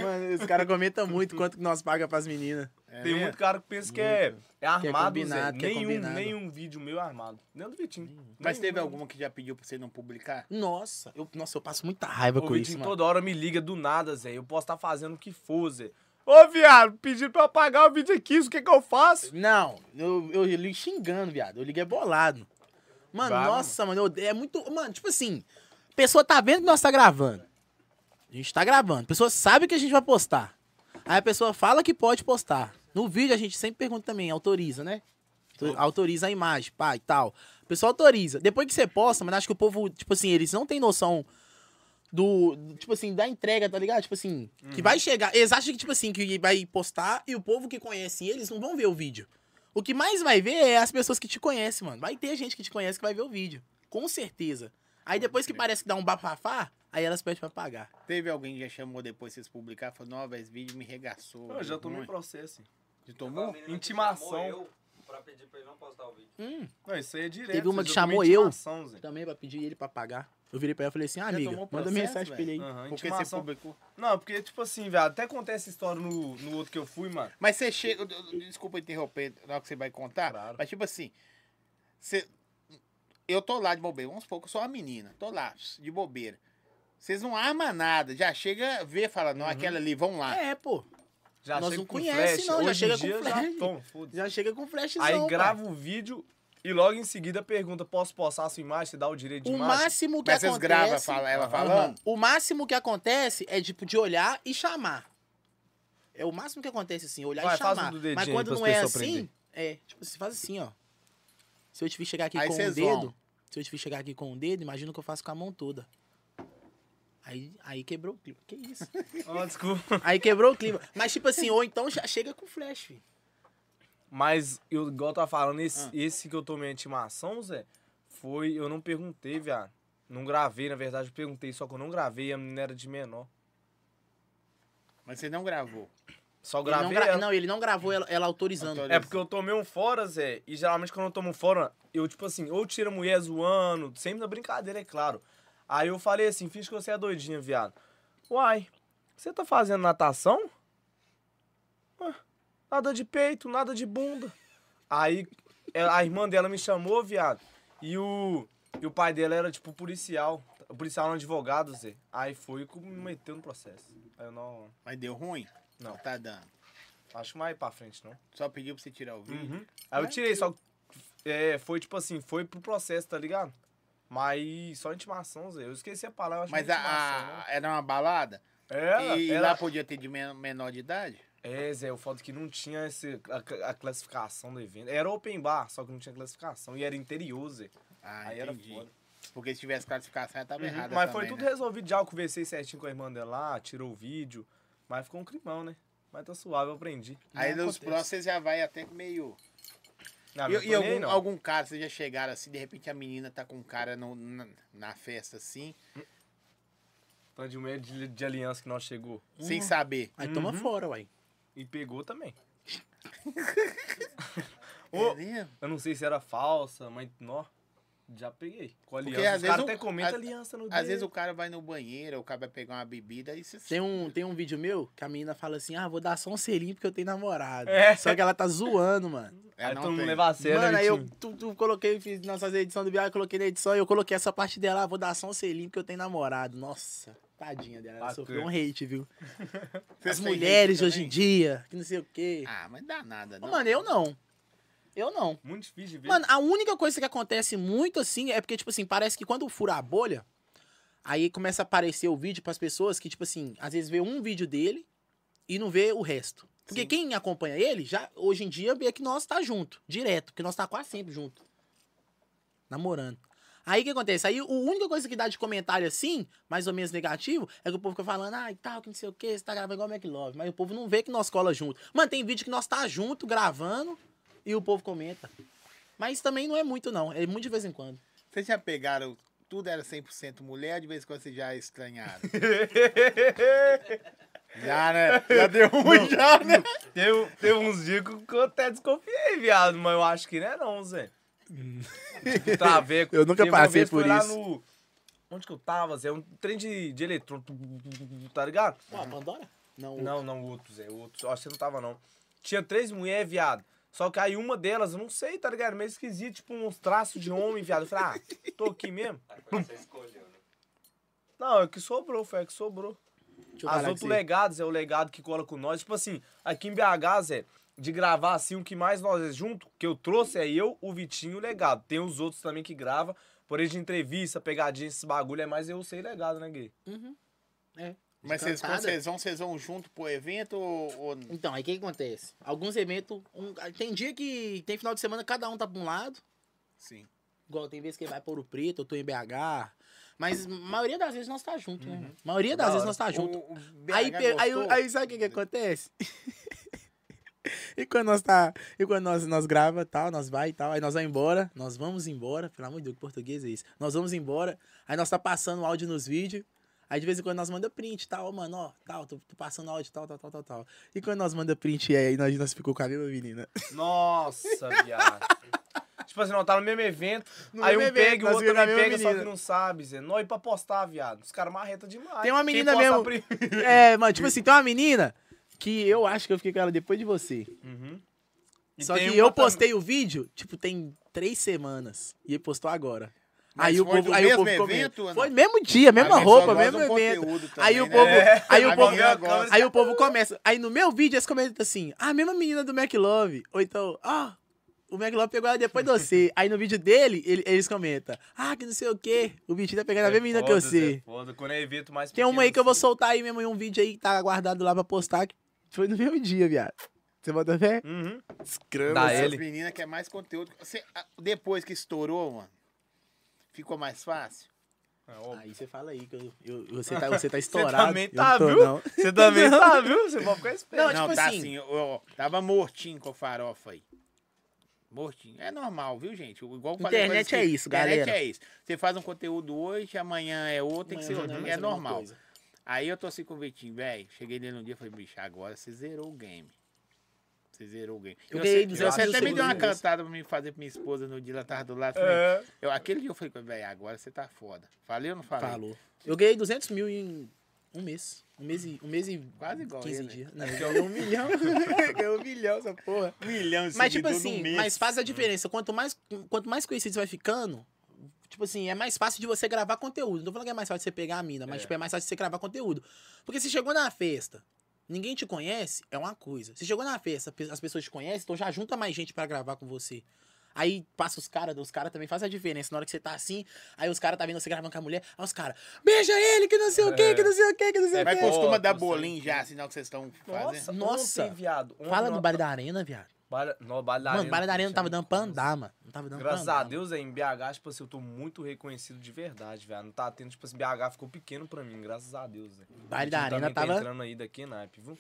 B: Mano, os caras comentam muito quanto que nós paga pras meninas.
A: É
C: Tem
A: mesmo?
C: muito cara que pensa que é, é armado, Zé.
B: combinado, que é
C: Nenhum,
B: combinado.
C: nenhum vídeo meu é armado. Nem do Vitinho.
A: Mas
C: Nenhum,
A: teve
C: nenhum.
A: alguma que já pediu pra você não publicar?
B: Nossa, eu, nossa, eu passo muita raiva
C: O
B: com isso,
C: Vitinho
B: mano.
C: toda hora me liga do nada, Zé. Eu posso estar fazendo o que for, Zé. Ô, viado, pediram pra eu apagar o vídeo aqui, isso o que que eu faço?
B: Não, eu, eu ligo xingando, viado. Eu liguei bolado. Mano,
C: Vai,
B: nossa, mano, eu- é muito. Mano, tipo assim, a pessoa tá vendo que nós tá gravando. A gente tá gravando. A pessoa sabe que a gente vai postar. Aí a pessoa fala que pode postar. No vídeo a gente sempre pergunta também, autoriza, né? Tu- Autoriza a imagem, pá, e tal. A pessoa autoriza. Depois que você posta, mas acho que o povo, tipo assim, eles não têm noção do, do- tipo assim, da entrega, tá ligado? Tipo assim,
A: Uhum.
B: que vai chegar. Eles acham que, tipo assim, que vai postar e o povo que conhece eles não vão ver o vídeo. O que mais vai ver é as pessoas que te conhecem, mano. Vai ter gente que te conhece que vai ver o vídeo. Com certeza. Aí depois que parece que dá um bafafá, aí elas pedem pra pagar.
A: Teve alguém que já chamou depois de vocês publicar falou, nova, esse vídeo me regaçou.
C: Eu Ah, já
A: deu
C: tomei
A: ruim."
C: processo.
A: Já tomou?
C: Intimação.
E: Eu, pra pedir pra ele não postar o vídeo.
B: Hum,
C: Não, isso aí é direto.
B: Teve uma
C: Zé,
B: que
C: eu tomei
B: chamou eu.
C: intimação, Zé.
B: também pra pedir ele pra pagar. Eu virei pra ela e falei assim, ah,
A: Já
B: amiga,
A: tomou
B: manda
A: processo,
B: mensagem pra ele aí.
C: Aham,
A: Porque você
C: intimação.
A: publicou.
C: Não, porque, tipo assim, velho, até acontece essa história no, no outro que eu fui, mano.
A: Mas você chega. Desculpa interromper na hora que você vai contar.
C: Claro.
A: Mas tipo assim. Você, eu tô lá de bobeira. Vamos supor que eu sou uma menina. Tô lá, de bobeira. Vocês não armam nada. Já chega, vê, fala, não, aquela ali, vão lá.
B: É, pô.
C: Já
B: Nós
C: chega
B: não
C: com
B: conhece,
C: flash.
B: não, já
C: Hoje em
B: chega com
C: dia,
B: flash.
C: Já, tom, foda-se.
B: Já chega com um flashzão,
C: Aí
B: pai.
C: grava o vídeo e logo em seguida pergunta, posso postar a sua imagem? Você dá o direito de
B: O
C: imagem?
B: máximo que
A: Mas vocês
B: acontece...
A: gravam fala, ela
B: Aham.
A: falando.
B: Uhum. O máximo que acontece é, tipo, de olhar e chamar. É o máximo que acontece, assim, olhar
C: Vai,
B: e chamar.
C: faz um do dedinho
B: Mas
C: aí
B: quando
C: pras
B: não é
C: pessoas
B: assim,
C: aprenderem.
B: é, tipo, você faz assim, ó. Se eu te vir chegar aqui
A: Aí
B: com um
A: vocês vão.
B: dedo, se eu te vir chegar aqui com um dedo, imagina o que eu faço com a mão toda. Aí, aí quebrou o clima. Que
C: <laughs>
B: isso?
C: Ah, desculpa.
B: aí quebrou o clima. Mas, tipo assim, ou então já chega com flash, filho.
C: Mas, eu, igual eu tava falando,
B: Ah.
C: esse, esse que eu tomei a intimação, Zé, foi. Eu não perguntei, viado. Não gravei, na verdade, eu perguntei, só que eu não gravei, a menina era de menor.
A: Mas você não gravou.
C: Só
B: Ele
C: gravei.
B: não, gra-
C: ela.
B: não, ele não gravou ela, ela autorizando.
A: Autoriza.
C: É porque eu tomei um fora, Zé, e geralmente quando eu tomo um fora, eu, tipo assim, ou tiro a mulher zoando, sempre na brincadeira, é claro. Aí eu falei assim, finge que você é doidinha, viado. Uai, você tá fazendo natação? Ué, nada de peito, nada de bunda. Aí ela- a irmã dela me chamou, viado, e o, e o pai dela era, tipo, policial. O policial era um advogado, Zé. Aí foi e me meteu no processo. Aí eu não...
A: Mas deu ruim?
C: Não.
A: Tá dando.
C: Acho que não vai ir pra frente, não.
A: Só pediu pra você tirar o vídeo.
C: Aí eu tirei, só. É, foi tipo assim, foi pro processo, tá ligado? Mas só intimação, Zé. Eu esqueci a palavra, acho
A: Mas
C: que é
A: a,
C: intimação,
A: a-
C: né?
A: era uma balada?
C: Era,
A: e
C: era-
A: lá podia ter de men- menor de idade?
C: É, Zé, o fato que não tinha esse, a, a classificação do evento. Era open bar, só que não tinha classificação. E era interior, Zé.
A: Ah,
C: Aí era
A: entendi.
C: foda.
A: Porque se tivesse classificação, ela tava
C: Uhum.
A: errada.
C: Mas foi
A: também,
C: tudo
A: né?
C: resolvido já. Eu conversei certinho com a irmã dela lá, tirou o vídeo. Mas ficou um crimão, né? Mas tá suave, eu aprendi.
A: Aí
B: Não
A: nos
B: acontece.
A: próximos você já vai até meio.
C: Ah,
A: E, e
C: não tô nem aí,
A: algum,
C: não.
A: algum caso, vocês já chegaram assim, de repente a menina tá com um cara no- na, na festa assim,
C: Tanto de medo de, de aliança que nós chegou.
A: sem saber.
B: É, Aí toma
C: Uhum.
B: fora, uai.
C: E pegou também.
A: É
C: Ô,
A: mesmo?
C: eu não sei se era falsa, mas nó, já peguei. Com aliança.
A: às
C: Os
A: vezes
C: caras
A: o-
C: até comentam
A: às-
C: aliança no
A: Às
C: dedo.
A: vezes o cara vai no banheiro, o cara vai pegar uma bebida e se.
B: Tem um, tem um vídeo meu que a menina fala assim: ah, vou dar só um selinho porque eu tenho namorado.
C: É.
B: Só que ela tá zoando, mano.
A: É,
C: Aí
A: não
C: todo mundo
A: tem.
C: leva a sério,
B: mano,
C: né,
B: aí eu
C: Vitinho?
B: tu, tu coloquei, fiz nossas edições do Bial, eu coloquei na edição e eu coloquei essa parte dela: ah, vou dar só um selinho porque eu tenho namorado. Nossa, tadinha dela. Ela
C: Bacana.
B: sofreu um hate, viu?
A: Vocês
B: As
A: têm
B: mulheres
A: jeito
B: de hoje em
A: também?
B: dia, que não sei o quê.
A: Ah, mas dá nada,
B: Ô,
A: não.
B: mano, eu não. Eu não.
C: Muito difícil de ver.
B: Mano, a única coisa que acontece muito assim é porque, tipo assim, parece que quando fura a bolha, aí começa a aparecer o vídeo pras pessoas que, tipo assim, às vezes vê um vídeo dele e não vê o resto. Porque
A: Sim.
B: quem acompanha ele, já hoje em dia, vê que nós tá junto, direto, porque nós tá quase sempre junto. Namorando. Aí o que acontece? Aí a única coisa que dá de comentário assim, mais ou menos negativo, é que o povo fica falando, ah, e tal, que não sei o que, você tá gravando igual o McLove. Mas o povo não vê que nós cola junto. Mano, tem vídeo que nós tá junto, gravando, e o povo comenta. Mas também não é muito, não. É muito de vez em quando.
A: Vocês já pegaram. Tudo era 100% mulher, de vez em quando vocês já
B: <laughs>
A: estranharam. já, né? Já deu ruim, já, né?
C: teve, teve uns dias que eu até desconfiei, viado, mas eu acho que não é não, Zé. Tipo, Traveco.
B: Eu nunca
C: Teve uma
B: passei
C: vez,
B: por
C: foi lá
B: isso.
C: no- Onde que eu tava, Zé? Um trem de, de eletrônico, tá ligado?
B: Ó, Pandora? Não.
C: Não, não, é o outro, Zé. O outro. Ó, você não tava, não. Tinha três mulheres, viado. Só que aí uma delas, eu não sei, tá ligado? Meio esquisito, tipo uns traços de homem, viado. Eu falei, ah, tô aqui mesmo.
E: Aí foi você escolheu, né?
C: Não, é que sobrou, foi a que sobrou.
B: Deixa eu
C: As
B: falar
C: outros
B: com você.
C: legados é o legado que cola com nós. Tipo assim, aqui em BH, Zé, de gravar assim, o que mais nós é junto, que eu trouxe é eu, o Vitinho e o legado. Tem os outros também que grava, porém de entrevista, pegadinha, esses bagulho, é mais eu sei legado, né, Gui?
B: Uhum. É.
A: Mas vocês, quando
B: Cantada.
A: vocês vão, vocês vão junto pro evento ou. ou-
B: Então, aí o que que acontece? Alguns eventos. um- tem dia que. Tem final de semana, cada um tá pra um lado.
A: Sim.
B: Igual tem vezes que ele vai pra Ouro Preto, eu tô em BH. Mas a maioria das vezes nós tá junto, né? mano? maioria das
C: Uhum. Da
B: vezes
C: hora.
B: nós tá junto.
A: O- o
B: Aí,
A: BH
B: pe- aí,
A: gostou?
B: aí sabe o que, que acontece? <laughs> e quando nós tá. E quando nós, nós grava e tal, nós vai e tal, aí nós vai embora, nós vamos embora, pelo amor de Deus, que português é isso. Nós vamos embora, aí nós tá passando o áudio nos vídeos. Aí de vez em quando nós manda print e tal, ó, mano, ó, tal, tô, tô passando áudio tal, tal, tal, tal, tal. E quando nós manda print, aí nós, nós ficou com a mesma menina.
C: Nossa,
B: <laughs>
C: viado. tipo assim, não, tá no mesmo evento,
B: No
C: aí um
B: mesmo evento,
C: pega e o
B: nós
C: outro
B: vira a
C: também
B: mesma
C: pega, só que
B: menina.
C: não sabe, Zé. Nó, e pra postar, viado. Os caras marreta demais.
B: Tem uma
C: Quem
B: menina
C: posta
B: mesmo.
C: primeiro-
B: <laughs> é, mano, tipo assim, tem uma menina que eu acho que eu fiquei com ela depois de você.
C: Uhum. E
B: Só
C: tem
B: que
C: uma
B: eu
C: também-
B: postei o vídeo, tipo, tem três semanas. E ele postou agora.
A: Mas
B: aí o
A: foi
B: povo,
A: do
B: aí o
A: mesmo
B: povo
A: evento,
B: comenta.
A: Ana?
B: Foi mesmo dia, mesma
A: Aí
B: roupa,
A: nós
B: mesmo
A: um
B: evento.
A: conteúdo
B: Aí o
A: também,
B: povo,
A: né?
B: aí
A: A
B: o povo,
A: menina
C: agora-
A: gosta.
B: aí o povo começa. Aí no meu vídeo eles comentam assim: "Ah, mesma menina do McLove". Ou então, ah, o McLove pegou ela depois de você. Aí no vídeo dele, ele- eles comentam: "Ah, que não sei o quê. O Vitinho tá pegando a mesma menina que
C: É foda,
B: você".
C: Zé, foda. Quando é evento mais
B: Tem uma aí
C: pequeno,
B: que eu vou
C: assim.
B: soltar aí mesmo em um vídeo aí que tá guardado lá pra postar que foi no mesmo dia, viado. Você bota fé?
C: Uhum.
B: Escrama.
C: Dá
A: Essas
C: ele.
A: meninas querem mais conteúdo. Você, a- depois que estourou, mano, ficou mais fácil?
C: É, óbvio.
B: Aí você fala aí que eu, eu- você, tá, você tá
C: Você
B: estourado.
C: também
B: eu não
C: tá,
B: tô,
C: viu?
B: não.
C: Você
B: <laughs>
C: também
B: Não.
C: tá, viu? Você pode ficar esperto.
B: Não, tipo
A: tá
B: assim-
A: eu, eu tava mortinho com a farofa aí. Mortinho. É normal, viu, gente? Eu- Igual eu falei com
B: Internet
A: vocês,
B: é isso, galera.
A: Internet é isso. Você faz um conteúdo hoje, amanhã é outro, tem que ser
B: Amanhã
A: outro.
B: não
A: É
B: mais alguma
A: normal.
B: coisa.
A: Aí eu tô assim com o Vitinho, velho. Cheguei nele um dia e falei, bicho, agora você zerou o game. Você zerou o game.
B: Eu
A: E
B: ganhei
A: você,
B: 200
A: você até me deu uma
B: seguidores.
A: cantada pra me fazer pra minha esposa no dia, ela tava do
B: tipo,
A: lado. falei,
C: É.
A: Eu, aquele dia eu falei, velho, agora você tá foda. Falei ou não falei?
B: Falou. Eu ganhei 200 mil em um mês. Um mês e, um mês e
A: Quase igual
B: 15
A: ele.
B: dias. <laughs> Não, eu ganhei um milhão. ganhei um milhão, essa porra.
A: Milhão de
B: Mas, tipo
A: seguidor no
B: assim,
A: mês.
B: mas faz a diferença. Quanto mais, quanto mais conhecido você vai ficando, tipo assim, é mais fácil de você gravar conteúdo. Não tô falando que é mais fácil de você pegar a mina, mas,
C: É.
B: tipo, é mais fácil de você gravar conteúdo. Porque se chegou na festa, ninguém te conhece, é uma coisa. Se chegou na festa, pe- as pessoas te conhecem, então já junta mais gente pra gravar com você. Aí passa os caras, os caras também fazem a diferença. Na hora que você tá assim, aí os caras tá vendo você gravando com a mulher, aí os caras, beija ele, que não sei o quê, que não sei o quê, que não sei o
A: Mas
B: quê.
C: Vai
A: costuma
C: Foto,
A: dar
C: sei.
A: bolinho já, sinal que vocês estão fazendo.
C: Nossa,
B: Nossa.
C: ontem, viado. ontem
B: Fala
C: nós-
B: do Baile da Arena, viado.
C: Baile- no, baile um da
B: Mano, o Baile da Arena não tava dando pra
C: Nossa.
B: andar, mano. Não tava dando pra
C: Graças
B: andar.
C: a Deus, aí, em BH, tipo assim, eu tô muito reconhecido de verdade, velho. Não tá tendo, tipo assim, BH ficou pequeno pra mim, graças a Deus, né?
B: Baile da
C: O time
B: Arena
C: também tá
B: tava-
C: entrando aí daqui, naipe, viu?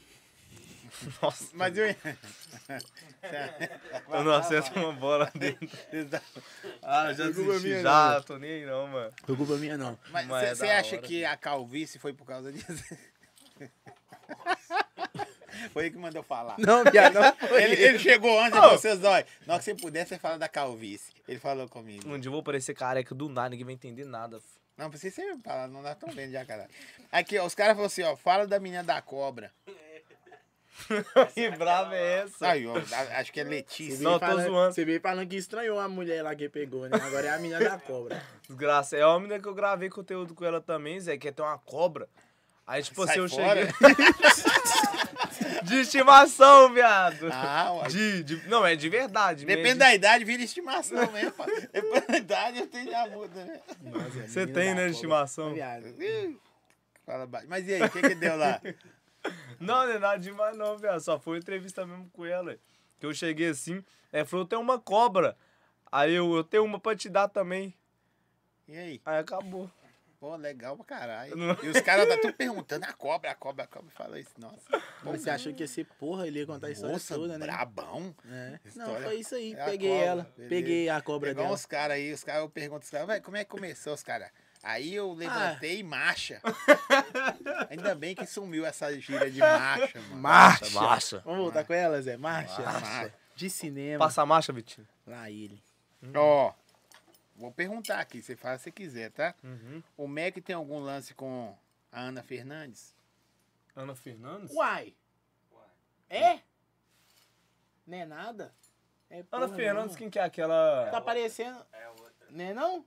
C: <laughs> Nossa,
A: Mas eu.
B: <laughs>
A: <laughs>
C: eu não acerto uma bola dentro. Ah, eu já
A: é
B: Pergunta minha,
C: desisti já, tô nem aí não, mano.
B: Não é culpa minha, não.
A: Mas
C: Mas é
A: você
C: da
A: acha
C: hora.
A: que a calvície foi por causa disso? <laughs> Foi ele que mandou falar.
B: Não, viado, não foi.
A: Ele, ele chegou antes e falou, seus olhos. Na hora que você puder, você fala da calvície. Ele falou comigo.
C: Um dia eu vou parecer careca do nada, ninguém vai
A: <laughs>
C: entender nada. fi.
A: Não, precisa você falar, não nós estamos vendo já, caralho. Aqui, ó, os caras falaram assim, ó, fala da menina da cobra.
C: Que brava é essa?
A: Aí, ó, a- acho que é Letícia.
C: Não, eu tô
B: Falando-
C: zoando.
B: Você veio falando que estranhou a mulher lá que pegou, né? Agora é a menina da cobra.
C: Desgraça. É a menina que eu gravei conteúdo com ela também, Zé, que é ter uma cobra. Aí, tipo
A: Sai
C: assim, eu
A: fora.
C: cheguei. <laughs> de estimação, viado.
A: Ah, uai.
C: De, de- não, é de
A: <laughs>
C: verdade.
A: Depende
C: mesmo.
A: da idade, vira estimação mesmo, pai. Depende da idade, eu tenho já muda, né?
C: Você tem, né, de estimação?
B: Viado.
A: Ih, Fala baixo. Mas e aí, o que que deu
C: <laughs>
A: lá?
C: Não, não é nada demais não, viado. Só foi entrevista mesmo com ela. Que eu cheguei assim, ela falou, eu tenho uma cobra. Aí eu, eu tenho uma pra te dar também.
A: E aí?
C: Aí acabou.
A: Pô, legal pra caralho.
C: Não.
A: E os caras tá tudo perguntando, a cobra, a cobra, a cobra. Fala isso, nossa.
B: Mas Você achou que ia ser porra, ele ia contar a história
A: Moça,
B: toda, né?
A: brabão.
B: É. Não,
A: História.
B: foi isso aí.
A: É a
B: Peguei
A: cobra,
B: ela.
A: beleza.
B: Peguei a cobra
A: Igual
B: dela.
A: os caras aí, os caras, eu pergunto os caras, "Véi, como é que começou os caras? Aí eu
B: Ah.
A: levantei e
B: <laughs>
A: marcha. Ainda bem que sumiu essa gíria de marcha, mano.
B: Marcha.
C: Marcha.
B: Vamos voltar com ela, Zé? Marcha.
A: Marcha.
B: De cinema.
C: Passa a marcha, Vitinho.
B: Lá ele.
A: Ó, vou perguntar aqui, você faz se quiser, tá?
C: Uhum.
A: O Mac tem algum lance com a Ana Fernandes?
C: Ana Fernandes?
B: Uai. É? Não é nada? É
C: Ana
B: porra
C: Fernandes,
B: nenhuma.
C: quem que é aquela...
B: Tá aparecendo. Né não?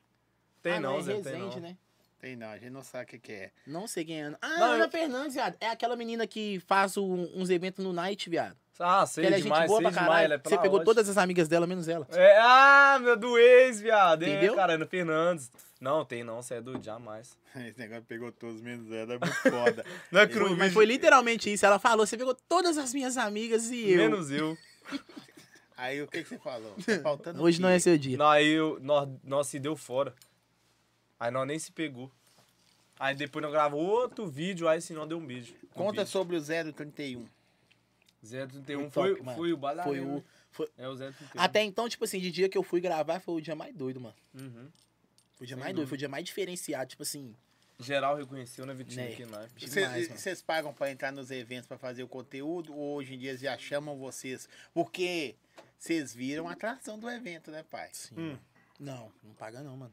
C: Tem
B: Ah,
C: não,
B: é
C: Zé, tem
B: Resende,
C: não.
B: né?
A: Tem não, a gente não sabe o que, que é. <laughs>
B: Não sei quem é Ana. Ah,
C: Não,
B: Ana
C: eu-
B: Fernandes, viado. É aquela menina que faz um- uns eventos no Night, viado.
C: Ah,
B: Que
C: sei
B: ela é gente
C: demais,
B: boa
C: sei
B: pra
C: demais.
B: caralho.
C: Ela é
B: Você
C: pra
B: pegou
C: onde?
B: todas as amigas dela, menos ela.
C: É, ah, meu, do ex, viado. Entendeu?
B: Entendeu?
C: É, cara, Ana Fernandes. Não, tem não, você é doido, jamais.
A: Esse negócio pegou todos menos ela, é muito foda.
C: Não é
A: Foi-
C: cru,
B: Mas foi literalmente isso. Ela falou: você pegou todas as minhas amigas e eu.
C: Menos eu.
A: Aí o que, que você falou?
B: <laughs>
A: Tá faltando
B: Hoje
A: o
B: não
A: quê?
B: é seu dia.
C: Não, aí eu, nós, nós se deu fora. Aí nós nem se pegou. Aí depois nós gravamos outro vídeo, aí sim nós deu um beijo. Um
A: Conta
C: vídeo.
A: sobre o 031.
C: 031
B: Muito
C: foi,
B: top, mano.
C: foi o
B: Foi
C: bailarino.
B: o. foi-
C: É o 031.
B: Até então, tipo assim, de dia que eu fui gravar, foi o dia mais doido, mano.
C: Uhum.
B: Foi o dia mais doido, foi o dia mais diferenciado. Tipo assim,
C: Geral reconheceu, né, Vitinho?
B: Né.
C: Que nós.
B: demais, mano.
A: Vocês pagam pra entrar nos eventos pra fazer o conteúdo ou hoje em dia já chamam vocês? Porque vocês viram a atração do evento, né, pai?
B: Sim.
C: Hum.
B: Não, não paga não, mano.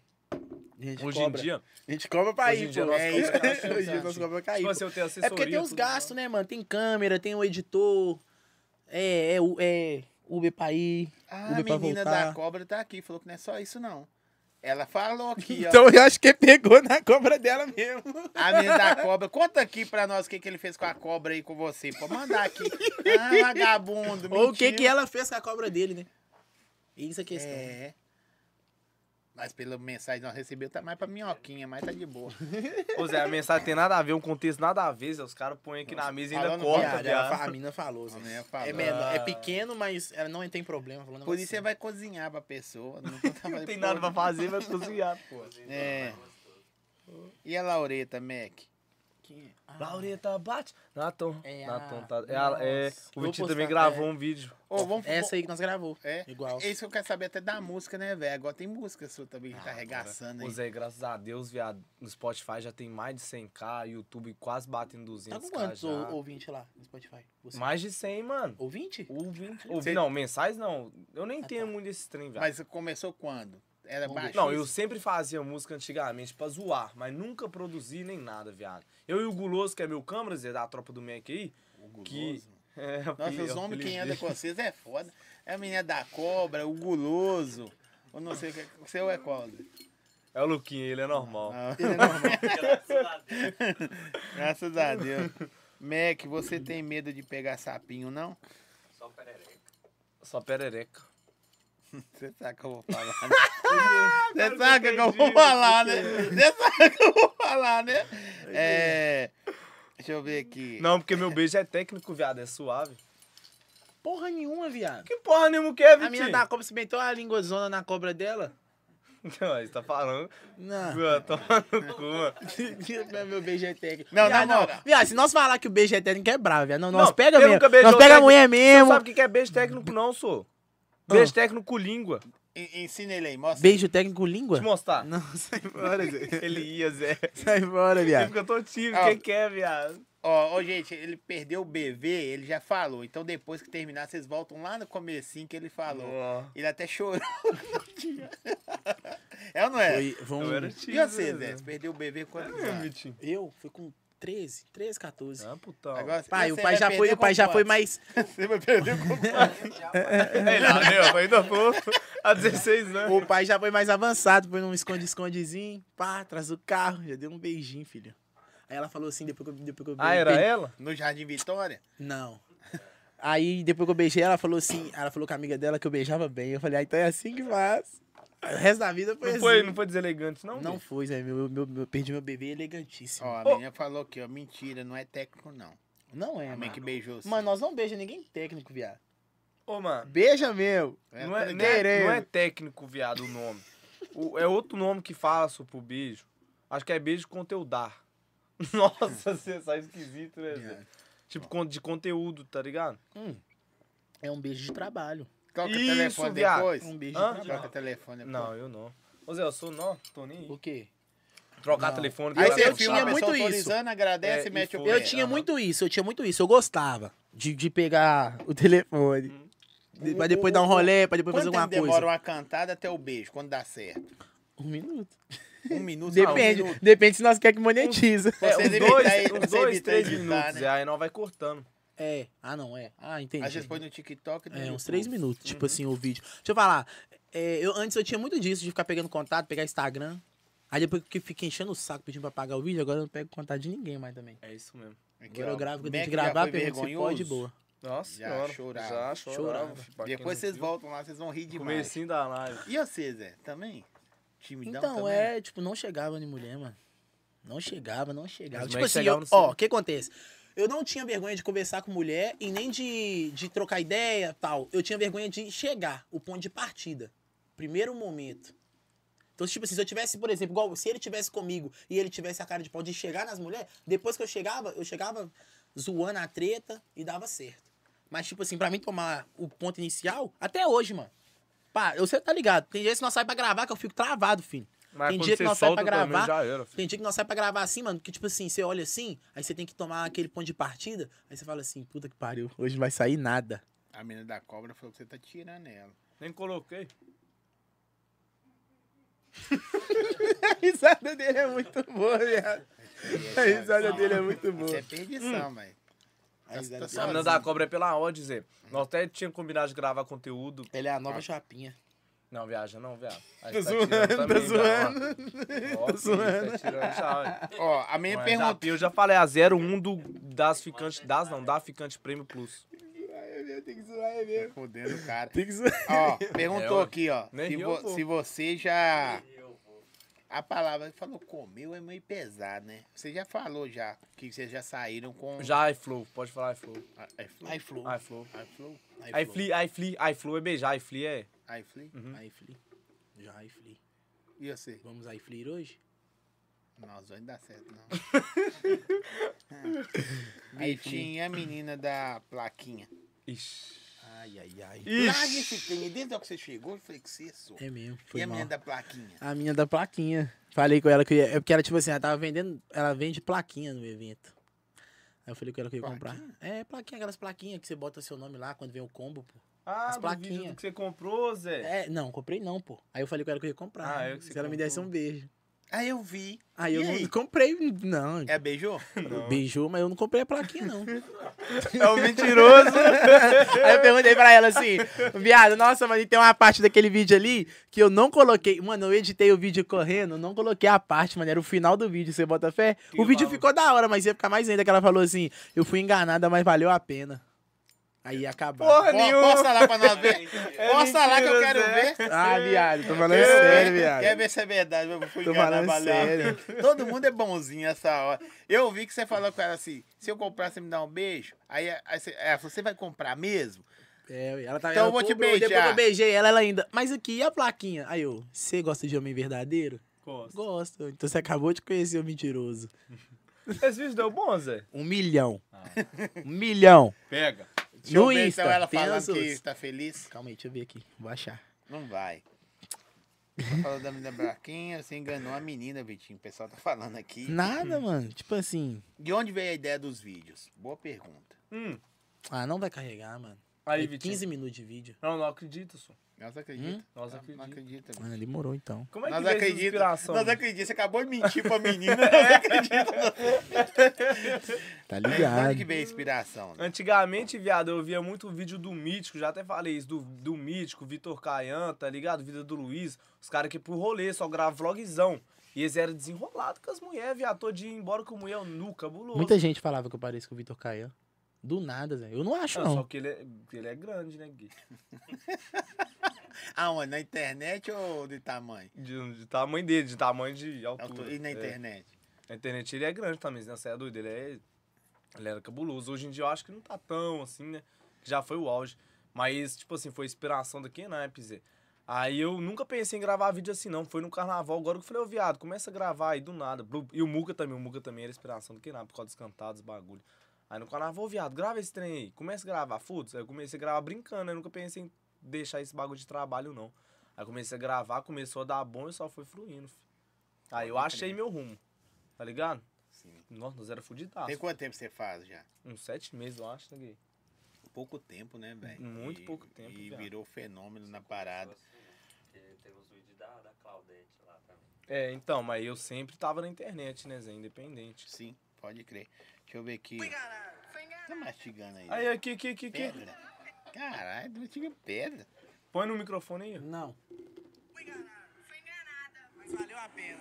B: A gente
C: Hoje
B: cobra. É,
C: em dia,
B: A gente cobra pra
C: hoje
B: ir,
C: em dia
B: pô.
C: nós
B: É
C: cobra
B: isso.
C: pra cacete,
B: Hoje em dia nós
C: né?
B: cobra pra ir,
C: tipo
B: pô.
C: assim, eu tenho assessoria.
B: É porque tem uns
C: tudo,
B: gastos, né, mano? Tem câmera, tem o editor. É, é, o- é Uber pra ir.
A: Ah,
B: Uber
A: a
B: pra
A: menina
B: voltar.
A: da cobra tá aqui, falou que não é só isso, não. Ela falou aqui, ó.
B: Então eu acho que pegou na cobra dela mesmo.
A: A menina da cobra, conta aqui pra nós o que, que ele fez com a cobra aí com você. Pode mandar aqui. Ah, vagabundo,
B: Ou o que
A: mentiu.
B: que ela fez com a cobra dele, né? Isso é a questão.
A: É. Mas pela mensagem que nós recebemos, tá mais pra minhoquinha, mas tá de boa.
C: né? Ô Zé, a mensagem tem nada a ver, um contexto nada a ver, Zé. Os caras põem aqui na mesa e ainda
A: falando
C: corta,
B: Viado, ela,
C: viado.
B: fa- a mina
A: <laughs>
B: falou, Zé.
A: A menina
B: É,
A: falou.
B: menor, é pequeno, mas ela não tem problema. falou um
A: Por
B: negócio
A: isso é você vai cozinhar pra pessoa.
C: <laughs>
A: Não, tá
C: Não
A: mais-
C: tem nada pra fazer, vai cozinhar, pô.
A: É. E a Laureta, Mac?
B: assim. Que- Ah,
C: Laureta bate. Natom.
B: É a-
C: Natom tá. É, a- é,
B: Nossa.
C: o
B: Vou
C: Vitinho também
B: postar
C: gravou um vídeo.
A: Ô, vamos
B: Essa aí que nós gravou.
A: É.
B: Igual.
A: É isso que eu quero saber até da música, né, velho? Agora tem música sua também
B: Ah,
A: que tá arregaçando
C: Ô
A: aí.
C: Zé, é, graças a Deus, viado, no Spotify já tem mais de 100k, YouTube quase batendo
B: Tá
C: 200k
B: com quantos
C: já.
B: ou- ouvinte lá no Spotify? Você.
C: Mais de 100, mano.
B: Ouvinte?
C: Ouvinte.
A: Cê-
C: Não, mensais não. Eu nem
B: Ah,
C: tenho
B: tá.
C: muito esse trem, velho.
A: Mas começou quando? Era
B: Vamos ver.
A: baixo?
C: Não, eu sempre fazia música antigamente pra zoar, mas nunca produzi nem nada, viado. Eu e o Guloso, que é meu câmera, Zé, da tropa do Mac aí. <laughs>
A: O
C: que-
A: guloso.
C: É,
A: Nossa, os homens que andam com vocês é foda. É a menina da cobra, o guloso. Eu não sei o que é. O seu é qual? Zé?
C: É o Luquinha, ele é normal.
A: Ah,
B: Ele
A: <laughs>
B: é normal.
A: graças a Deus. Mac, você tem medo de pegar sapinho, não?
E: Só perereca.
C: Só perereca.
A: Você sabe o que eu vou <laughs> falar, né? Você sabe o que eu vou falar, né? Você sabe o que eu vou falar, né? É. Deixa eu ver aqui.
C: Não, porque meu beijo é técnico, viado, é suave.
B: Porra nenhuma, viado.
C: Que porra nenhuma que é,
B: A
C: Vitinho? <laughs>
B: menina da cobra se meteu a linguazona na cobra dela.
C: Você tá falando.
B: Não.
C: Ah. Toma no cu,
B: <laughs>
C: mano.
B: meu beijo é técnico.
A: Não,
B: Viado,
A: não, não, não.
B: Viado, se nós falar que o beijo é técnico, é bravo, viado. Não, nós
C: Não,
B: pega
C: eu
B: mesmo.
C: nunca beijei
B: Nós pega a
C: técnico.
B: mulher
C: Você não
B: mesmo.
C: sabe o que que é beijo técnico, não, sou. Beijo técnico com língua.
A: En- Ensina ele aí, mostra.
B: Beijo técnico língua?
C: Te mostrar.
B: Não, sai fora, Zé.
C: Ele ia,
B: <laughs>
C: Zé.
B: Sai fora,
C: Ele
B: viado.
C: ficou todo tímido.
A: Ah.
C: Quem quer, viado?
A: Ó, ó, gente, ele perdeu o BV, ele já falou. Então depois que terminar, vocês voltam lá no comecinho que ele falou.
C: Ó,
A: Ele até chorou <laughs> no dia. É ou não é?
B: Foi, foi um-
C: Eu era tímido.
A: E você, Zé? Ah.
C: né?
A: Você perdeu o BV
C: É
A: quando
C: mesmo, Vitinho.
B: Eu fui com 13, 13, 14.
C: Ah,
A: <laughs>
C: putão. <laughs>
A: é
B: Pai, o pai já foi, o pai já foi mais.
A: Você vai perder com quantos?
D: Já
C: É, não, meu, ainda vou. Há 16 anos.
B: O pai já foi mais avançado, foi num esconde-escondezinho, pá, atrás do carro, já deu um beijinho, filho. Aí ela falou assim, depois que eu, depois que eu
C: Ah, era
B: beijei-
A: <laughs>
C: ela?
A: No Jardim Vitória?
B: Não. Aí depois que eu beijei, ela falou assim, ela falou com a amiga dela que eu beijava bem. Eu falei, ah, então é assim que faz. O resto da vida foi
C: Não
B: assim.
C: foi, não foi deselegante, não?
B: Não
C: bicho?
B: foi, Zé. Meu, meu, meu- perdi meu bebê elegantíssimo.
A: Ó, a
C: Ô.
A: menina falou aqui, ó. Mentira, não é técnico, não.
B: Não é,
A: A menina
B: mano.
A: que beijou você.
B: Mano, nós não beija ninguém técnico, viado.
C: Ô, mano.
B: Beija meu.
A: É,
C: Não
A: tá
C: é,
A: ligado?
C: não é- não é
B: Querendo.
C: técnico, viado, o nome. O- é outro nome que fala so, pro beijo. Acho que é beijo com teu dar. <laughs> Nossa, você sai esquisito, né?
A: É.
C: Zé? Tipo, con- de conteúdo, tá ligado?
B: É um beijo de trabalho.
A: Toca o
C: Isso,
A: telefone
C: viado.
A: depois.
B: É um beijo
C: Hã?
B: de trabalho.
A: Troca o telefone depois.
C: Não, eu não. Ô, Zé, eu sou não, tô nem aí.
B: O quê?
C: Trocar
B: Não.
C: telefone. é
A: Aí
C: eu-
A: você
C: eu-
A: filma, é
B: muito
A: muito
B: isso.
A: autorizando, agradece
C: É,
A: e mete
C: e
A: o
C: foi.
A: pé.
B: Eu tinha muito isso, eu tinha muito isso. Eu gostava de, de pegar o telefone. De- pra depois dar um rolê, pra depois
A: Quanto
B: fazer
A: tempo
B: alguma
A: demora
B: coisa.
A: uma cantada até o beijo, quando dá certo?
B: Um minuto.
A: Um minuto?
B: Depende,
A: Não, um minuto.
B: depende se nós quer que monetiza.
C: É,
A: Vocês
C: uns
A: evitam
C: dois,
A: aí,
C: uns
A: vocês
C: dois
A: evitam
C: três
A: editar,
C: minutos,
A: né?
C: Zé, aí não vai cortando.
B: É. Ah, não, é. Ah, entendi.
A: Aí você põe no TikTok. né? e no
B: É, uns
A: YouTube.
B: três minutos, tipo assim, o vídeo. Deixa eu falar. é, eu, antes eu tinha muito disso, de ficar pegando contato, pegar Instagram. Aí depois que eu fiquei enchendo o saco pedindo pra pagar o vídeo, agora eu não pego contato de ninguém mais também.
C: É isso mesmo.
A: Aqui,
B: Agora
A: ó,
B: eu gravo, que
A: Mac
B: eu tenho que
A: já
B: gravar,
A: foi
B: pergunta se pode,
A: vergonhoso.
B: boa.
C: Nossa
A: Já
C: senhora.
A: chorava.
C: Já chorava.
B: Chorava.
C: pra quem
A: Depois
C: não
A: vocês
C: viu.
A: voltam lá, vocês vão rir demais.
C: Comecinho da live.
A: E você, Zé? Também? Timidão
B: Então,
A: também?
B: é, tipo, não chegava em mulher, mano. Não chegava, não chegava.
C: Os
B: tipo
C: moleques
B: assim, eu-
C: chegavam no
B: ó,
C: seu-
B: o que acontece? Eu não tinha vergonha de conversar com mulher e nem de, de trocar ideia tal. Eu tinha vergonha de chegar, o ponto de partida. Primeiro momento. Então, tipo assim, se eu tivesse, por exemplo, igual se ele tivesse comigo e ele tivesse a cara de pau de chegar nas mulheres, depois que eu chegava, eu chegava zoando a treta e dava certo. Mas, tipo assim, pra mim tomar o ponto inicial, até hoje, mano. Pá, você tá ligado. Tem dias que nós saímos pra gravar que eu fico travado, filho.
C: Mas
B: Tem
C: quando
B: dia que
C: você
B: nós sai pra
C: solta também,
B: gravar.
C: Já era, filho.
B: Tem dia que nós sai pra gravar assim, mano, que tipo assim, você olha assim, aí você tem que tomar aquele ponto de partida, aí você fala assim, puta que pariu, hoje não vai sair nada. <laughs>
A: A menina da cobra falou que você tá tirando ela.
C: Nem coloquei.
B: A risada dele é muito boa, viado.
A: E
B: <laughs> A
A: aí,
B: risada
A: sabe?
B: dele é muito
A: Isso
B: boa.
A: é perdição, velho. Tá
B: A risada
C: Hum. A
B: dele.
C: menina da cobra é pela Odd, Zé. Nós até tínhamos combinado de gravar conteúdo.
B: Ela é a nova chapinha.
C: Não, viaja, não, viado. Aí
B: Tô
C: tá
B: zoando,
C: tirando
B: tô
C: também, já, ó. Ó,
B: tô
C: filho,
B: zoando.
C: Tá tirando já, ó.
A: Ó, a menina
C: Mas da
A: perguntou.
C: P, eu já falei, a 01 do, das ficante. Das não, da ficante prêmio plus.
B: Tem que zoar, é mesmo.
A: Fudendo o cara.
B: Tem que zoar.
A: Ó, perguntou
C: É, ué.
A: aqui, ó.
C: Nem
A: Se,
C: eu
A: vo-
C: vou.
A: se você já.
E: Eu vou.
A: A palavra que falou comeu é meio pesado, né? Você já falou já que vocês já saíram com.
C: Já iFlow, pode falar iFlow.
A: I- iFlu-
B: iFlu.
C: iFlow.
A: iFlu?
C: iFli, iFli, iFlow é beijar, iFli é.
A: iFlu?
B: iFlee. Já iFlee.
A: E você?
B: Vamos iFlee hoje?
A: Nós dois não dá certo,
B: <laughs>
A: não. Ah. Vitinho, a menina da plaquinha.
C: Ixi.
A: Ai, ai, ai.
C: Ixi.
A: Larga esse trem. Desde a hora que você chegou, eu falei que você é só.
B: É mesmo,
A: E
B: foi
A: a
B: mal.
A: menina da plaquinha?
B: A minha da plaquinha. Falei com ela que eu ia. É porque ela, tipo assim, ela tava vendendo. Ela vende plaquinha no evento. Aí eu falei com ela que eu ia comprar. É, plaquinha, aquelas plaquinhas que você bota seu nome lá quando vem o combo, pô.
C: Ah,
B: As
C: do
B: plaquinhas.
C: vídeo do que você comprou, Zé.
B: É, não, comprei não, pô. Aí eu falei com ela que eu ia comprar.
C: Ah, é o que
B: Se
C: você
B: ela me desse
C: comprou.
B: um beijo.
A: Ah, eu vi.
B: Aí
A: E
B: eu
A: aí?
B: não comprei, não. tipo,
A: É
B: <laughs>
A: beijou?
B: Beijou, mas eu não comprei a plaquinha, não.
C: É o mentiroso.
B: Aí eu perguntei pra ela assim, viado, nossa, mano, e tem uma parte daquele vídeo ali que eu não coloquei. Mano, eu editei o vídeo correndo, não coloquei a parte, mano. Era o final do vídeo, você bota fé. o vídeo ficou da hora, mas ia ficar mais ainda que ela falou assim: eu fui enganada, mas valeu a pena. Aí ia acabar.
C: Porra
A: Po-
C: nenhuma.
A: Posta lá pra nós
B: <laughs>
A: ver.
C: É
A: Posta lá que eu
C: mentira,
A: quero
C: Zé.
A: ver.
B: Ah, viado, tô falando
A: Quer ver-
B: sério, viado.
A: Quer ver se né? é verdade? Eu fui
B: Tô
A: enganar,
B: falando
A: valeu a
B: sério.
A: pena. Todo mundo é bonzinho essa hora. Eu vi que você falou com ela assim: se eu comprar, você me dá um beijo. Aí, aí você, ela falou: você vai comprar mesmo?
B: É, ué, ela tá
A: Então
B: ela
A: eu vou te
B: cobrou, Depois
A: beijar.
B: eu beijei ela, ela ainda. Mas aqui, e a plaquinha? Aí eu, você gosta de homem verdadeiro?
C: Gosto.
B: Gosto. Então você acabou de conhecer o mentiroso.
C: Esse vídeo deu bom, Zé?
B: Um milhão.
A: Ah.
B: <laughs> Um milhão.
A: Pega. Deixa eu
B: No
A: ver,
B: Insta,
A: então ela
B: tem
A: falando
B: as
A: que
B: outras.
A: está feliz.
B: Calma aí, deixa eu ver aqui. Vou achar.
A: Não vai. Tá falando da menina Braquinha, você enganou a menina, Vitinho. O pessoal tá falando aqui.
B: <laughs> Nada, mano. Tipo assim.
A: De onde veio a ideia dos vídeos? Boa pergunta.
C: Hum.
B: Ah, não vai carregar, mano.
C: Aí,
B: É
C: Vitinho.
B: 15 minutos de vídeo.
C: Não, não acredito, só.
A: Nós acredita?
C: Hum? Nós
A: Não
C: acreditamos.
A: acredita. bicho.
B: Ah, demorou então.
C: Como é que
A: Nós
C: veio essa
A: acreditamos.
C: inspiração?
A: Nós acreditamos. Você acabou de mentir pra menina.
C: <laughs>
A: Nós acreditamos.
B: Tá
A: De onde
B: ligado.
A: que veio a inspiração? né?
C: Antigamente, viado, eu via muito vídeo do Mítico, já até falei isso, do, do Mítico, Vitor Caian, tá ligado? Vida do Luiz, os caras que pro rolê só gravam vlogzão. E eles eram desenrolados com as mulheres, viado, todo dia ia embora com mulher nu, cabuloso.
B: Muita gente falava que eu pareço com o Vitor Caia. Do nada, Zé. Eu não acho,
C: Ah, Só
B: não.
C: que ele é, ele é grande, né, Gui?
A: Aonde? Na internet ou de tamanho?
C: De, de tamanho dele, de tamanho de altura.
A: Altura. E na
C: É.
A: internet?
C: Na internet ele é grande também, né? Você é doido, ele é. Ele era cabuloso. Hoje em dia eu acho que não tá tão assim, né? Já foi o auge. Mas, tipo assim, foi inspiração daqui, né, PZ? Aí eu nunca pensei em gravar vídeo assim, não. Foi no carnaval, agora que eu falei, ô viado, começa a gravar aí do nada. Blu- E o Muca também, o Muca também era inspiração do que nada, por causa dos cantados, bagulho. Aí no carnaval, ô viado, grava esse trem aí. Começa a gravar, foda-se. Aí eu comecei a gravar brincando, né? Eu nunca pensei em deixar esse bagulho de trabalho, não. Aí comecei a gravar, começou a dar bom e só foi fluindo. fi. Aí eu
A: Pode
C: achei
A: crer.
C: meu rumo, tá ligado?
A: Sim.
C: Nossa, nós era
A: Tem
C: fudidaço.
A: quanto tempo você faz já?
C: Uns sete meses, eu acho, né, Gui?
A: Pouco tempo, né, velho?
C: Muito
A: E-
C: pouco tempo,
A: E
C: viado.
A: virou fenômeno na parada.
E: Tipo assim, né? Porque tem os vídeos da, da Claudete lá também.
C: É, então, mas eu sempre tava na internet, né, Zé? Independente.
A: Sim, pode crer. Deixa eu ver aqui. Tá mastigando aí.
C: Aí, aqui, aqui, aqui, aqui.
A: pedra. Caralho, não tinha pedra.
C: Põe no microfone aí.
B: Não.
G: Mas valeu a pena.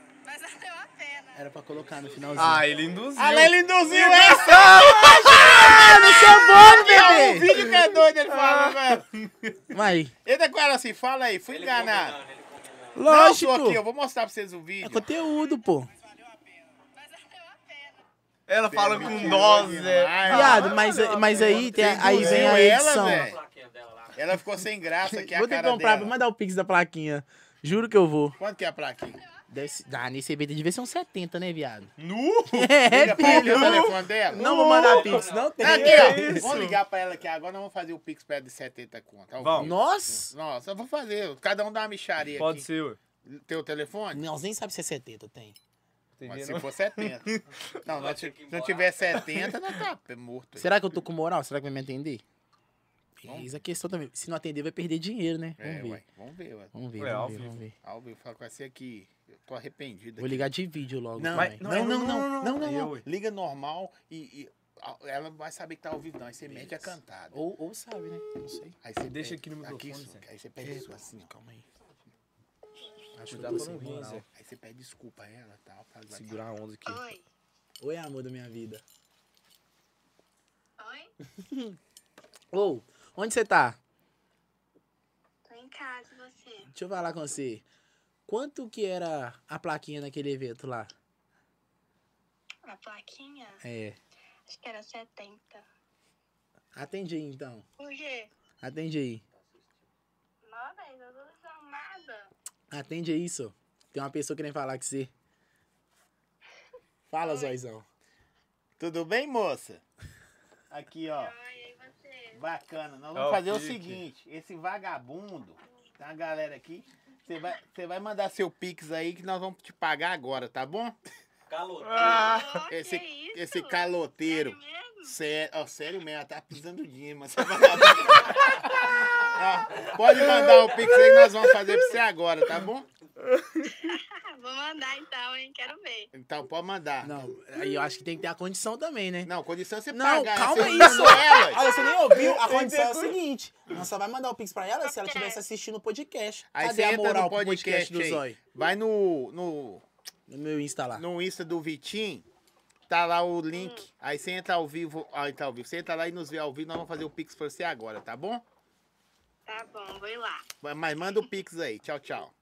B: Era pra colocar no finalzinho.
C: Ah, ele induziu.
A: Ah, lá, ele induziu essa!
B: bom,
A: É um vídeo que é doido, ele
B: Ah.
A: fala, velho.
B: Vai.
A: Eita, com ela assim, fala aí, fui enganado.
E: né?
A: Não,
B: Lógico.
A: sou aqui, eu vou mostrar pra vocês o
B: É
A: vídeo.
B: conteúdo, pô.
G: Mas valeu a pena.
C: Ela fala
A: Você é
C: com
A: mentiroso
C: nós,
A: demais.
C: Zé.
B: Viado, mas, mas aí, tem, Ah, a- aí vem a
A: Viu ela,
B: edição.
A: velho?
E: A plaquinha dela lá.
A: Ela ficou sem graça aqui, a
B: Vou ter que
A: cara
B: comprar,
A: dela.
B: vou mandar o pix da plaquinha. Juro que eu vou.
A: Quanto que é a plaquinha?
B: Deve ser- ah, nesse evento devia ser uns 70, né, viado? <laughs>
C: Nu?
B: É,
A: Liga pra ela, tem o
B: filho. né?
A: telefone dela?
B: Não é vou mandar pix, não tem.
A: Aqui, ó.
C: isso?
A: Vamos ligar pra ela aqui agora, nós vamos fazer o Pix pra ela de 70 conto. Tá ao
C: Vamos.
A: vivo.
B: Nossa!
A: Nossa, eu vou fazer. Cada um dá uma micharia
C: Pode
A: aqui.
C: ser, ué.
A: Tem o telefone?
B: Nós nem sabe se é 70, tem.
A: Mas
C: Entendeu?
A: se for 70. Não,
E: Vai
A: nós
E: ter
A: se
E: que ir
A: se não
E: embora.
A: tiver 70, nós tá morto. aí.
B: Será que eu tô com moral? Será que vai me atender?
A: Vamos
B: Eis a questão também. Se não atender, vai perder dinheiro, né? Vamos
A: É,
B: ver.
A: ué. Vamos ver, ué.
B: Vamos ver,
C: É, ao
B: vamos ver,
C: vivo.
B: vamos ver.
A: Alvo, eu falo com você aqui. Eu tô arrependido.
B: Vou
A: aqui.
B: ligar de vídeo logo
A: Não,
B: também.
A: não, não, não, não, não,
C: Aí eu,
A: não.
C: ué.
A: Liga normal e, e a- ela vai saber que tá ao vivo, não. Aí você mete a cantada.
B: Ou, ou sabe, né? Não sei.
A: Aí você
C: Deixa
A: pega-
C: aqui no microfone,
A: isso,
C: Zé.
A: Aí você pede isso assim, ó.
B: Calma aí. Acho que eu
C: Cuidado
B: tô
C: pra
B: sem
C: não rir, hein,
B: moral.
C: Zé.
A: Aí você pede desculpa a ela e tal. fala, vai-
C: Segurar a onda aqui.
F: Oi.
B: Oi, amor da minha vida.
F: Oi?
B: Ou, onde você tá?
F: Tô em casa, e você?
B: Deixa eu falar com você. Quanto que era a plaquinha naquele evento lá?
F: A plaquinha?
B: É.
F: Acho que era 70.
B: Atende aí, então.
F: Por quê?
B: Atende aí.
F: Não, velho, eu não sou nada.
B: Atende aí, só. Tem uma pessoa querendo falar com você. Fala, Zóizão.
A: Tudo bem, moça? Aqui, ó.
F: Ai, e você?
A: Bacana. Nós
C: Ó,
A: vamos fazer o
C: pique.
A: seguinte. Esse vagabundo, tem uma galera aqui. Você vai, você vai mandar seu Pix aí que nós vamos te pagar agora, tá bom?
E: Caloteiro.
C: É.
B: Ah.
F: Ó, que é
A: esse-
F: isso?
A: Esse caloteiro.
F: Sério mesmo?
A: Sério, ó, sério mesmo, ela tá pisando o dinheiro, mas <laughs> você vai lá. Ó, Pode mandar o pix aí que nós vamos fazer pra você agora, tá bom?
F: Ah, vou mandar então, hein? Quero ver.
A: Então pode mandar. Não,
B: Não, aí eu acho que tem que ter a condição também, né?
A: condição é você
B: Não,
A: pagar.
B: calma
A: você
B: aí,
A: enganou
B: só.
A: ela.
B: Olha, você nem ouviu.
A: <laughs>
B: A condição é o seguinte: nós só vai mandar o Pix pra ela se ela estivesse assistindo o podcast.
A: Aí
B: Cadê
A: você
B: a
A: entra
B: moral
A: no
B: pro
A: podcast
B: podcast do
A: aí.
B: Zói?
A: Vai no, no,
B: No meu Insta lá.
A: no Insta do Vitinho, tá lá o link. Aí você entra ao vivo, aí tá ao vivo. Você entra lá e nos vê ao vivo, nós vamos fazer o pix pra você agora, tá bom?
F: Tá bom, vou ir lá.
A: Mas manda o pix aí. Tchau, tchau.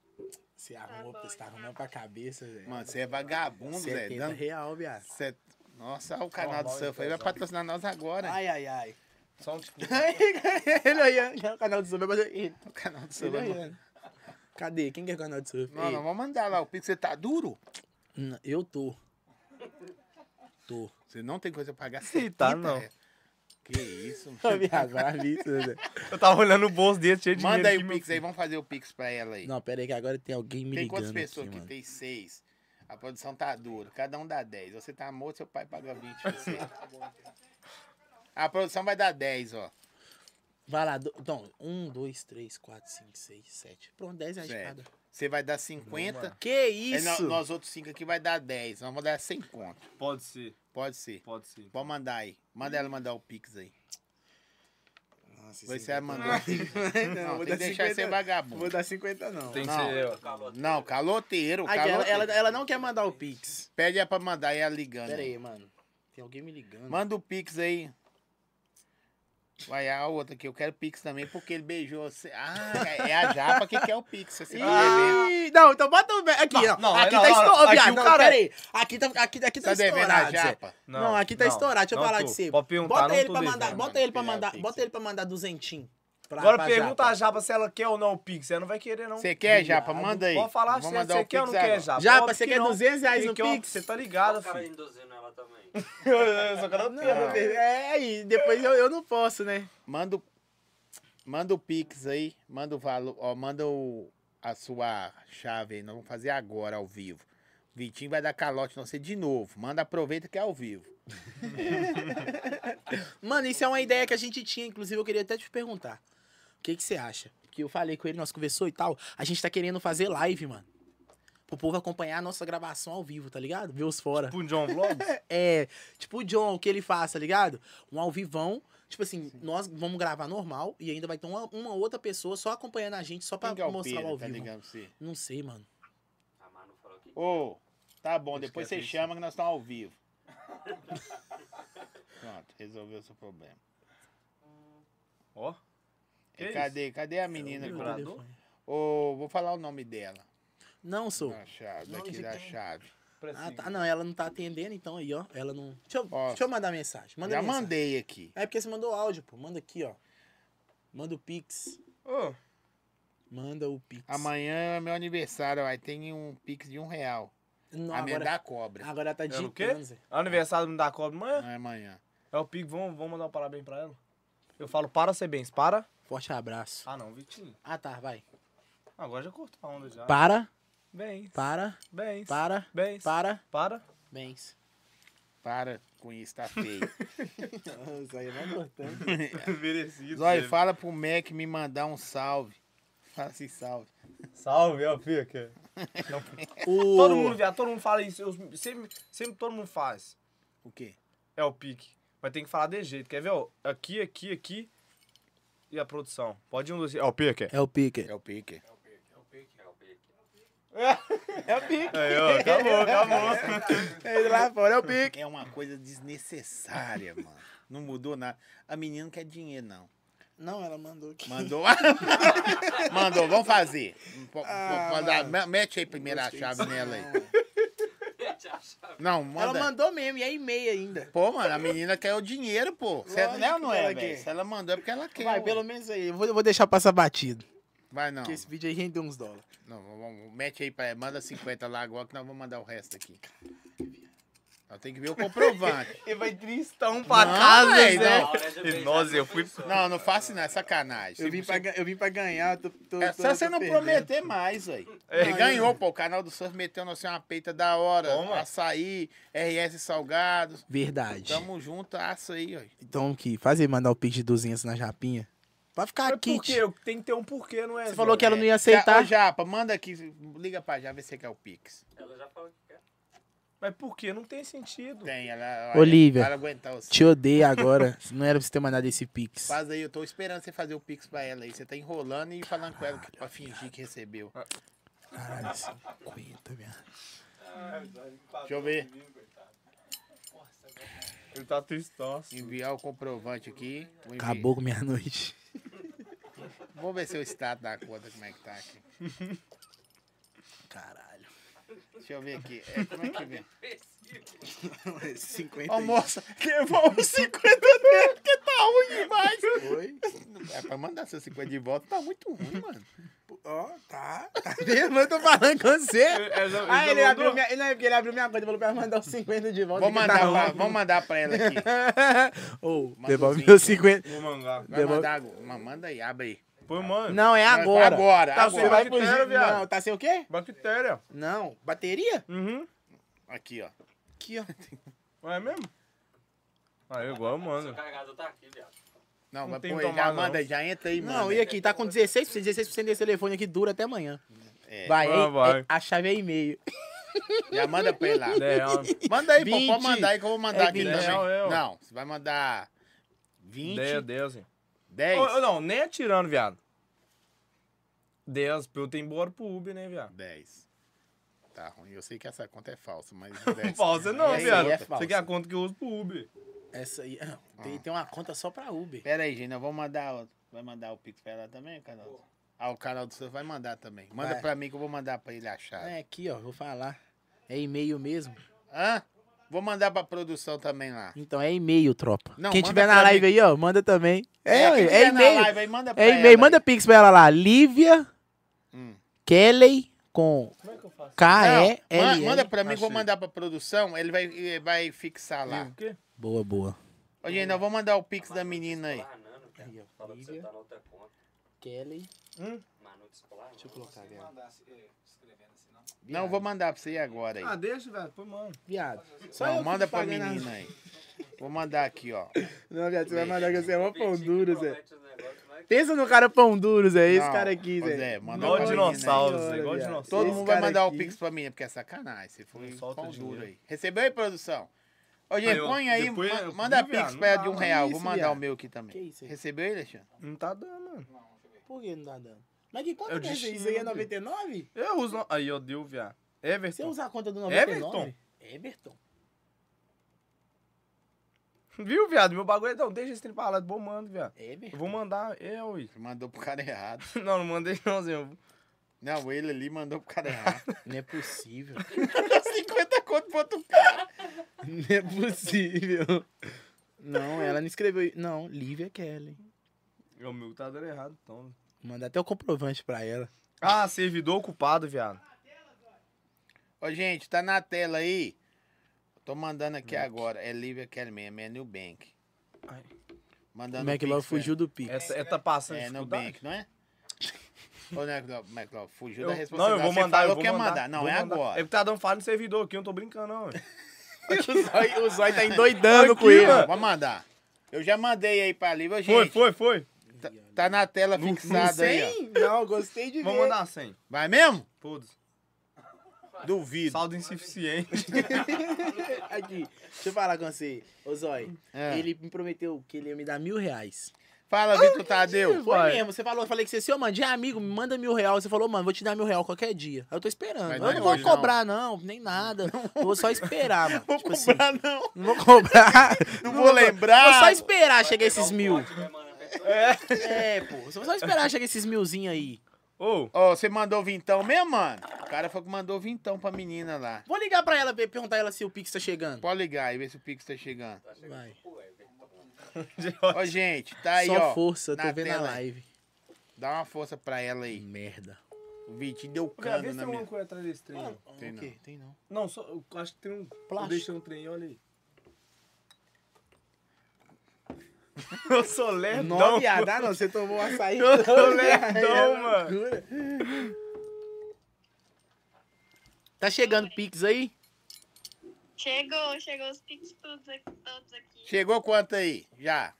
B: Você arrumou,
F: bom,
B: você tá
F: tá.
B: arrumando pra cabeça, velho.
A: Mano, você é vagabundo, Zé.
B: 70
A: Dando-
B: real, viado.
A: cê- Nossa, olha o canal do
C: Normal,
A: Surf aí vai
C: empresário.
A: patrocinar nós agora.
B: Ai, <laughs> ai, ai.
C: Só um tipo.
B: ele olhando. É o canal de sub, mas ele.
A: No canal do
B: Ele
A: celular.
B: olhando. Cadê? Quem quer canal de sub?
A: Não,
B: Ei,
A: não, vamos mandar lá. O Pix, você tá duro?
B: n- Eu tô. Tô.
A: Você não tem coisa pra pagar?
C: Ih, tá,
A: 70
C: não.
A: reais. Que isso,
B: <laughs>
A: um
B: Tá viado, maravilha, né?
C: Eu tava olhando o bolso dele, cheio de
A: Manda aí o
C: dinheiro aqui, meu
A: Pix aí, vamos fazer o Pix pra ela aí.
B: Não, pera aí que agora tem alguém me
A: tem
B: ligando
A: quantas pessoas aqui?
B: aqui, mano.
A: Tem seis. A produção tá dura. Cada um dá 10. Você tá morto, seu pai paga 20 pra
B: <laughs>
A: você.
B: Tá então.
A: A produção vai dar 10, ó.
B: Vai lá, do- então, um, dois, três, quatro, cinco, seis, sete. Pronto, dez reais de
A: Certo.
B: cada.
A: Você vai dar 50.
B: Que
A: É, nó-
B: isso?
A: nós outros cinco aqui vai dar 10. Nós vamos dar 100 conto.
C: filho. Pode ser,
A: Pode ser.
C: pode ser.
A: Pode mandar aí. Manda ela mandar o Pix aí.
B: Nossa,
A: Vai
B: cinquenta.
A: ser a mandar.
B: Não,
A: <laughs> Não, tem
B: vou dar
A: que deixar
B: 50.
A: você vagabundo.
B: é Vou dar 50 não.
C: tá Tem um que
A: Não.
C: ser. ó.
E: Calor,
A: Não, caloteiro.
B: Aqui, ela,
A: caloteiro.
B: ela, ela não quer mandar o Pix.
A: Pede ela pra mandar e ela ligando.
B: Pera aí, mano. Tem alguém me ligando.
A: Manda o Pix aí. Vai, a outra aqui. Eu quero Pix também, porque ele beijou você. Ah, é a Japa que quer o Pix. Você tá devendo.
B: Ih, não, então bota o. be- Aqui, ó.
C: não,
B: aqui
C: não,
B: tá
C: não,
B: estourado.
C: aqui
B: viado.
C: o
B: Não,
C: cara- é-
B: pera aí. Aqui tá, aqui, aqui tá,
A: Tá devendo a
B: estourado. Zé.
A: Japa.
B: Não, aqui tá estourado, deixa eu
C: não
B: falar
C: tô.
B: de você.
C: Pode perguntar,
B: Bota
C: não
B: ele
C: tô
B: pra mandar.
C: devendo.
B: Bota ele pra
A: Filé,
B: mandar.
A: Pix.
B: Bota ele pra mandar duzentinho. pra-
C: Agora
B: pra
C: pergunta
B: Japa.
C: a Japa se ela quer ou não o Pix. Ela não vai querer, não.
A: Você quer,
B: Viado.
A: Japa? Manda aí.
C: Pode falar
A: Vou
C: se
A: mandar
C: você
A: o
C: quer ou não
A: Pix
C: quer,
A: agora.
C: Japa.
B: Japa,
C: Óbvio
B: você quer
C: não.
B: 200 reais
C: Quem
B: no
C: quer, óbvio,
B: Pix?
C: Você tá ligado,
E: o cara
C: filho.
E: induzindo ela também.
C: Eu sou garoteiro,
B: Não,
C: velho.
B: é, aí depois eu, eu não posso, né?
A: Manda o... Manda o Pix aí. Manda o valor. Ó, manda o... a sua chave aí. Nós vamos fazer agora, ao vivo. O Vitinho vai dar calote não sei de novo. Manda, aproveita que é ao vivo.
B: Mano, isso é uma ideia que a gente tinha, inclusive eu queria até te perguntar. O que que você acha? Porque eu falei com ele, nós conversou e tal. A gente tá querendo fazer live, mano. Pro povo acompanhar a nossa gravação ao vivo, tá ligado? Ver os fora.
C: Pro John Vlogs?
B: É, tipo o John, o que ele faz, tá ligado? Um ao vivão. Tipo assim, nós vamos gravar normal e ainda vai ter uma, uma outra pessoa só acompanhando a gente, só pra
A: Quem que é o
B: mostrar o
A: Pedro,
B: ao
A: tá
B: vivo.
A: ligando pra você?
B: Não sei, mano.
E: A Manu falou que
A: Ô, tá bom,
C: Acho
A: depois
C: que é
A: você
C: isso.
A: chama que nós estamos ao <laughs> vivo. Pronto, resolveu o seu problema.
C: <laughs> Ó. Que
A: E
C: isso?
A: cadê? Cadê a menina?
B: Meu
A: que- tá-
C: vibrador?
B: telefone.
A: Ô, vou falar o nome dela.
B: Não, sou.
A: Da chave,
B: Nome
A: daqui
B: de
A: da
B: quem?
A: chave.
B: Ah, tá. Não, ela não tá atendendo, então aí, ó. Ela não. Deixa eu,
A: Ó,
B: deixa eu mandar mensagem. Manda
A: Já
B: mensagem.
A: mandei aqui.
B: É porque você mandou áudio, pô. Manda aqui, ó. Manda o Pix.
C: Ô,
B: Manda o Pix.
A: Amanhã é meu aniversário, aí tem um pix de um real.
B: Não,
A: A minha
B: agora,
A: da cobra.
B: agora ela tá
C: Era o
B: digitando.
C: É quê?
B: Zé.
C: Aniversário me dá cobra
A: Não
C: amanhã?
A: é amanhã.
C: É o Pico, vamos, vamos mandar um parabéns pra ela. Eu falo, para ser bens, para.
B: Forte abraço.
C: Ah não, Vitinho.
B: Ah, tá, vai.
C: Agora já cortou a onda já.
B: Para,
C: Bem,
B: para,
C: bem,
B: para,
C: bem,
B: para.
C: para.
B: Bens.
A: Para com isso,
B: <laughs>
A: tá feio.
B: Isso aí vai cortando.
C: <laughs> Merecido.
A: Zói, fala pro Mac me mandar um salve. Fala assim, salve.
C: Salve, ó, fica.
B: O...
C: Todo mundo, viado, todo mundo fala isso. Eu- sempre, sempre todo mundo faz.
A: O quê?
C: É o pique. Mas tem que falar de jeito. Quer ver, ó? Aqui, aqui, aqui. E a produção. Pode ir um dos. É o pique.
B: É o Pique.
A: É o pique.
E: é o pique.
B: É o Pique.
C: Aí, ó, acabou, <laughs> acabou.
B: Ele lá fora é o Pique.
A: É uma coisa desnecessária, mano. Não mudou nada. A menina não quer dinheiro, não.
B: Não, ela mandou aqui. <laughs>
A: Mandou. <laughs> Mandou, vamos fazer. P-
B: Ah,
A: p- mandar- me- Mete aí primeiro a chave nela aí. Não,
B: É. Ela
A: manda.
B: mandou mesmo, e é e-mail ainda.
A: Pô, mano, a menina quer o dinheiro, pô. Se é,
B: Lógico
A: não, não
B: que
A: é,
B: ela
A: velho.
B: quer.
A: Se ela mandou é porque ela quer.
B: Vai,
A: ué.
B: pelo menos aí. Eu vou, eu vou deixar passar batido.
A: Vai, não.
B: Porque esse vídeo aí rendeu uns dólares.
A: não vamos, vamos- mete aí pra ela. Manda 50 lá agora que nós vamos mandar o resto aqui. Ela tem que ver o comprovante.
B: <laughs> Ele vai um tristão
A: pra casa,
B: né?
A: Zé.
E: A hora de beijar né?
C: nossa,
E: já
C: eu fui-
E: começou.
A: Não, não faço nada, é sacanagem.
B: Eu vim, pra, ga- eu vim pra ganhar, tô, tô,
A: É
B: tô-
A: só
B: tô
A: você não
B: perdendo.
A: prometer mais, aí.
C: É,
A: Ele ganhou, pô. O canal do Surf meteu nós uma peita da hora.
C: Toma.
A: Açaí, RS Salgados.
B: Verdade.
A: Tamo junto, aço aí, ó.
B: Então, que fazer mandar o pix de 200 na japinha? Vai ficar
C: Mas
B: aqui.
C: por quê? Eu- Tem que ter um porquê, não é?
B: Você
C: Zé?
B: falou que ela não ia
A: Ja-
B: aceitar.
A: Ô, Japa, manda aqui. Liga pra Japa, vê se você quer o Pix.
E: Ela já falou que quer.
C: Mas por quê? Não tem sentido.
A: Tem, ela...
B: Olivia.
A: Para aguentar você.
B: Te odeio agora. <laughs> Não era pra você ter mandado esse pix.
A: Faz aí, eu tô esperando você fazer o Pix pra ela aí. Você tá enrolando e falando com ela que- pra fingir que recebeu.
B: Caralho, 50, minha.
A: Deixa eu ver.
C: Ele tá tristão.
A: Enviar o comprovante aqui. Vou enviar.
B: Acabou com minha noite.
A: Vou ver seu status da conta, como é que tá aqui.
B: Caralho.
A: Deixa eu ver aqui. É, como é que vem?
E: Depressivo.
B: 50
A: Ó, moça, levou uns 50 dele, porque tá ruim demais.
B: Oi?
A: É pra mandar seus 50 de volta, tá muito ruim, mano.
B: Ó, tá. Tá vendo? Eu tô falando com você.
C: É, tá
B: Ah, <laughs> ele abriu
C: mandou?
B: minha. Ele não é porque ele abriu minha conta e falou pra ela mandar os 50 de volta.
A: Vou
B: que tá
A: mandar, pra,
B: ruim.
A: vamos mandar pra ela aqui.
B: <laughs> Ô,
A: Manda
B: devolve
A: os
B: meus
A: 20.
B: 50.
C: Vou mandar.
A: Vai
B: Demora-
A: mandar agora. Mas Manda aí, abre aí.
C: Põe, mano.
B: Não, é agora.
A: agora,
B: Tá,
A: agora.
B: Você vai fugir.
C: Bactéria, viado.
B: Não, tá sem o quê?
C: Bactéria.
B: Não, bateria?
C: Uhum.
A: Aqui, ó.
B: Aqui, ó.
C: É mesmo? Aí, igual eu
E: Seu
C: mando.
E: carregador tá aqui, viado.
A: Não,
C: Não
A: vai
C: tem
A: pôr aí. Já
C: tomar, não.
A: manda, já entra aí, mano.
B: Não, e aqui? Tá com 16%. 16% desse telefone aqui dura até amanhã.
A: É.
B: Vai,
C: Ah,
B: é-
C: vai.
B: é- a chave é e-mail.
A: Já manda pra ele lá.
C: Dela.
A: Manda aí, pô.
B: 20.
A: Pode mandar aí que eu vou mandar
B: É
A: aqui
B: 20.
A: também.
C: Não, eu-
A: Não, você vai mandar 20,
C: Deu, deu, assim.
A: 10.
C: Ô, ô, não, nem atirando, viado. Deus, pra eu ter embora pro Uber, né, viado?
A: 10. Tá ruim. Eu sei que essa conta é falsa,
C: <laughs>
A: mas. 10.
C: Falsa não,
A: Essa aí
C: viado.
A: é
C: Isso
B: falsa.
C: aqui é a conta que eu uso pro Uber.
B: Essa aí. ah, Tem, tem uma conta só pra Uber.
A: Pera aí, gente. Nós vamos mandar. outro. Vai mandar o Pix pra ela também, canal? Ah, o canal do seu vai mandar também. Manda
B: Vai.
A: pra mim que eu vou mandar pra ele achar.
B: É aqui, ó. Vou falar. É e-mail mesmo?
A: Hã? Vou mandar pra produção também lá.
B: Então é e-mail, tropa.
A: Não,
B: quem
A: manda
B: tiver
A: pra
B: na live aí, ó, manda também.
A: quem
B: É, ué, é,
A: tiver na
B: e-mail.
A: live aí, manda pra
B: É
A: ela aí.
B: e-mail. Manda pix pra ela lá. Lívia
A: Hum.
B: Kelly com
C: Como é que eu faço?
A: Não,
B: K-E-L.
A: man- manda pra mim,
C: Achei.
A: vou mandar pra produção, ele vai, eh, vai fixar lá.
C: O quê?
B: Boa, boa.
A: Ô, gente, nós vamos mandar o pix da menina aí.
E: Escolar, Nano, cara.
B: Aí, ó,
E: Falou que você
B: Lívia.
E: tá na outra conta.
B: Kelly.
E: Manu de escolar,
B: Deixa eu
E: Nano.
B: colocar
D: Se
B: viado.
D: mandar se- eh, escrevendo assim, não.
A: Não, eu vou mandar pra você agora aí.
C: Ah, deixa, velho. Põe, mano.
B: Viado. Só eu
A: Não,
B: que
A: manda
B: fico
A: pra
B: pagando as-
A: menina aí. Vou mandar aqui, ó.
B: Não, viado, você vai mandar que você é mó pão
E: Vitinho que
B: duro, Zé.
E: promete os negócios, mas
B: Pensa no cara pão duro, Zé. Esse
A: Não,
B: cara aqui,
A: ô,
B: Zé.
A: manda
C: Igual
A: pra menina né? aí.
C: dinossauro, Zé.
B: Senhora,
C: Igual
B: viado.
C: dinossauro.
A: Todo
B: Esse
A: mundo vai
B: cara
A: mandar
B: aqui.
A: o pix pra mim, porque é sacanagem. Você foi
C: Não solta
A: pão
C: dinheiro.
A: duro aí. Recebeu aí, produção? Ô, gente,
C: Aí, ó,
A: põe aí,
C: depois
A: ma-
C: eu-
A: manda
C: Viado,
A: pix
C: não
A: pra ela
C: dá,
A: de um
C: não.
A: real. Vou
B: Isso,
A: mandar
B: viado.
A: o meu aqui
B: Que
A: também.
B: isso aí?
A: Recebeu aí, Alexandre?
C: Não tá dando, mano.
D: Não, deixa eu ver.
B: Por que não tá dando? Mas que conta
C: Eu
B: que é isso aí?
C: destino,
B: Isso aí é
C: né?
B: 99?
C: Eu uso. no- Aí, ó, deu, viado.
B: Você
C: Everton.
B: usa a conta do
C: Então. Everton?
B: 99? Everton.
C: Viu, viado? Meu bagulho é. Não, deixa esse trem pra lá. Bom, mando, viado. Eu
B: Everton.
C: vou mandar. Eu, ui.
A: Mandou pro cara errado.
C: <laughs> Não, não mandei, não, Zé. Eu-
A: Não, ele ali mandou pro
C: <laughs>
A: cara errado.
B: Não é possível.
C: Tá
A: 50 conto pro outro cara.
B: <laughs> Não é possível. Não, ela não escreveu. Não, Lívia Kelly.
C: O meu tá dando errado, então.
B: Manda até o comprovante pra ela.
C: Ah, servidor ocupado, viado.
A: Ô, gente, tá na tela aí. Tô mandando aqui agora. É Lívia Kelly mesmo, é Nubank.
C: Ai.
A: Mandando
B: O McLove
A: pix, né?
B: fugiu do pico.
C: Essa é, tá passando
A: É, é
C: dificuldade.
A: Nubank, não
C: <laughs>
A: é? Ô, McLove, McLove, fugiu
C: Eu-
A: da
C: não,
A: responsabilidade.
C: eu vou
A: Você
C: mandar, eu
A: falou
C: vou
A: que ia
C: mandar.
A: mandar. Não,
C: vou
A: é
C: mandar. É
A: agora. <laughs>
C: porque tá dando falha no servidor aqui, eu não tô brincando, não. velho.
B: o, zóio, o zóio tá endoidando com ele.
A: Não, Vou mandar. Eu já mandei aí pra Lívia. Ô,
C: Foi,
A: Gente,
C: foi, foi.
A: tá- tá na tela fixada aí, ó.
B: Não, gostei de ver.
C: Vamos mandar 100.
A: Vai mesmo?
C: Todos.
A: Duvido.
C: Saldo insuficiente.
B: <laughs> Aqui, deixa eu falar com você. Ô, Zói,
A: É.
B: ele me prometeu que ele ia me dar mil reais.
A: Fala, Vitor Tadeu.
B: Foi
C: Zói.
B: mesmo, você falou, eu falei que você, seu mano, de amigo, me manda mil reais. Você falou, mano, vou te dar mil reais qualquer dia. Aí eu tô esperando.
A: Mas
B: Eu
A: não é
B: não vou
A: hoje,
B: cobrar, não. nem nada. Vou só esperar, mano.
A: Vou
B: Tipo
A: cobrar, não.
B: assim, não vou cobrar.
A: <laughs> Não vou
B: Vou só
A: lembrar.
B: esperar
E: vai
B: chegar
E: pegar
B: esses
E: um
B: mil.
E: pote, vai mandar pra pessoa.
B: <laughs> É, pô. Só só esperar chegar esses milzinhos aí.
C: Ô,
A: Ó, você mandou vintão mesmo, mano? O cara foi que mandou vintão pra menina lá.
B: Vou ligar pra ela, ver- perguntar ela se o Pix tá chegando.
A: Pode ligar e ver se o Pix tá chegando.
E: Tá chegando
B: Vai.
E: tipo, é, Vitor.
A: Ó, gente, tá aí,
B: Só
A: ó.
B: força,
A: na
B: tô vendo a
A: tela aí.
B: live.
A: Dá uma força pra ela aí.
B: Merda.
A: O Vitinho deu
C: cara, vê
A: cano
C: se
A: na
C: tem alguma
A: minha.
C: coisa atrás desse trem.
B: Mano,
A: Tem
B: o quê? Tem não.
C: Não, só, eu acho que tem um.
B: Plástico.
C: Deixa um trem, olha aí. <laughs> Eu sou lerdão.
B: Não, viado, ah, não, você tomou um açaí.
C: Eu tô
B: todo,
C: lerdão,
B: viado, é
C: mano.
B: loucura. Tá chegando Pix aí?
F: Chegou, chegou os piques todos aqui. Todos aqui.
A: Chegou quanto aí? Já.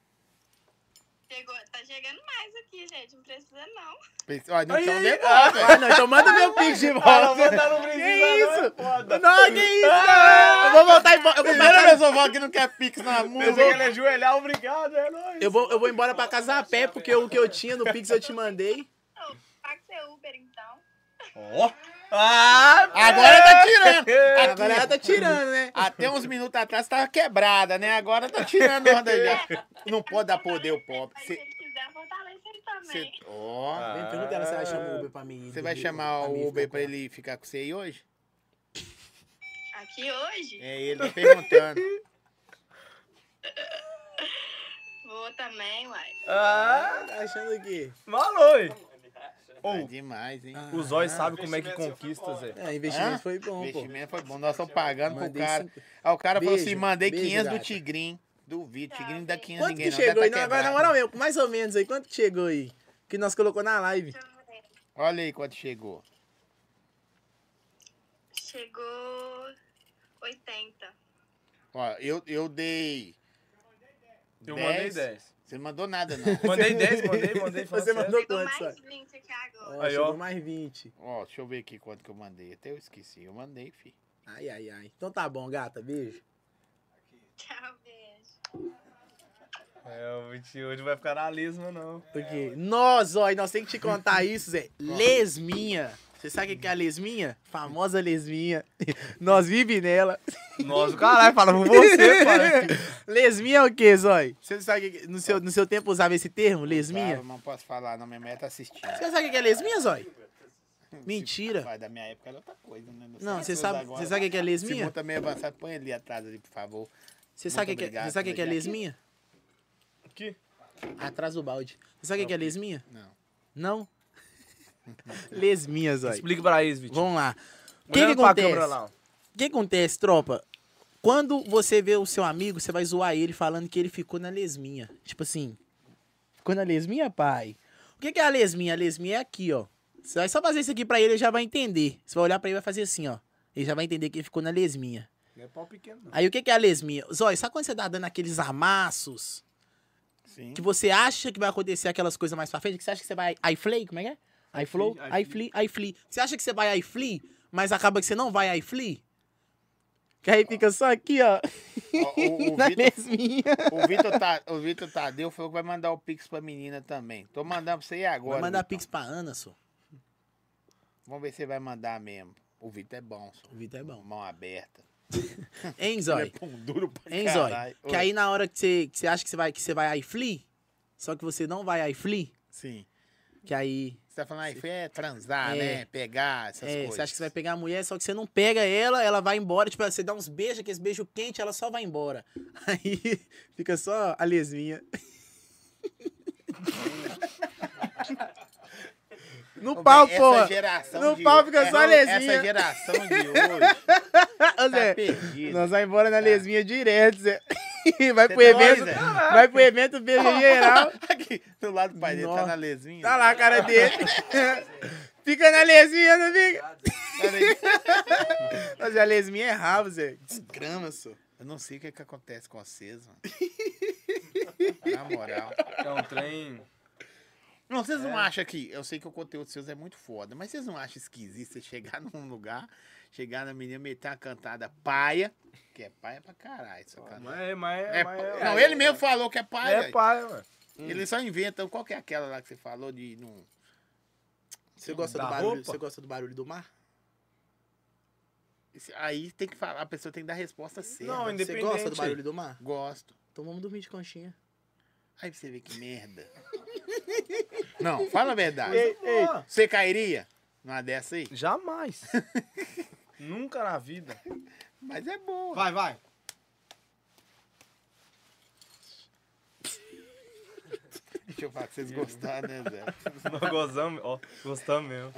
F: Chegou, tá chegando mais aqui, gente. Não precisa, não.
A: Pense- Ó, então não
C: Aí,
A: tão
C: aí,
A: lembrando, velho.
B: Ah, não, então manda meu Pix de
C: Ah,
B: volta.
C: não, tá no
B: Que
C: precisa, não, é
B: isso?
C: foda.
B: Não, que isso? cara? Eu vou voltar embora. Eu vou,
A: Primeira
B: pra casa-
A: pessoa fala que não é quer Pix na
C: Pensei que
A: música.
C: ele ia ajoelhar, obrigado, é nóis.
B: eu, vou, eu vou embora pra casa a pé, porque o que eu tinha no Pix eu te mandei.
F: Ô, Paga seu Uber, então.
C: Ó. Ah,
A: Agora tá tirando.
B: Agora ela tá tirando, né?
A: Até uns minutos atrás tava quebrada, né? Agora tá tirando onda já. Não pode dar poder o pobre.
F: Mas se
A: Cê-
F: ele quiser, fortalece ele também.
A: cê- Ó.
B: Pergunta ela se ela chama o Uber pra mim. ir
A: Você
B: do
A: vai
B: Rio,
A: chamar
B: pra mim
A: o Uber
B: ficar
A: pra
B: com ela.
A: ele ficar com você aí hoje?
F: Aqui hoje?
A: É ele, tá
B: <laughs>
A: perguntando.
F: Vou também, uai.
C: Ah,
B: Tá achando o quê?
C: maloi.
A: Tá
C: Ou,
A: demais, hein?
C: o Zói sabe como é que conquista, Zé.
B: É, investimento
A: Hã?
B: foi Ah, bom, pô.
A: investimento foi bom. Nós estamos pagando pro
B: Mandei
A: cara.
B: cinco-
A: Aí o cara falou
B: Beijo,
A: assim: mandei
B: beijo,
A: 500 do
B: gata.
A: Tigrinho. Duvido, Tigrinho não dá 500
B: Quanto
A: ninguém.
B: que
A: não,
B: chegou
A: deve
B: aí?
A: tá
B: Não, agora, na
A: quebrado.
B: moral mesmo, mais ou menos aí. Quanto que chegou aí? Que nós colocou na live.
F: Deixa eu ver.
A: Olha aí quanto chegou.
F: Chegou 80.
A: Ó, eu, eu dei.
C: Eu mandei
A: 10.
C: 10.
A: Você não mandou nada,
B: <laughs>
A: não.
C: Mandei 10, mandei, mandei. assim, falando
B: Você
C: sério.
B: mandou
F: Chegou
B: quanto,
F: mais
B: sabe?
F: 20 aqui agora.
B: Ó,
C: Aí, ó.
B: chegou mais 20.
A: Ó, deixa eu ver aqui quanto que eu mandei. Até eu esqueci. Eu mandei, filho.
B: Ai, ai, ai. Então tá bom, gata. Beijo.
F: Tchau, beijo.
C: É, o Vitinho hoje vai ficar na lesma, não.
B: Porque nós, ó, e nós temos que te contar isso, Zé. Lesminha. Você sabe o que é a lesminha? Famosa lesminha. <laughs> Nós vive nela.
C: Nossa, o caralho, fala por <laughs> você, pai.
B: lesminha é o quê, Zói? Você sabe que no seu, no seu tempo usava esse termo, lesminha?
A: Sabe, não posso falar, não. Minha mãe tá assistindo.
B: Você sabe o que é lesminha, Zói? Mentira.
A: Vai, da minha época era outra coisa, né?
B: Não, você
A: se usa
B: sabe,
A: agora.
B: você sabe o que é
A: Esse mundo
B: lesminha?
A: tá meio avançado. Põe ele atrás ali, por favor.
B: Você sabe o
A: Muito
B: que é,
A: obrigado,
B: você sabe o que é
A: obrigado.
B: lesminha?
C: Aqui.
B: Atrás do balde. Você sabe o que é lesminha?
A: Não.
B: Não? <laughs> lesminha, Zói.
C: Explica pra eles, Vitinho.
B: Vamos lá. O que, que
C: Olhando pra
B: acontece?
C: câmera lá. ó.
B: O que acontece, tropa? Quando você vê o seu amigo, você vai zoar ele falando que ele ficou na lesminha. Tipo assim, ficou na lesminha, pai? O que que é a lesminha? A lesminha é aqui, ó. Você vai só fazer isso aqui pra ele, ele já vai entender. Você vai olhar pra ele e vai fazer assim, ó. Ele já vai entender que ele ficou na lesminha.
C: Não é pau pequeno, não.
B: Aí o que que é a lesminha? Zói, sabe quando você tá dando aqueles amassos
A: Sim.
B: que você acha que vai acontecer aquelas coisas mais pra frente? Que você acha que você vai iFlay, como é que é? iFlow,
C: Ifly,
B: iFly, iFly. Você acha que você vai iFly, mas acaba que você não vai iFly? Que aí fica só aqui, ó.
A: Ó, o, o,
B: <laughs> na
A: Vitor,
B: lesminha.
A: o, Vitor Ta- o Vitor Tadeu falou que vai mandar o Pix pra menina também. Tô mandando pra você aí agora.
B: Vai mandar
A: Vitor.
B: pix pra Ana, só.
A: Vamos ver se ele vai mandar mesmo. O Vitor é bom, só.
B: O Vitor
A: <laughs>
B: é bom.
A: Mão aberta.
B: Hein,
A: Ele é
B: Zói?
A: pão duro pra
B: Hein, Zói?
A: caralho.
B: Que
A: Oi.
B: aí na hora que você, que você acha que você vai, que você vai iFly, só que você não vai iFly,
A: Sim.
B: que aí
A: Você tá falando aí, foi é transar,
B: É.
A: né? Pegar, essas
B: é,
A: coisas.
B: você acha que você vai pegar a mulher, só que você não pega ela, ela vai embora. Tipo, você dá uns beijos, aqueles beijos quentes, ela só vai embora. <laughs> Aí fica só
A: <laughs>
B: a lesminha.
A: Ô,
B: no
A: bem,
B: pau,
A: essa
B: porra!
A: geração
B: No
A: de
B: pau
A: hoje-
B: fica só
A: é,
B: lesinha. É.
A: Essa geração
B: <laughs>
A: de hoje
B: Ô,
A: tá
B: Zé,
A: perdida.
B: nós vamos embora na
A: Tá.
B: lesminha direto, Zé. <laughs> Vai é pro
A: tá
B: evento,
A: doido,
B: vai pro evento, beijo geral.
A: <laughs> Aqui, do lado do pai dele, tá
B: Nossa.
A: na lesinha.
B: Tá lá a cara dele. <laughs> fica na lesminha, não fica?
A: Cara, aí-
B: Mas a lesminha é rabo, Zé. Desgrama, só.
A: Eu não sei o que, é que acontece com vocês,
B: <laughs>
A: mano. Na moral.
C: É um trem.
A: Não, vocês
B: É.
A: não acham que. Eu sei que o conteúdo seus é muito foda, mas vocês não acham esquisito você chegar <laughs> num lugar, chegar na menina, meter uma cantada paia, que é paia pra caralho. Essa cantada.
C: Mas, mas,
A: É,
C: mas,
A: não, ele mesmo falou que é paia.
C: É pai, mano.
A: Ele só inventa. Qual que é aquela lá que você falou de. Num...
B: Você gosta
C: Da
B: do barulho?
C: roupa?
B: Você gosta do barulho do mar?
A: Esse- Aí tem que falar, a pessoa tem que dar a resposta certa.
C: Não, ainda-
B: Você gosta do
C: Independente.
B: barulho do mar?
A: Gosto.
B: Então vamos dormir de conchinha.
A: Aí você vê que merda. não, fala a verdade.
C: Ei,
A: Você cairia numa dessa aí?
C: Jamais. <laughs> Nunca na vida.
A: Mas é boa.
C: Vai, vai.
A: Deixa eu falar que vocês gostaram, né, Zé?
C: Nós gozamos, ó, gostamos mesmo.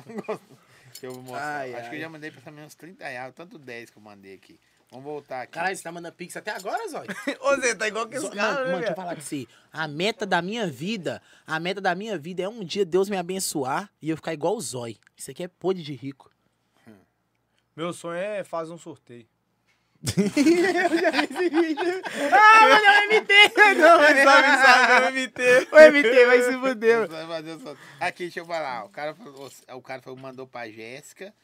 A: Deixa eu mostrar.
B: Ai,
A: Acho que eu
B: ai.
A: já mandei pra também uns 30 reais, tanto 10 que eu mandei aqui. Vamos voltar aqui.
B: Caralho, você tá mandando pix até agora, <laughs> Zói?
C: <laughs> Ô, Zé, tá igual que
B: Zó- mano, mano, deixa eu falar com você. A meta da minha vida, a meta da minha vida é um dia Deus me abençoar e eu ficar igual o Zói. Isso aqui é podre de rico.
C: Meu sonho é fazer um <laughs> sorteio.
B: ah, mano, é o
C: <laughs>
B: MT! Não,
C: é MT.
B: O MT vai se fuder,
A: Você vai fazer só- Aqui, deixa eu falar. O cara, falou- o cara falou- mandou pra Jéssica.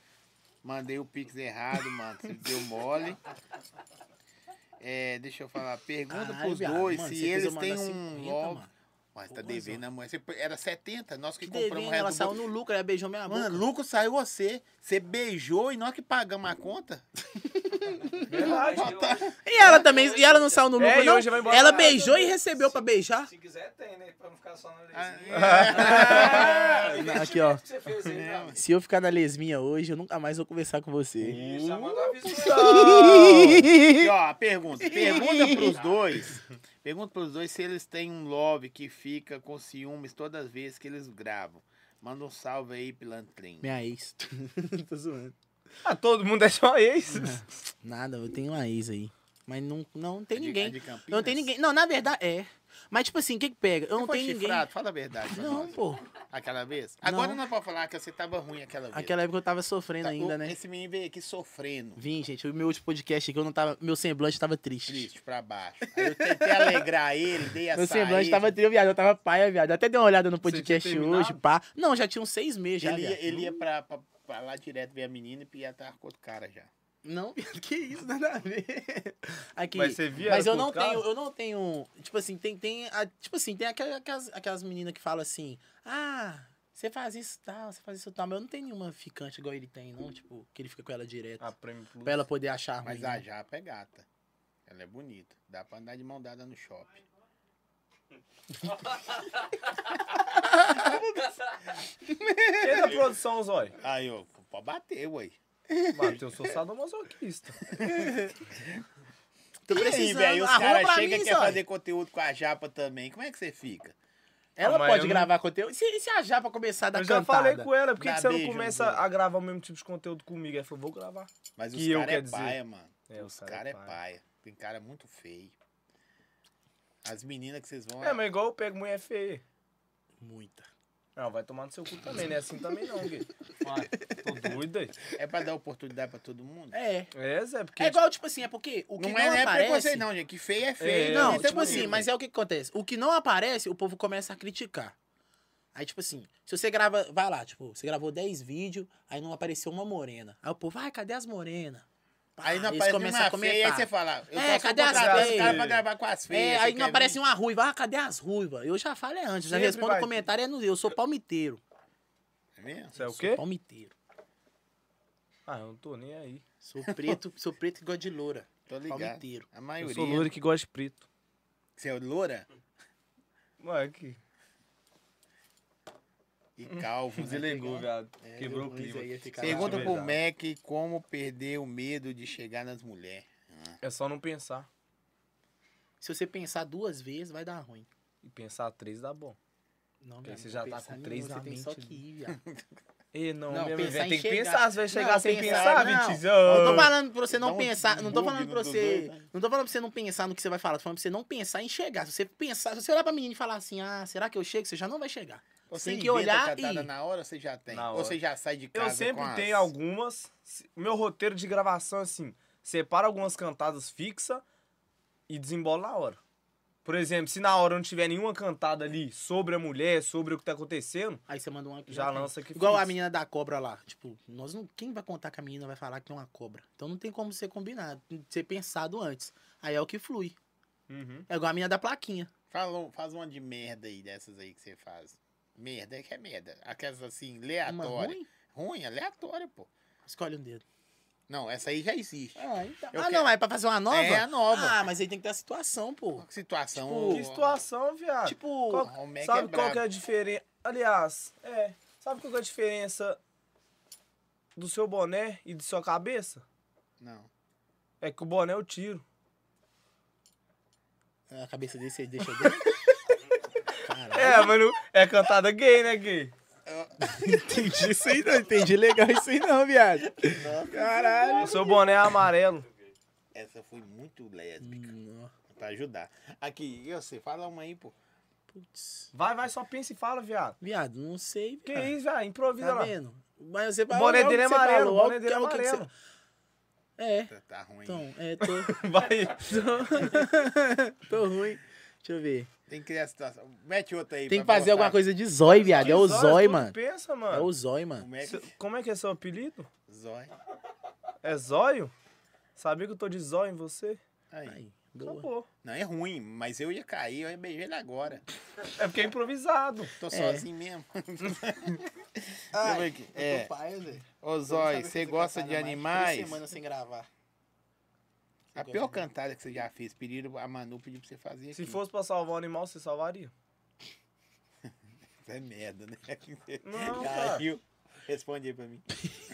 A: Mandei o Pix errado, mano. Você deu mole. É, deixa eu falar. Pergunta
B: Caralho,
A: pros
B: viado,
A: dois
B: mano,
A: se
B: você fez eu
A: eles
B: mandar
A: têm um
B: 50,
A: LOL.
B: mano.
A: Mas
B: Ô,
A: tá
B: Zó.
A: devendo a mulher. Você p- Era 70, nós que,
B: Que
A: compramos
B: devendo,
A: o resto
B: ela
A: do
B: saiu
A: bolo.
B: no lucro, ela beijou minha boca.
A: Mano, lucro saiu você. Você beijou e nós que pagamos a conta.
C: Verdade.
B: E ela também, e ela não saiu no
C: É,
B: lucro,
C: e
B: não?
C: hoje vai embora.
B: Ela beijou e recebeu pra beijar?
D: Se quiser, tem, né? Pra não ficar só na
A: Ah,
D: lesinha.
A: é.
B: Aqui, ó.
D: O que você fez aí,
A: É,
D: não?
A: mano.
B: Se eu ficar na lesminha hoje, eu nunca mais vou conversar com <laughs> você.
D: Ih, Já mandou aviso pra ela.
C: Não.
A: E, ó, a pergunta.
B: <laughs>
A: Pergunta pros dois. Pergunta pros dois se eles têm um love que fica com ciúmes todas as vezes que eles gravam. Manda um salve aí, pilantrinho.
B: Minha ex. Tô zoando.
C: Ah, todo mundo é só ex.
B: Nada, eu tenho uma ex aí. Mas não, não tem
A: É de-
B: ninguém.
A: é de Campinas?
B: não tem ninguém. Não, na verdade, é. Mas, tipo assim, o que que pega? Eu
A: Você
B: não
A: foi
B: tenho ninguém.
A: chifrado? Fala a verdade. pra
B: Não,
A: nós.
B: pô.
A: Aquela vez?
B: Não.
A: Agora não é pra falar que você tava ruim aquela vez.
B: Aquela época eu tava sofrendo
A: Tá,
B: ainda,
A: o-
B: né?
A: Esse menino veio aqui sofrendo.
B: Vim, gente, o meu último podcast aqui, eu não tava. Meu semblante tava triste.
A: Triste pra baixo. Aí eu tentei alegrar ele, dei
B: <laughs>
A: a
B: Meu semblante
A: saída.
B: tava triste, viado. Eu tava paia, viado. Eu até dei uma olhada no
C: Você
B: podcast
C: tinha terminado?
B: hoje, pá. Não, já tinha uns seis meses já.
A: Ele
B: viado.
A: ia, ele ia pra, pra- pra lá direto ver a menina e ia estar com outro cara já.
B: Não, viado, que isso, nada a ver. Aqui.
C: Mas você via
B: Mas eu
C: ela com
B: não
C: outro
B: tenho,
C: cara?
B: eu não tenho. Tipo assim, tem. tem a- tipo assim, tem aquela- aquelas, aquelas meninas que falam assim, ah, você faz isso tal, você faz isso tal. Mas eu não tenho nenhuma ficante igual ele tem, não, tipo, que ele fica com ela direto.
C: Ah, prêmio plus.
B: pra ela poder achar ruim.
A: Mas
B: né?
A: a Japa é gata. Ela é bonita. Dá pra andar de mão dada no shopping.
C: Quem é da produção, Zói?
A: Aí, ó, pode bater, ué.
C: Matheus, sou sadomasoquista.
B: Tô
A: E aí,
B: Tá precisando,
A: velho, os
B: arruma
A: caras
B: pra
A: chegam
B: mim,
A: e quer
B: Zói.
A: fazer conteúdo com a Japa também. Como é que você fica?
B: Ela
C: Ah, mas eu
B: pode
C: não-
B: gravar conteúdo. E se, e se a Japa começar a dar
C: Eu já
B: cantada?
C: falei com ela, por que
A: Dá
C: que você não
A: beijo,
C: começa
A: Zói.
C: a gravar o mesmo tipo de conteúdo comigo? Ela falou, vou gravar.
A: Mas os
C: Que eu
A: caras é
C: quero dizer.
A: paia, mano.
C: É,
A: os caras é paia. Tem cara muito feio. As meninas que vocês vão.
C: É, mas igual eu pego mulher feia.
B: Muita.
C: Não, vai tomar no seu cu também, né? Assim também não, Gui. Ué, Tô doida.
A: É pra dar oportunidade pra todo mundo?
B: É.
C: É, Zé, porque...
B: É igual, tipo assim, é porque o que não,
A: não, é, não é
B: aparece...
A: preconceito, não, gente. Que feio é feio.
C: É,
B: Não,
A: bonito é
B: tipo assim,
A: bonito.
B: mas é o que acontece. O que não aparece, o povo começa a criticar. Aí, tipo assim, se você grava, vai lá, tipo, você gravou 10 vídeos, aí não apareceu uma morena. Aí o povo, ai, cadê as morenas? Pá,
A: Aí não
B: eles
A: aparece
B: começam
A: uma feia, aí você fala, eu
B: É,
A: posso
B: cadê as
A: contratar os
B: feias?
A: caras pra gravar com as feias. você
B: É, aí não
A: quer
B: aparece
A: vir?
B: uma ruiva. Ah, cadê as ruivas? Eu já falei antes, já
C: Sempre
B: respondo
C: vai
B: o comentário, é no, eu sou palmiteiro.
A: É mesmo?
C: Você é o
B: Sou
C: quê?
B: Palmiteiro.
C: Ah, eu não tô nem aí.
B: Sou preto, sou preto que gosta de loura.
A: Tô ligado.
B: Palmiteiro.
A: A
C: Eu
A: maioria.
C: sou loiro que gosta de preto.
A: Você é loura?
C: Ué, aqui.
A: E calvo. né? é
C: Delegou, viado.
B: É,
C: Quebrou o
B: Luiz
C: clima.
B: aí ia ficar lá.
A: Pergunta
C: Deixa
A: pro
C: eu
A: Mac como perder o medo de chegar nas mulheres.
C: É só não pensar.
B: Se você pensar duas vezes, vai dar ruim.
C: E pensar três dá bom.
B: Não,
C: Porque
B: viado,
C: você
B: não
C: já tá
B: pensar
C: com
B: em
C: três
B: você
C: na
B: tem só
C: mente,
B: que ir, viado.
C: E não,
B: Não,
C: minha
B: pensar
C: mulher,
B: em
C: tem que
B: chegar.
C: pensar. Você vai chegar
B: Não,
C: sem
B: pensar,
C: pensar,
B: não.
C: mentizão.
B: Não tô falando pra você
A: Dá
B: não
A: um
B: pensar. Não tô
A: bug
B: falando
A: no
B: pra você.
A: Dudu, né?
B: Não tô falando pra você não pensar no que você vai falar. Tô falando pra você não pensar em chegar. Se você pensar, se você olhar pra menina e falar assim, ah, será que eu chego? Você já não vai chegar.
A: Você
B: tem que
A: inventa
B: olhar
A: cantada
B: e-
A: na hora ou você já tem?
C: Na
A: Ou
C: hora.
A: você já sai de casa
C: Eu
A: com
C: sempre
A: as-
C: tenho algumas. Se- Meu roteiro de gravação é assim: separa algumas cantadas fixa e desembola na hora. Por exemplo, se na hora não tiver nenhuma cantada ali sobre a mulher, sobre o que tá acontecendo,
B: Aí você manda um uma.
C: já lança aqui.
B: Igual
C: fixa.
B: a menina da cobra lá. Tipo, nós não. Quem vai contar que a menina vai falar que é uma cobra? Então não tem como ser combinado, tem que ser pensado antes. Aí é o que flui.
C: Uhum.
B: É igual a menina da plaquinha.
A: Falou, um, faz uma de merda aí dessas aí que você faz. Merda é que é merda. Aquelas assim,
B: Uma
A: aleatória.
B: ruim?
A: Ruim, aleatória, pô.
B: Escolhe um dedo.
A: Não, essa aí já existe.
B: Ah, então.
A: Eu
B: ah
A: quero-
B: não, é pra fazer uma nova?
A: É a nova.
B: Ah, mas aí tem que ter a situação, pô.
A: situação.
B: Tipo,
C: Que situação, viado.
B: Tipo.
C: Ah, Qual-
A: o Mac
C: sabe
A: é
C: qual
A: brabo.
C: que é a diferença? Aliás, é. Sabe qual que é a diferença do seu boné e de sua cabeça?
A: Não.
C: É que o boné eu tiro.
B: A cabeça desse aí deixa dele. Caralho.
C: É, mano, é cantada gay, né, gay?
B: Entendi isso aí, não. Entendi legal isso aí, não, viado.
C: O seu boné é amarelo.
A: Essa foi muito lésbica.
B: Hum,
A: Pra ajudar. Aqui, eu sei, fala uma aí, pô.
B: Putz.
C: Vai, vai, só pensa e fala, viado.
B: Viado, não sei,
C: Que
B: viado.
C: isso, velho? Improvisa
B: Tá
C: lá.
B: vendo? Mas você
C: O boné
B: olha
C: dele é
B: o que você
C: amarelo, o
B: falou,
C: boné
B: olha
C: dele é
B: o que- olha o que
C: amarelo.
B: você- É.
A: Tá, tá ruim.
B: Então, é, <laughs> tô.
C: Vai.
B: tô- tô ruim. Deixa eu ver.
A: Tem que criar a situação. Mete outra aí.
B: Tem que
A: pra
B: fazer
A: botar.
B: alguma coisa de zói, viado. É o
C: Zóio,
B: zói,
C: tudo
B: mano.
C: Pensa, mano.
B: É o zói,
A: O
B: mano.
A: Mac,
C: Seu- Como é que é seu apelido?
A: zóio.
C: É zóio? Sabia que eu tô de zóio em você?
A: Aí.
B: Aí, Boa.
C: Acabou.
A: Não é ruim, mas eu ia cair, eu ia beijar ele agora.
C: É porque é improvisado.
A: Tô sozinho mesmo. Ai, aqui. eu tô É. Ô, Zói, você tá gosta de animais?
B: semana sem gravar.
A: A pior cantada que você já fez, pediram a Manu pediu pra você fazer.
C: Se
A: aqui.
C: fosse pra salvar o animal, você salvaria?
A: Isso é merda, né? <laughs>
C: Não, cara.
A: Caiu. Responde aí pra mim.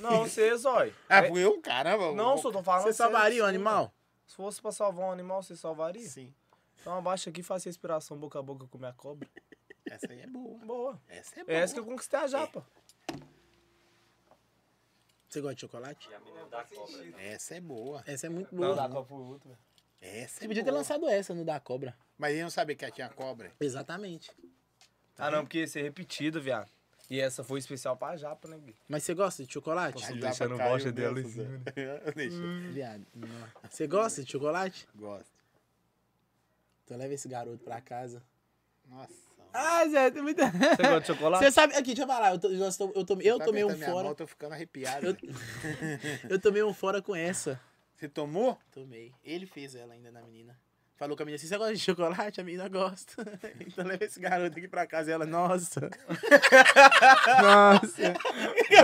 C: Não, você, Zói.
A: Ah,
C: É-
A: fui eu, caramba.
C: Não,
A: eu-
C: só tô falando.
B: Você
C: sério,
B: salvaria o é
C: sua.
B: animal?
C: Se fosse pra salvar um animal, você salvaria?
A: Sim.
C: Então abaixa aqui, faça a respiração boca a boca com minha cobra.
A: Essa aí é boa.
C: Boa.
A: Essa é boa.
C: É essa que eu conquistei a japa.
B: Você gosta de chocolate?
E: E a menina da cobra. né?
A: Essa é boa.
B: Essa é muito
C: Não, dá
B: boa.
C: copo pro outro, velho.
A: Essa
B: Você
A: é
B: podia ter
A: boa.
B: lançado essa no da cobra.
A: Mas ele não sabia que tinha cobra.
B: Exatamente.
C: Ah, não, porque ia ser repetido, viado. E essa foi especial pra japa, né, Gui?
B: Mas você gosta de chocolate?
A: A
C: Nossa,
A: japa
C: deixando o
A: caiu
C: voucher dela
A: dessa,
C: em cima, né? Hum.
A: Zé. <laughs> Deixa.
B: Viado. não. Você gosta de chocolate?
A: Gosto.
B: Então leva esse garoto pra casa.
A: Nossa.
B: Ah, Zé, tem muita.
C: <laughs> Você gosta de chocolate?
B: Você sabe. Aqui, deixa eu falar. Eu, to- nós to- eu, tomei- eu
A: Tá
B: tomei um
A: apertando minha mão,
B: fora.
A: tô ficando arrepiado.
B: Eu-
A: Zé.
B: Eu tomei um fora com essa.
A: Você
B: <laughs>
A: tomou?
B: Tomei. Ele fez ela ainda na menina. Falou com a menina assim: você gosta de chocolate? A menina gosta. <laughs> Então leva esse garoto aqui pra casa. E ela, nossa. <laughs> nossa.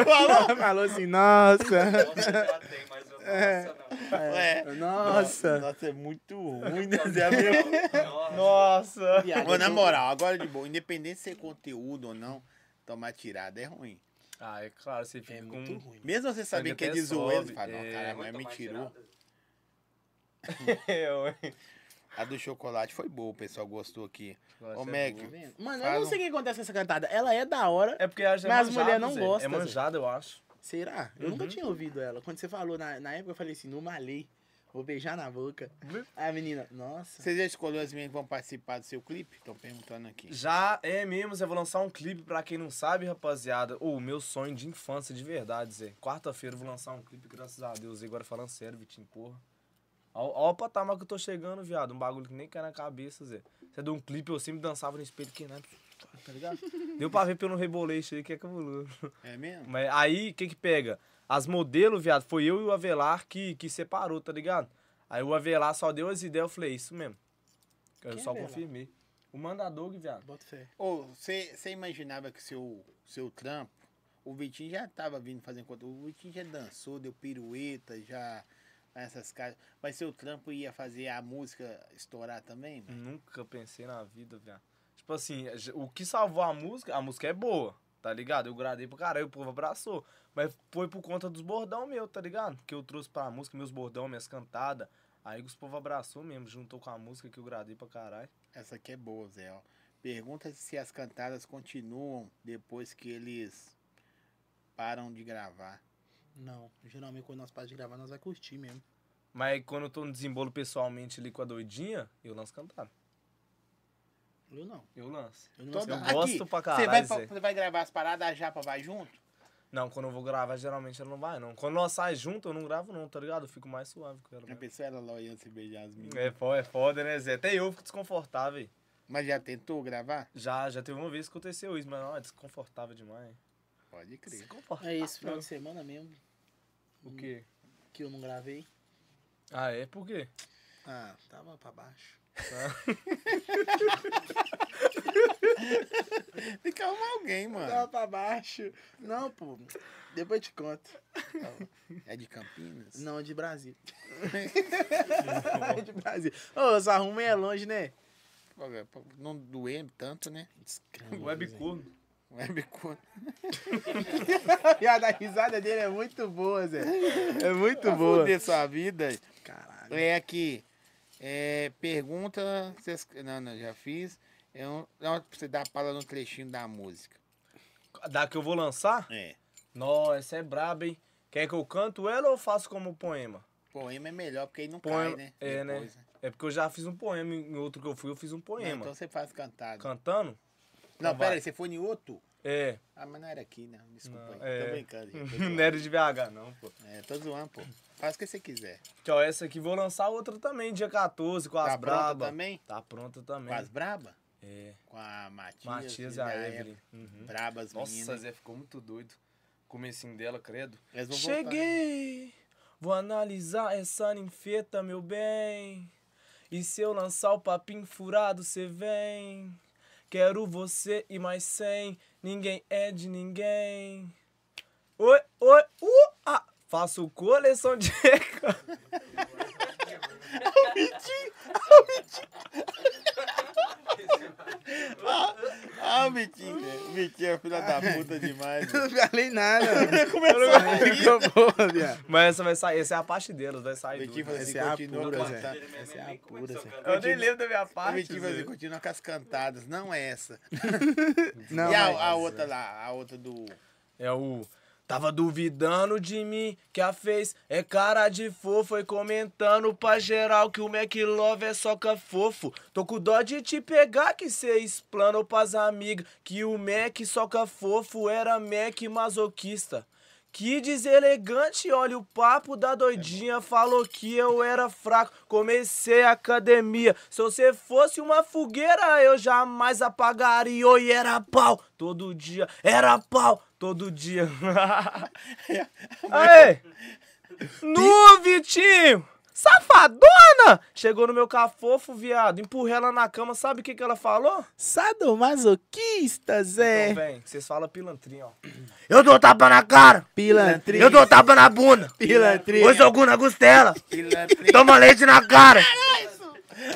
B: Falou? Falou assim, nossa.
E: Eu já tenho, mas eu não gosto,
A: É.
B: Nossa.
A: Nossa, é muito ruim, né,
C: é
A: Zé?
E: não. Nossa.
C: Nossa!
A: Ô, na moral, agora de boa, independente se é conteúdo ou não, tomar tirada é ruim.
C: Ah, é claro, você fica
B: É
C: com... um
B: muito ruim.
A: Mesmo você saber
C: Ainda
A: que é
C: até
A: de zoeira,
C: sobe,
A: você fala, não,
C: é,
A: cara,
E: Muito
A: mas me
E: mais
A: tirou.
E: tirada.
C: É, ué.
A: A do chocolate foi boa, o pessoal gostou aqui. Ô,
C: Nossa, é
A: Mac,
C: boa.
B: tá Mano, eu
A: Faz
B: não
A: um-
B: sei o que acontece com essa cantada. Ela é da hora.
C: É porque acho que é
B: Mas as
C: manjado,
B: mulher não
C: Zé.
B: gosta,
C: É manjada, eu acho.
B: Será? Eu nunca
C: Uhum.
B: tinha ouvido ela. Quando você falou na, na época, eu falei assim, não malei. Vou beijar na boca. Aí A menina, nossa.
A: Você já escolheu as meninas que vão participar do seu clipe? Estão perguntando aqui.
C: Já é mesmo, Zé. Vou lançar um clipe pra quem não sabe, rapaziada. O meu sonho de infância, de verdade, Zé. Quarta-feira eu vou lançar um clipe, graças a Deus. E agora falando sério, Vitinho, porra. Ó, ó o patamar que eu tô chegando, viado. Um bagulho que nem cai na cabeça, Zé. Você é de um clipe, eu sempre dançava no espelho, que não
B: <laughs>
C: Tá ligado? Deu pra ver pelo reboleixo aí que é cabuloso.
A: É mesmo?
C: Mas aí, o que que pega? As modelo, viado, foi eu e o Avelar que, que separou, tá ligado? Aí o Avelar só deu as ideias, eu falei, é isso mesmo. Eu
B: Quem é
C: só
B: Avelar?
C: confirmei. O mandador, viado.
B: Bota fé.
A: Ô, você você imaginava que seu, seu trampo, o Vitinho já tava vindo fazendo conteúdo, o Vitinho já dançou, deu pirueta, já essas caras. Mas seu trampo ia fazer a música estourar também?
C: Hum.
A: mano?
C: Nunca pensei na vida, viado. Tipo assim, a ge- o que salvou a música, a música é boa, tá ligado? Eu gradei pra caralho, o povo abraçou. Mas foi por conta dos bordão meu, tá ligado? Que eu trouxe pra música, meus bordão, minhas cantadas. Aí os povo abraçou mesmo, juntou com a música que eu gradei pra caralho.
A: Essa aqui é boa, Zé. Ó. Pergunta se as cantadas continuam depois que eles param de gravar.
B: Não, geralmente quando nós paramos de gravar, nós vai curtir mesmo.
C: Mas quando eu tô no desembolo pessoalmente ali com a doidinha, eu lanço cantada.
B: Eu não.
C: Eu lanço.
B: Eu não
A: Toda-
B: sei.
C: Eu gosto
A: você
C: pra
A: vai,
C: caralho,
A: pra-
C: Zé.
A: você vai gravar as paradas, a japa vai junto?
C: Não, quando eu vou gravar, geralmente ela não vai, não. Quando nós sai junto, eu não gravo, não, tá ligado? Eu fico mais suave com ela.
A: Já
C: mesmo.
A: pensou ela lá olhando se beijar as meninas?
C: É foda, é foda, né, Zé? Até eu fico desconfortável.
A: Mas já tentou gravar?
C: Já, já teve uma vez que aconteceu isso, mas não, é desconfortável demais.
A: Pode crer.
C: Desconfortável.
B: É isso, final de semana mesmo
C: O quê?
B: que eu não gravei.
C: Ah, é? Por quê?
B: Ah, tava pra baixo.
A: Tem que arrumar alguém,
B: Tava
A: mano.
B: pra baixo. Não, pô. Depois eu te conto.
A: É de Campinas?
B: Não, é de Brasil. <laughs> É de Brasil. Ô, os arrumos é longe, né?
A: Pô, é, pô, Não doer tanto,
C: <laughs>
A: né?
B: <laughs>
C: Webcorno.
A: Webcam.
B: Viado, a risada dele é muito boa, Zé. É muito boa.
A: Fuder sua vida.
B: Caralho.
A: É aqui. É, pergunta. se as- Não, não, já fiz. É um, não, pra você dar a pala no trechinho da música.
C: Da que eu vou lançar?
A: É.
C: Nossa, essa é braba, hein? Quer que eu canto ela ou eu faço como poema?
A: Poema é melhor, porque aí não
C: Poema-
A: cai, né?
C: é, né?
A: Depois,
C: É porque eu já fiz um poema, em outro que eu fui, eu fiz um
A: Não,
C: poema.
A: então você faz cantado.
C: Cantando?
A: não,
C: então
A: pera
C: vai.
A: aí, você foi em outro?
C: É.
A: Ah, mas não era aqui, não. Desculpa
C: Não,
A: aí.
C: é.
A: Tô brincando, gente.
C: <laughs>
A: Tô
C: Não
A: zoando.
C: era de BH, não, pô.
A: É, tô zoando, pô. Faz o que você quiser.
C: Tchau, essa aqui vou lançar outra também, dia 14, com as
A: tá pronta
C: braba.
A: também?
C: Tá pronta
A: Com
C: também.
A: as braba?
C: É.
A: Com a Matias.
C: Matias e
A: né?
C: a
A: É,
C: Evelyn. Uhum.
A: Brabas,
C: Nossa,
A: meninas.
C: Zé ficou muito doido. Comecinho dela, credo.
A: Elas vão voltar, né?
C: Cheguei! Vou analisar essa ninfeta, meu bem. E se eu lançar o papinho furado, cê vem. Quero você e mais cem. Ninguém é de ninguém. Oi, oi, uh, ah. Faço coleção de <laughs> recordes.
A: Ah, o Vitinho, velho. O Vitinho é filha da puta demais. <laughs> velho.
H: Não falei nada.
A: Começou a rir.
H: Ficou boa, viado.
C: Mas essa vai sair, essa é a parte deles, vai sair.
A: Vitinho
C: Tudo.
A: falou assim,
H: Essa é a
A: continua
H: pura, Zé.
A: cantando.
H: Essa é a pura, Zé.
C: Eu nem lembro da minha
A: O
C: parte.
A: Vitinho falou assim,
C: Zé.
A: continua com as cantadas, não é essa.
H: Não, é
A: e a,
H: mas-
A: a outra lá, a outra do...
C: É o. Tava duvidando de mim, que a fez é cara de fofo. E comentando pra geral que o McLove é soca fofo. Tô com dó de te pegar, que cê explana pras amigas. Que o Mac soca fofo era Mac masoquista. Que deselegante, olha o papo da doidinha. Falou que eu era fraco, comecei a academia. Se você fosse uma fogueira, eu jamais apagaria. Oi, era pau todo dia, era pau todo <laughs> dia. Aê! Nu, Vitinho! Safadona! Chegou no meu cafofo, viado. Empurrei ela na cama, sabe o que, que ela falou?
H: Sadomasoquista, Zé.
C: Então vem, que vocês falam pilantrinho, ó. Eu dou tapa na cara!
H: Pilantri.
C: Eu dou tapa na bunda!
H: Pilantri.
C: Oi, sogro na costela!
A: Pilantrinho.
C: Toma leite na cara!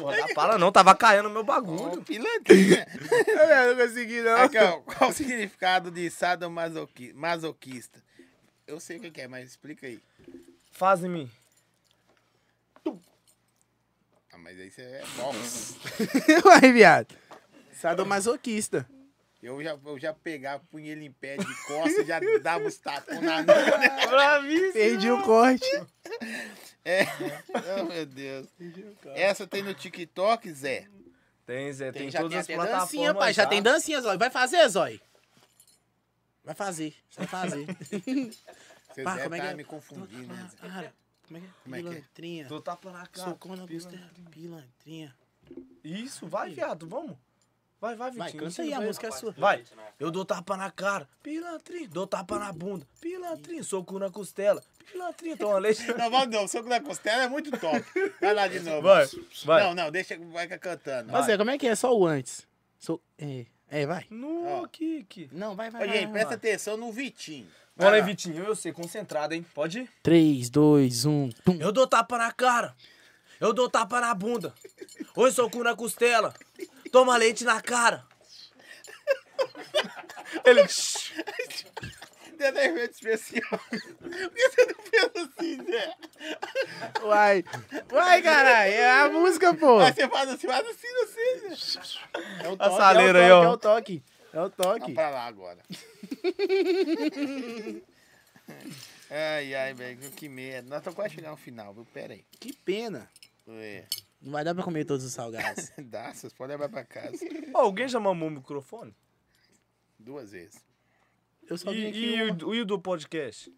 C: Pô, dá para não, tava caindo meu bagulho.
A: Pilantrinha.
H: <laughs> Eu não consegui, não.
A: Aqui, ó, qual É o significado de sadomasoquista? Eu sei o que que é, mas explica aí.
C: Faz em mim.
A: Ah, mas aí você é bom. <laughs>
H: Vai, viado. Sadomasoquista.
A: Eu já, eu já pegava, punha ele em pé de costas, já dava os tapões na nuca. dele.
H: Perdi o corte.
A: É. Oh, meu Deus. Essa tem no TikTok, Zé?
C: Tem, Zé, tem,
A: Tem, já
C: todas
A: tem
C: as
A: até
C: plataformas.
B: Dancinha, pai. Já tem dancinha, Zói. Vai fazer, Zói? Vai fazer. Vai
A: <laughs>
B: fazer.
A: Você
B: Pá,
A: Zé
B: como é que
A: tá
B: é?
A: me confundindo, né, Zé?
B: Cara, como é que é?
A: Como é que é?
B: Pilantrinha.
C: Tô tapa na cara.
B: Socão na costela. Pilantrinha.
C: Isso, vai, viado, vamos. Vai, vai, Vitinho.
B: Vai, canta
C: isso
B: aí, a
C: vai.
B: música é sua.
C: Vai. Eu dou tapa na cara, pilantrinho. Dou tapa na bunda, pilantrinho. Soco na costela,
B: <laughs>
C: pilantrinho. Toma leite.
A: Não, vamos não. O soco da costela é muito top. Vai lá de novo.
C: Vai, vai.
A: Não, não, deixa, vai cantando.
B: Mas é, como é que é? Só o antes. Sou... É. é, vai.
C: No
A: Ó.
C: kick.
B: Não, vai, vai.
A: Ô, gente,
B: é- Ah, vai,
A: presta
B: vai.
A: atenção no Vitinho.
C: Bora aí,
A: lá.
C: Vitinho. Eu sei, concentrado, hein. Pode ir.
B: 3, 2, 1. Pum.
C: Eu dou tapa na cara. Eu dou tapa na bunda. Oi, soco na costela. Toma leite na cara. <laughs> Ele.
A: Deu até efeito especial. <laughs> Por que você não pensa assim, Zé?
H: Vai. Vai, caralho. É a música, pô.
A: Aí você faz assim, faz assim, assim, Zé. É o
C: A
A: toque.
C: sala- Saleiro aí, ó.
H: É o toque. É o
A: Vamos
H: toque.
A: pra lá agora. <laughs> ai, ai, velho, que merda. Nós estamos quase chegando ao final, viu? Pera aí.
H: Que pena.
A: Ué,
B: Não vai dar pra comer todos os salgados.
A: dá, vocês podem levar pra casa.
C: Ó, alguém já mamou o microfone?
A: Duas vezes.
B: Eu só
C: E,
B: vim aqui.
H: um
C: e o, do- e o do podcast?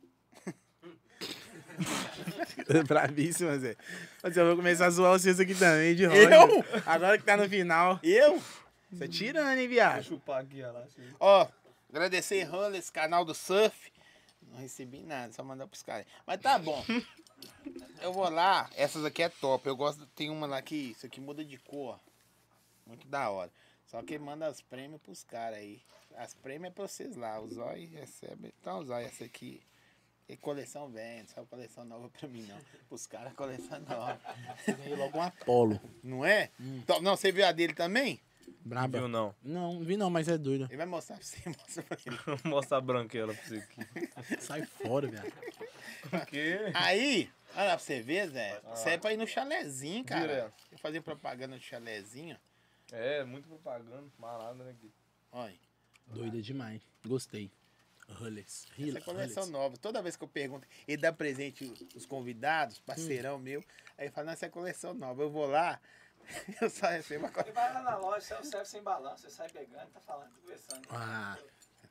H: <laughs> Bravíssima, Zé. Mas eu vou começar a zoar vocês aqui também, de roda.
A: Eu?
H: Agora que tá no final.
A: Eu?
H: Você é tirando, hein, viado?
C: chupar aqui, olha lá. assim.
A: Ó, agradecer Hanla, esse canal do surf. Não recebi nada, só mandar pros caras. Mas tá <laughs> bom. Eu vou lá. Essas aqui é top. Eu gosto. Tem uma lá que isso aqui muda de cor. Muito da hora. Só que manda as prêmios pros caras aí. As prêmios é pra vocês lá. O Zói recebe. Então, Zói, essa aqui. E coleção velha, não é coleção nova pra mim, não. Pros caras, coleção nova. Veio logo uma.
B: Polo.
A: Não é? Então, Não, você viu a dele também?
B: Braba.
C: Viu, não? <laughs>
B: Não, vi não, mas é doido.
A: Ele vai mostrar pra você. <laughs> Mostra pra ele.
C: Vou mostrar a branquela pra você aqui.
B: Sai fora, viado.
C: Por quê?
A: Aí, olha lá pra você ver, Zé. Isso aí é pra ir no chalezinho, cara.
C: Direto.
A: Eu fazer propaganda do chalezinho.
C: É, muito propaganda, malada, né? Gui?
A: Olha,
H: é
B: Doida demais. Gostei. Hulles.
A: essa é coleção nova. Toda vez que eu pergunto e dá presente os- os convidados, parceirão meu, aí fala, não, essa é coleção nova. Eu vou lá, <laughs> eu só recebo a
D: Ele
A: coleção.
D: vai lá na loja, serve sem balanço, você sai pegando, tá falando, conversando.
B: Ah,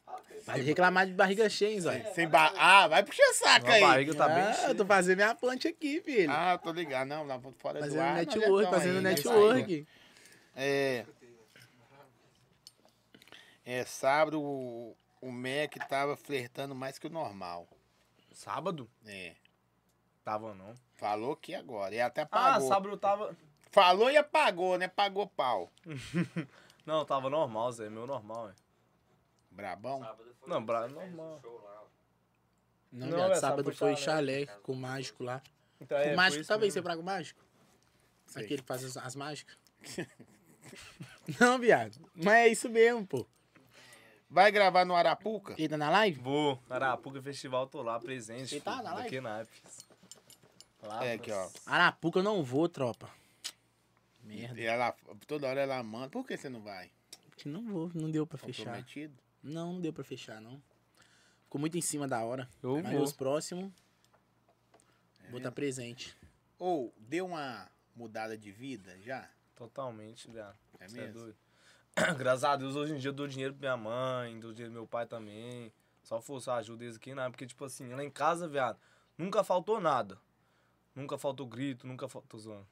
D: Fala com ele.
B: vai reclamar de barriga cheia, hein, Zói?
A: Sem ba... Ah, vai puxar saco
C: Minha
A: aí.
C: barriga tá bem
H: Ah,
C: cheia.
H: eu tô fazendo minha ponte aqui, filho.
A: Ah, eu tô ligado. Não, lá fora do
H: fazendo
A: ar. nós já
H: network,
A: tamo
H: fazendo
A: aí, né?
H: network.
A: É. É, sábado o, o Mac tava flertando mais que o normal.
C: Sábado?
A: É.
C: Tava não.
A: Falou que agora. E até
C: Ah,
A: pagou.
C: sábado eu tava.
A: Falou e apagou, né? Pagou pau.
C: Não, tava normal, Zé. Meu normal, é.
A: Brabão.
E: Sábado foi
C: Não,
E: isso,
C: Bra-
E: você fez um
C: normal.
E: show lá, ó.
B: Não,
C: Não,
B: viado,
C: é,
B: sábado
C: sábado
B: foi
C: foi
B: Chalé
E: Chalé.
B: com o mágico lá.
C: Então,
B: o
C: foi
B: mágico
C: isso
B: também, você
C: mesmo.
B: praga o mágico?
A: Sei.
B: Aquele que faz as, as mágicas? <laughs>
H: Não, viado. Mas é isso mesmo, pô.
A: Vai gravar no Arapuca?
B: Ele tá na live?
C: Vou. Arapuca Festival, tô lá, presente.
B: Você tá
C: filho,
B: na live?
C: Daqui na Apes. Lá,
A: É aqui, ó.
B: Arapuca eu não vou, tropa. Merda.
A: E ela, toda hora ela manda. Por que você não vai?
B: Que Não vou, não deu pra fechar.
A: Comprometido?
B: Não, não deu pra fechar, não. Ficou muito em cima da hora.
C: Eu
B: Mas
C: vou. É.
B: os próximos. Vou estar presente.
A: Ou deu uma mudada de vida já?
C: Totalmente, viado.
A: É
C: Você é
A: mesmo?
C: doido. <clears throat> Graças a Deus, hoje em dia eu dou dinheiro pra minha mãe, dou dinheiro pro meu pai também. Só força ajuda eles aqui, né? Porque, tipo assim, lá em casa, viado, nunca faltou nada. Nunca faltou grito, nunca faltou. Tô zoando.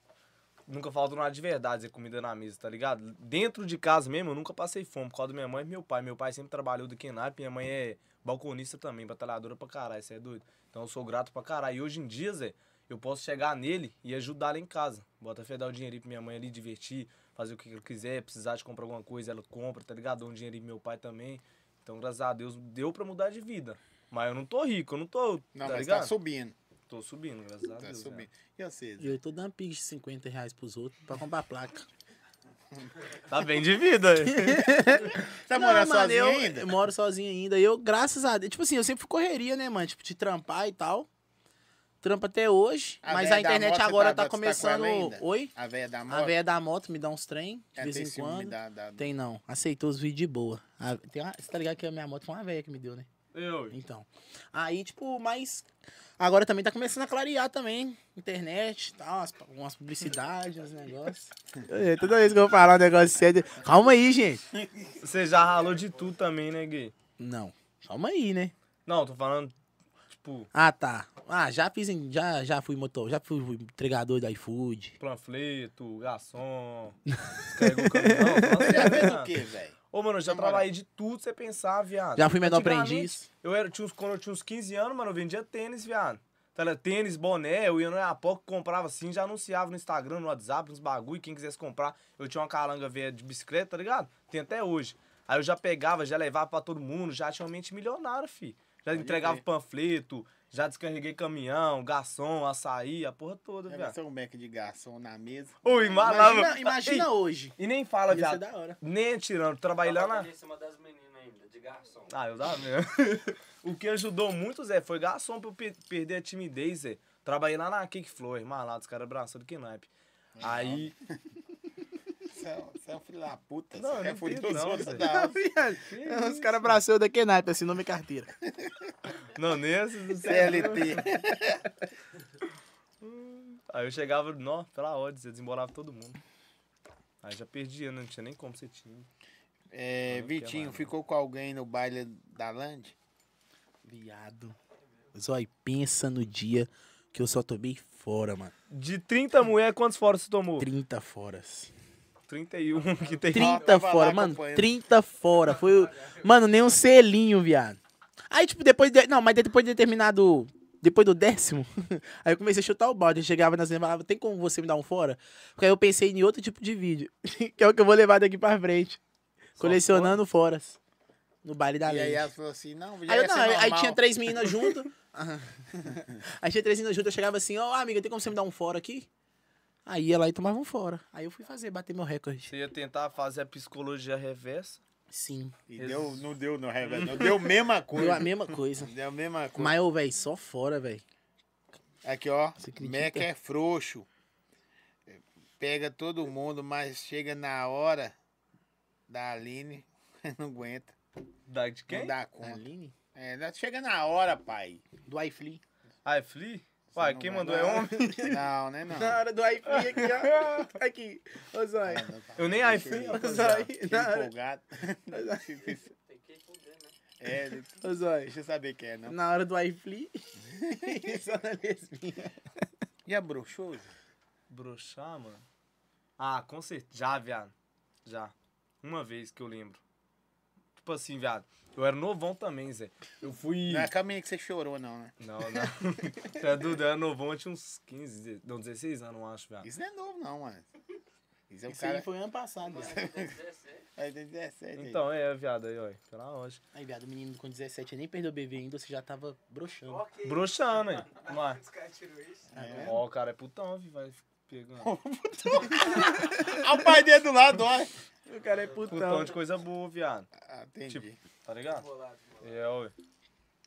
C: Nunca faltou nada de verdade, Zé, comida na mesa, tá ligado? Dentro de casa mesmo, eu nunca passei fome por causa da minha mãe e meu pai. Meu pai sempre trabalhou do Kenap, minha mãe é balconista também, batalhadora pra caralho, você é doido. Então eu sou grato pra caralho. E hoje em dia, Zé, eu posso chegar nele e ajudar lá em casa. Bota fé, dar o dinheirinho pra minha mãe ali, divertir, fazer o que ela quiser, precisar de comprar alguma coisa, ela compra, tá ligado? Dou um dinheirinho pro meu pai também. Então, graças a Deus, deu pra mudar de vida. Mas eu não tô rico, eu não tô,
A: Não,
C: tá
A: mas
C: ligado?
A: tá subindo.
C: Tô subindo, graças a
A: Tá
C: Deus. né?
A: subindo. E vocês?
B: né? E eu tô dando pix de 50 reais pros outros pra comprar placa.
C: é. Tá bem
A: <laughs>
C: de vida.
A: Tá
B: Não,
A: morando
B: mano,
A: sozinho
B: eu,
A: ainda?
B: Eu moro sozinho ainda. Eu, graças a Deus. Tipo assim, eu sempre fui correria, né, mano? Tipo, de trampar e tal. Trampa até hoje.
A: A
B: mas
A: véia
B: a
A: da
B: internet
A: moto,
B: agora
A: tá-
B: tá,
A: tá com ela
B: começando.
A: ainda?
B: Oi?
A: A velha da moto?
B: A véia da moto me dá uns trem, de
A: É,
B: vez
A: tem
B: em
A: ciúme
B: quando.
A: da- da-
B: Tem não. Aceitou os vídeos de boa. A- tem uma- você tá ligado que a minha moto foi uma véia que me deu, né?
C: Eu.
B: Então. Aí, tipo, mas. Agora também tá começando a clarear também. Internet e tal, as- umas publicidades, uns negócios.
H: <laughs> É, Toda vez que eu vou falar um negócio sério. Calma aí, gente.
C: Você já ralou de tudo também, né, Gui?
B: Não. Calma aí, né?
C: Não, tô falando, tipo,
B: Ah, tá. Ah, já fiz. em- Já, já fui motor. Já fui entregador do iFood.
C: panfleto,
A: <laughs>
C: garçom, descarregou o caminhão. Não, tô falando
A: <laughs> Você já
C: sério,
A: fez o
C: viado.
B: <laughs>
A: quê, velho?
C: Ô, mano, eu já
A: Na moral.
C: trabalhei de tudo você pensar, viado.
B: Já fui menor
C: Antigamente,
B: aprendiz.
C: Eu era, tinha uns, quando eu tinha uns 15 anos, mano, eu vendia tênis, viado. Tá ligado? Tênis, boné, eu ia no Iapoca, comprava assim, já anunciava no Instagram, no WhatsApp, nos bagulho, quem quisesse comprar. Eu tinha uma calanga velha de bicicleta, tá ligado? Tem até hoje. Aí eu já pegava, já levava pra todo mundo, já tinha uma mente milionária, fi. Já entregava
A: crer.
C: panfleto, já descarreguei caminhão, garçom, açaí, a porra toda,
A: Já
C: viado.
A: pensou um beck de garçom na mesa?
C: Ui, malava.
B: Imagina, imagina hoje.
C: E nem
B: Ia
C: fala,
B: ser
C: viado.
B: da hora.
C: Nem tirando, trabalhei lá na.
E: Tava em cima das meninas ainda, de garçom.
C: Ah, eu dava mesmo. <laughs> o que ajudou muito, Zé, foi garçom pra eu per- perder a timidez, Zé. Trabalhei lá na Kick Flow, irmão, lá dos caras abraçando que naipe. Aí,
A: Você é, você é um filho da puta.
C: Não,
A: Você
C: eu
A: quer
C: não
A: fuder os
C: entendo não,
A: outros tá?
C: velho.
A: da hora.
H: Os caras abraçou da Kenai,
B: assim,
H: assinou minha carteira.
C: não, nesse.
A: CLT.
C: <laughs> Aí eu chegava, nó, pela ordem, Zé, desembolava todo mundo. Aí já perdia, né? Não tinha nem como ser time.
A: É,
C: Não, que né?
A: Vitinho,
C: lá,
A: ficou com alguém no baile da Land?
B: Viado. Zói, pensa no dia que eu só tomei fora, mano.
C: De 30 mulheres, quantos fora você tomou?
B: 30 foras.
C: 31 que tem.
B: 30
A: tava lá
B: fora, mano.
A: acompanhando.
B: 30 fora. Foi. o- Mano, nem um selinho, viado. Aí, tipo, depois. de- Não, mas depois de determinado. Depois do décimo, <laughs> aí eu comecei a chutar o balde. Eu chegava nas minhas e falava, tem como você me dar um fora? Porque aí eu pensei em outro tipo de vídeo, <laughs> que é o que eu vou levar daqui pra frente.
C: Só
B: colecionando foras. No baile da
A: E aí
B: lei.
A: ela falou assim, não, já
B: Aí, eu,
A: ia ser
B: não, aí- aí
A: normal.
B: tinha três
A: <laughs>
B: meninas junto. Aham. aí tinha três meninas junto, eu chegava assim, ó, amiga, tem como você me dar um fora aqui? Aí ia lá e tomava um fora. Aí eu fui fazer, bater meu recorde.
C: Você ia tentar fazer a psicologia reversa.
B: Sim.
A: E deu, não deu, não,
C: <laughs>
A: é, velho, não deu a mesma
B: Deu a
A: coisa.
B: mesma coisa.
A: Deu a mesma coisa.
B: Mas, ô, velho, só fora, velho.
A: Aqui, ó.
B: Você acredita?
A: Mac é frouxo. Pega todo mundo, mas chega na hora da Aline, <laughs> não aguenta.
C: Da de
A: Não
C: quem?
A: dá conta.
B: Aline?
A: É, não- chega na hora, pai.
B: Do iFly.
C: Ah, é Flea? Uai,
A: Não
C: quem
A: vai-
C: mandou é homem?
A: <laughs> Não, né, não.
B: hora do iFly aqui, ó. <laughs> Aqui. Ô, Zói.
A: Ah, não, tá.
C: <laughs> Eu nem
A: Deixa
C: iFree,
A: eu-
C: rapaz.
A: Fiquei empolgado.
E: Tem que fuder, né?
A: É,
B: Ô, Zói.
A: <laughs> deixa eu saber quem é, não.
B: Na hora do <laughs> iFly. só na lesbinha.
A: E é a bruxosa?
C: Broxar, mano? Ah, com certeza. Já, viado. Já. Uma vez que eu lembro. Tipo assim, viado. Eu era novão também, Zé. Eu fui.
A: Não é a caminha que você chorou, não, né?
C: Não, não. é Tá doido, eu era novão, eu tinha uns 15, de- não, 16 anos, eu acho, viado.
A: Isso não é novo, não, mano. Isso é o
B: Isso aí
A: cara.
B: Então, foi ano passado, né? viado.
E: Tem assim. 16.
A: É, tem 17 aí.
C: Então, é, viado, aí, ó. Pela onde?
B: Aí, viado, o menino com 17 nem perdeu o bebê ainda, você já tava broxando.
D: Ok.
C: Broxando, hein? né? Vamos lá.
D: Os caras tiram isso.
A: É.
C: Ó, o cara é putão, vi, vai pegando.
A: Ah, o pai dele do lado, olha.
C: O cara é putão. Putão de coisa boa, viado.
A: Ah, entendi.
C: Tipo, Tá ligado?
D: Bolado, bolado.
C: É, ué.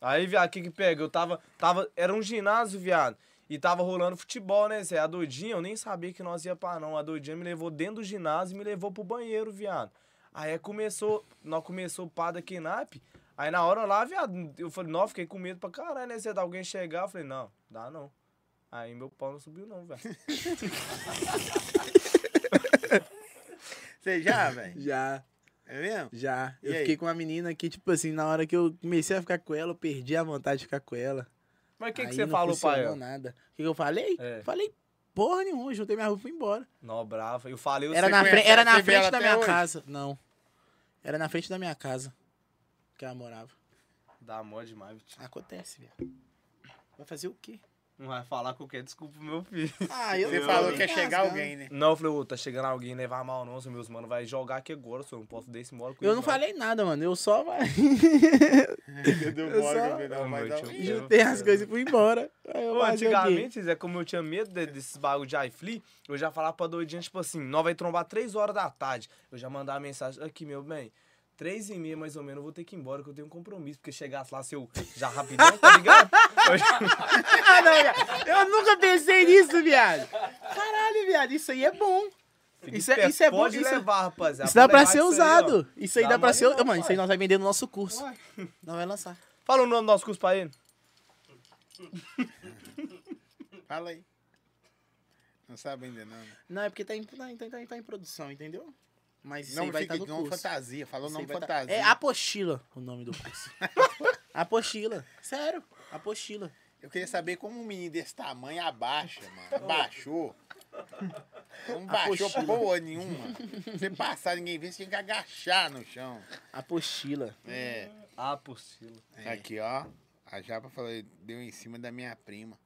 C: Aí, viado, o que que pega? Eu tava, tava... Era um ginásio, viado. E tava rolando futebol, né, Zé? A doidinha, eu nem sabia que nós ia pra não. A doidinha me levou dentro do ginásio e me levou pro banheiro, viado. Aí começou... Nós começou o pá da Kenap. Aí na hora lá, viado, eu falei, não, fiquei com medo pra caralho, né, Zé? Da alguém chegar. Eu falei, não, dá não. Aí meu pau não subiu
B: <laughs>
C: não, velho.
A: Você já, velho?
B: Já,
A: É mesmo?
B: já. Eu
A: E aí?
B: fiquei com uma menina que, tipo assim, na hora que eu comecei a ficar com ela, eu perdi a vontade de ficar com ela.
C: Mas o que,
B: Aí
C: que você
B: não
C: falou pra
B: funcionou
C: ela?
B: nada. O que que eu falei?
C: É.
B: Falei porra nenhuma, juntei minha roupa e fui embora.
C: Não, brava. Eu falei, eu
B: Era
C: sei-
B: na,
A: conhece-
B: frente, era na
A: você vê ela
B: frente da
A: até
B: minha
A: hoje?
B: casa. Não. Era na frente da minha casa que ela morava.
C: Dá mó demais, tio.
B: Acontece, viado. Vai fazer o
A: <laughs>
B: quê?
C: Não vai falar qualquer desculpa pro meu filho.
B: Ah,
A: Você
B: tô
A: falou
B: me
A: que ia chegar
B: engasgando.
A: alguém, né?
C: Não, eu falei, ô, tá chegando alguém, levar mal não, senhor, meus mano, vai jogar aqui agora, senhor, eu não posso desse mole com
B: Eu
C: isso,
B: não falei nada, mano. Eu só vai- <laughs>
A: Eu dou
B: <laughs> Eu
A: mole,
B: só-
A: meu filho, não,
C: Ah,
A: mas
C: meu
A: não.
B: um-
C: tio.
A: Ih,
B: juntei as coisas e fui embora. Aí eu
C: Ô,
B: fazer o quê?
C: antigamente, Zé, como eu tinha medo de- desses bagulho de iFly, eu já falava pra doidinha, tipo assim, nós vai trombar três horas da tarde. Eu já mandava mensagem, aqui, meu bem, três e meia mais ou menos, eu vou ter que ir embora, que eu tenho um compromisso, porque chegasse lá, se eu já rapidão, tá ligado? <laughs>
B: Ah, não, viado. Eu nunca pensei nisso, viado. Caralho, viado. Isso aí é bom.
C: Fica
B: Isso é-
C: esperto,
B: isso é bom,
C: Pode
B: isso é-
C: levar, rapaziada.
B: Isso dá
C: pode
B: pra
C: levar
B: ser
C: isso aí, ó.
B: usado. Isso aí dá,
C: Dá
B: pra
C: mais
B: ser.
C: não,
B: Mano, isso aí
C: pai.
B: nós vai vender no nosso curso. Não vai lançar.
C: Fala o nome do nosso curso pra ele.
A: Fala aí. Não sabe ainda, não. né?
B: Não, é porque tá em, tá em, tá em- tá em, produção, entendeu? Mas isso aí
A: Não
B: vai
A: fica
B: estar
A: de
B: no
A: nome
B: curso.
A: fantasia. Falou
B: Isso
A: nome
B: aí vai tá-
A: fantasia.
B: É apostila o nome do <laughs> curso. apostila. Sério, apostila.
A: Eu queria saber como um menino desse tamanho abaixa, mano. Baixou. Não baixou
B: Apostila.
A: porra nenhuma. Você passar, ninguém vê, você tem que agachar no chão.
B: Apostila.
A: É.
C: Ah, apostila.
A: Aqui, ó. A Japa falou, deu em cima da minha prima.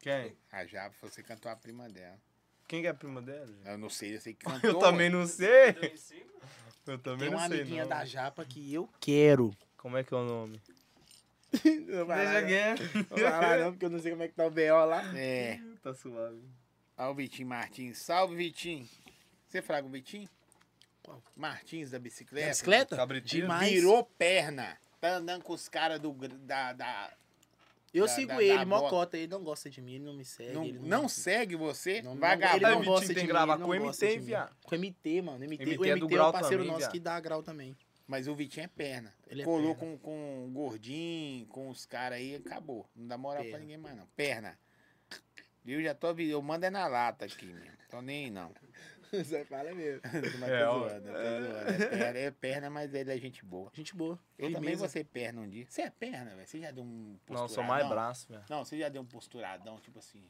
C: Quem?
A: A Japa falou, você cantou a prima dela.
C: Quem que é a prima dela? Zé?
A: Eu não sei, eu sei que cantou.
C: Eu também não sei.
E: Deu em cima?
C: Eu também
B: Tem
C: não
B: uma
C: sei.
B: amiguinha
C: não.
B: da Japa que eu quero.
C: Como é que é o nome?
B: Não vai lá, não. Não
C: <laughs>
B: vai lá não, porque eu não sei como é que tá o BO lá.
A: É.
C: Tá suave.
A: Ó o Vitinho Martins. Salve, Vitinho. Você fraga o Vitinho?
B: Qual?
A: Martins da bicicleta.
B: É bicicleta? é
C: Cabritinho.
B: Demais.
A: Virou perna. Tá andando com os caras do... gr- Da, da-
B: Eu
A: Da-
B: sigo
A: da- da
B: ele,
A: bota.
B: mocota. Ele não gosta de mim, ele não me segue.
A: não,
B: ele
A: não segue você?
B: Não- não-
A: vagabundo.
B: Ele
C: Aí,
B: não
C: Vitinho,
B: gosta
C: tem
B: de
C: que
B: mim,
C: gravar
B: ele
C: com o
B: não gosta
C: MT,
B: de mim.
C: viado.
B: Com MT, mano. MT,
C: MT
B: o
C: é do
B: MT é,
C: grau
B: o parceiro
C: também,
B: nosso
C: viado.
B: que dá grau também.
A: Mas o Vitinho é perna.
B: Ele é
A: Colou
B: perna.
A: Com, com o gordinho, com os caras aí, acabou. Não dá moral pra
B: Perna.
A: ninguém mais, não. Perna. Viu? Já tô avisando. Eu mando é na lata aqui, meu. Tô nem aí, <laughs> não.
B: <laughs> Você fala mesmo.
A: Mas tô
C: É, ó.
A: zoando, tô zoando. É perna, é perna, mas ele é gente boa.
B: Gente boa.
A: Eu também
B: firmeza.
A: vou ser perna um dia. Você é perna, velho? Você já deu um posturadão?
C: Não, sou mais braço, velho.
A: Não, você já deu um posturadão, tipo assim.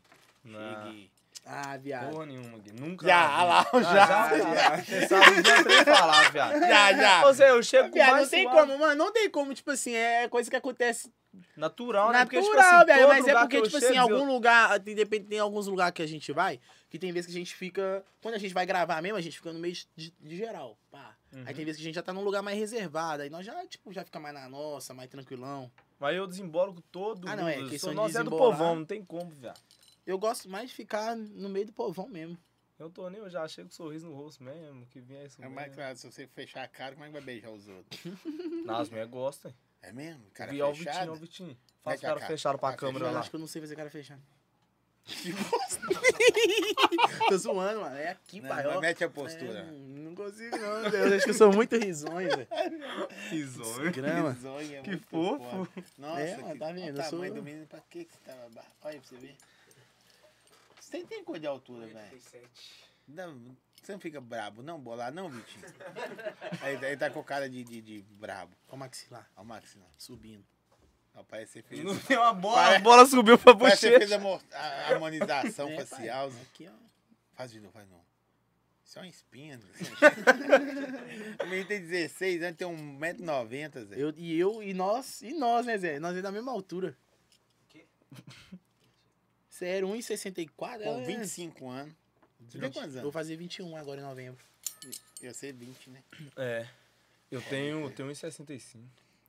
C: Não.
A: Chegue.
B: Ah, viado.
C: Porra nenhuma, Gui. Nunca.
A: Já,
C: na vida.
A: lá, <laughs>
C: Ah,
A: já.
C: já. <laughs> Você sabe, não tem que falar,
B: <laughs>
C: viado.
A: Já, já.
C: Ou seja, eu chego com
B: Viado,
C: mais
B: não tem
C: suave.
B: como, mano. Não tem como, tipo assim, é coisa que acontece
C: Natural, né?
B: natural,
C: Porque, tipo assim,
B: velho.
C: todo
B: Mas é
C: lugar que
B: porque,
C: eu
B: tipo assim,
C: chego, eu-
B: algum lugar. Tem, depende- tem alguns lugares que a gente vai, que tem vezes que a gente fica. Quando a gente vai gravar mesmo, a gente fica no meio de, de geral. Pá. Aí
C: Uhum.
B: tem vezes que a gente já tá num lugar mais reservado. Aí nós já, tipo, já fica mais na nossa, mais tranquilão.
C: Mas eu desembolo com todo
B: Ah,
C: mundo.
B: não, é,
C: Eu
B: questão
C: sou
B: de
C: nós é do
B: desembolar.
C: povão, não tem como, viado.
B: Eu gosto mais de ficar no meio do povão mesmo.
C: Eu tô nem, eu já chego com sorriso no rosto mesmo, que vinha isso
A: É
C: mesmo.
A: mais claro, se você fechar a cara, como é que vai beijar os outros?
C: Não, as mulheres gostam, hein?
A: É mesmo? Cara
C: Vi, ó o Vitinho, ó o
A: fechado?
C: Vitinho. Faz
A: Vai,
C: o cara
A: Cacá.
C: fechado pra
A: Vai,
C: câmera
B: Mano,
C: lá.
B: acho que eu não sei fazer cara fechar. <laughs> Tô zoando, mano. É aqui,
A: Não,
B: pai.
A: mas
B: ó.
A: mete a
B: É,
A: postura.
B: não, não consigo, não. <laughs> Eu acho que eu sou muito risonho, velho.
C: Risonho.
B: Grama.
A: Zonha,
C: Que
A: muito
C: fofo.
A: foda. Nossa,
B: É, mas
A: que,
B: tá
A: olha
B: vendo,
A: O
B: eu sou-
A: tamanho do menino, pra que que você tava baixo? Olha pra você ver. Você tem, tem coisa de altura, velho.
D: 87.
A: Não, Você não fica brabo, não, bolar, não, Vitinho. aí, aí tá com cara de, de, de brabo.
B: Ó o maxilar,
A: Ó, o Max, não.
B: subindo.
A: Ó, Parece que você fez.
C: <laughs> Não tem uma bola.
A: Parece-
C: A bola subiu pra
A: Parece que você fez a,
C: bochecha.
A: mo- a- a harmonização
B: <laughs> É,
A: facial. né?
B: pai. Aqui, ó.
A: Faz de novo, faz de novo. Isso é uma espinha. né? <laughs> o menino tem 16 anos, tem 1,90m, Zé.
B: Eu, e eu, e nós, e nós, né, Zé? Nós é da mesma altura.
D: Quê?
B: Você era 1,64?
A: Com
B: ela é
A: 25 anos. Você tem quantos
B: Eu vou
A: anos?
B: fazer 21 agora em novembro.
A: Eu sei 20, né?
C: É. Eu tenho, tenho 1,65.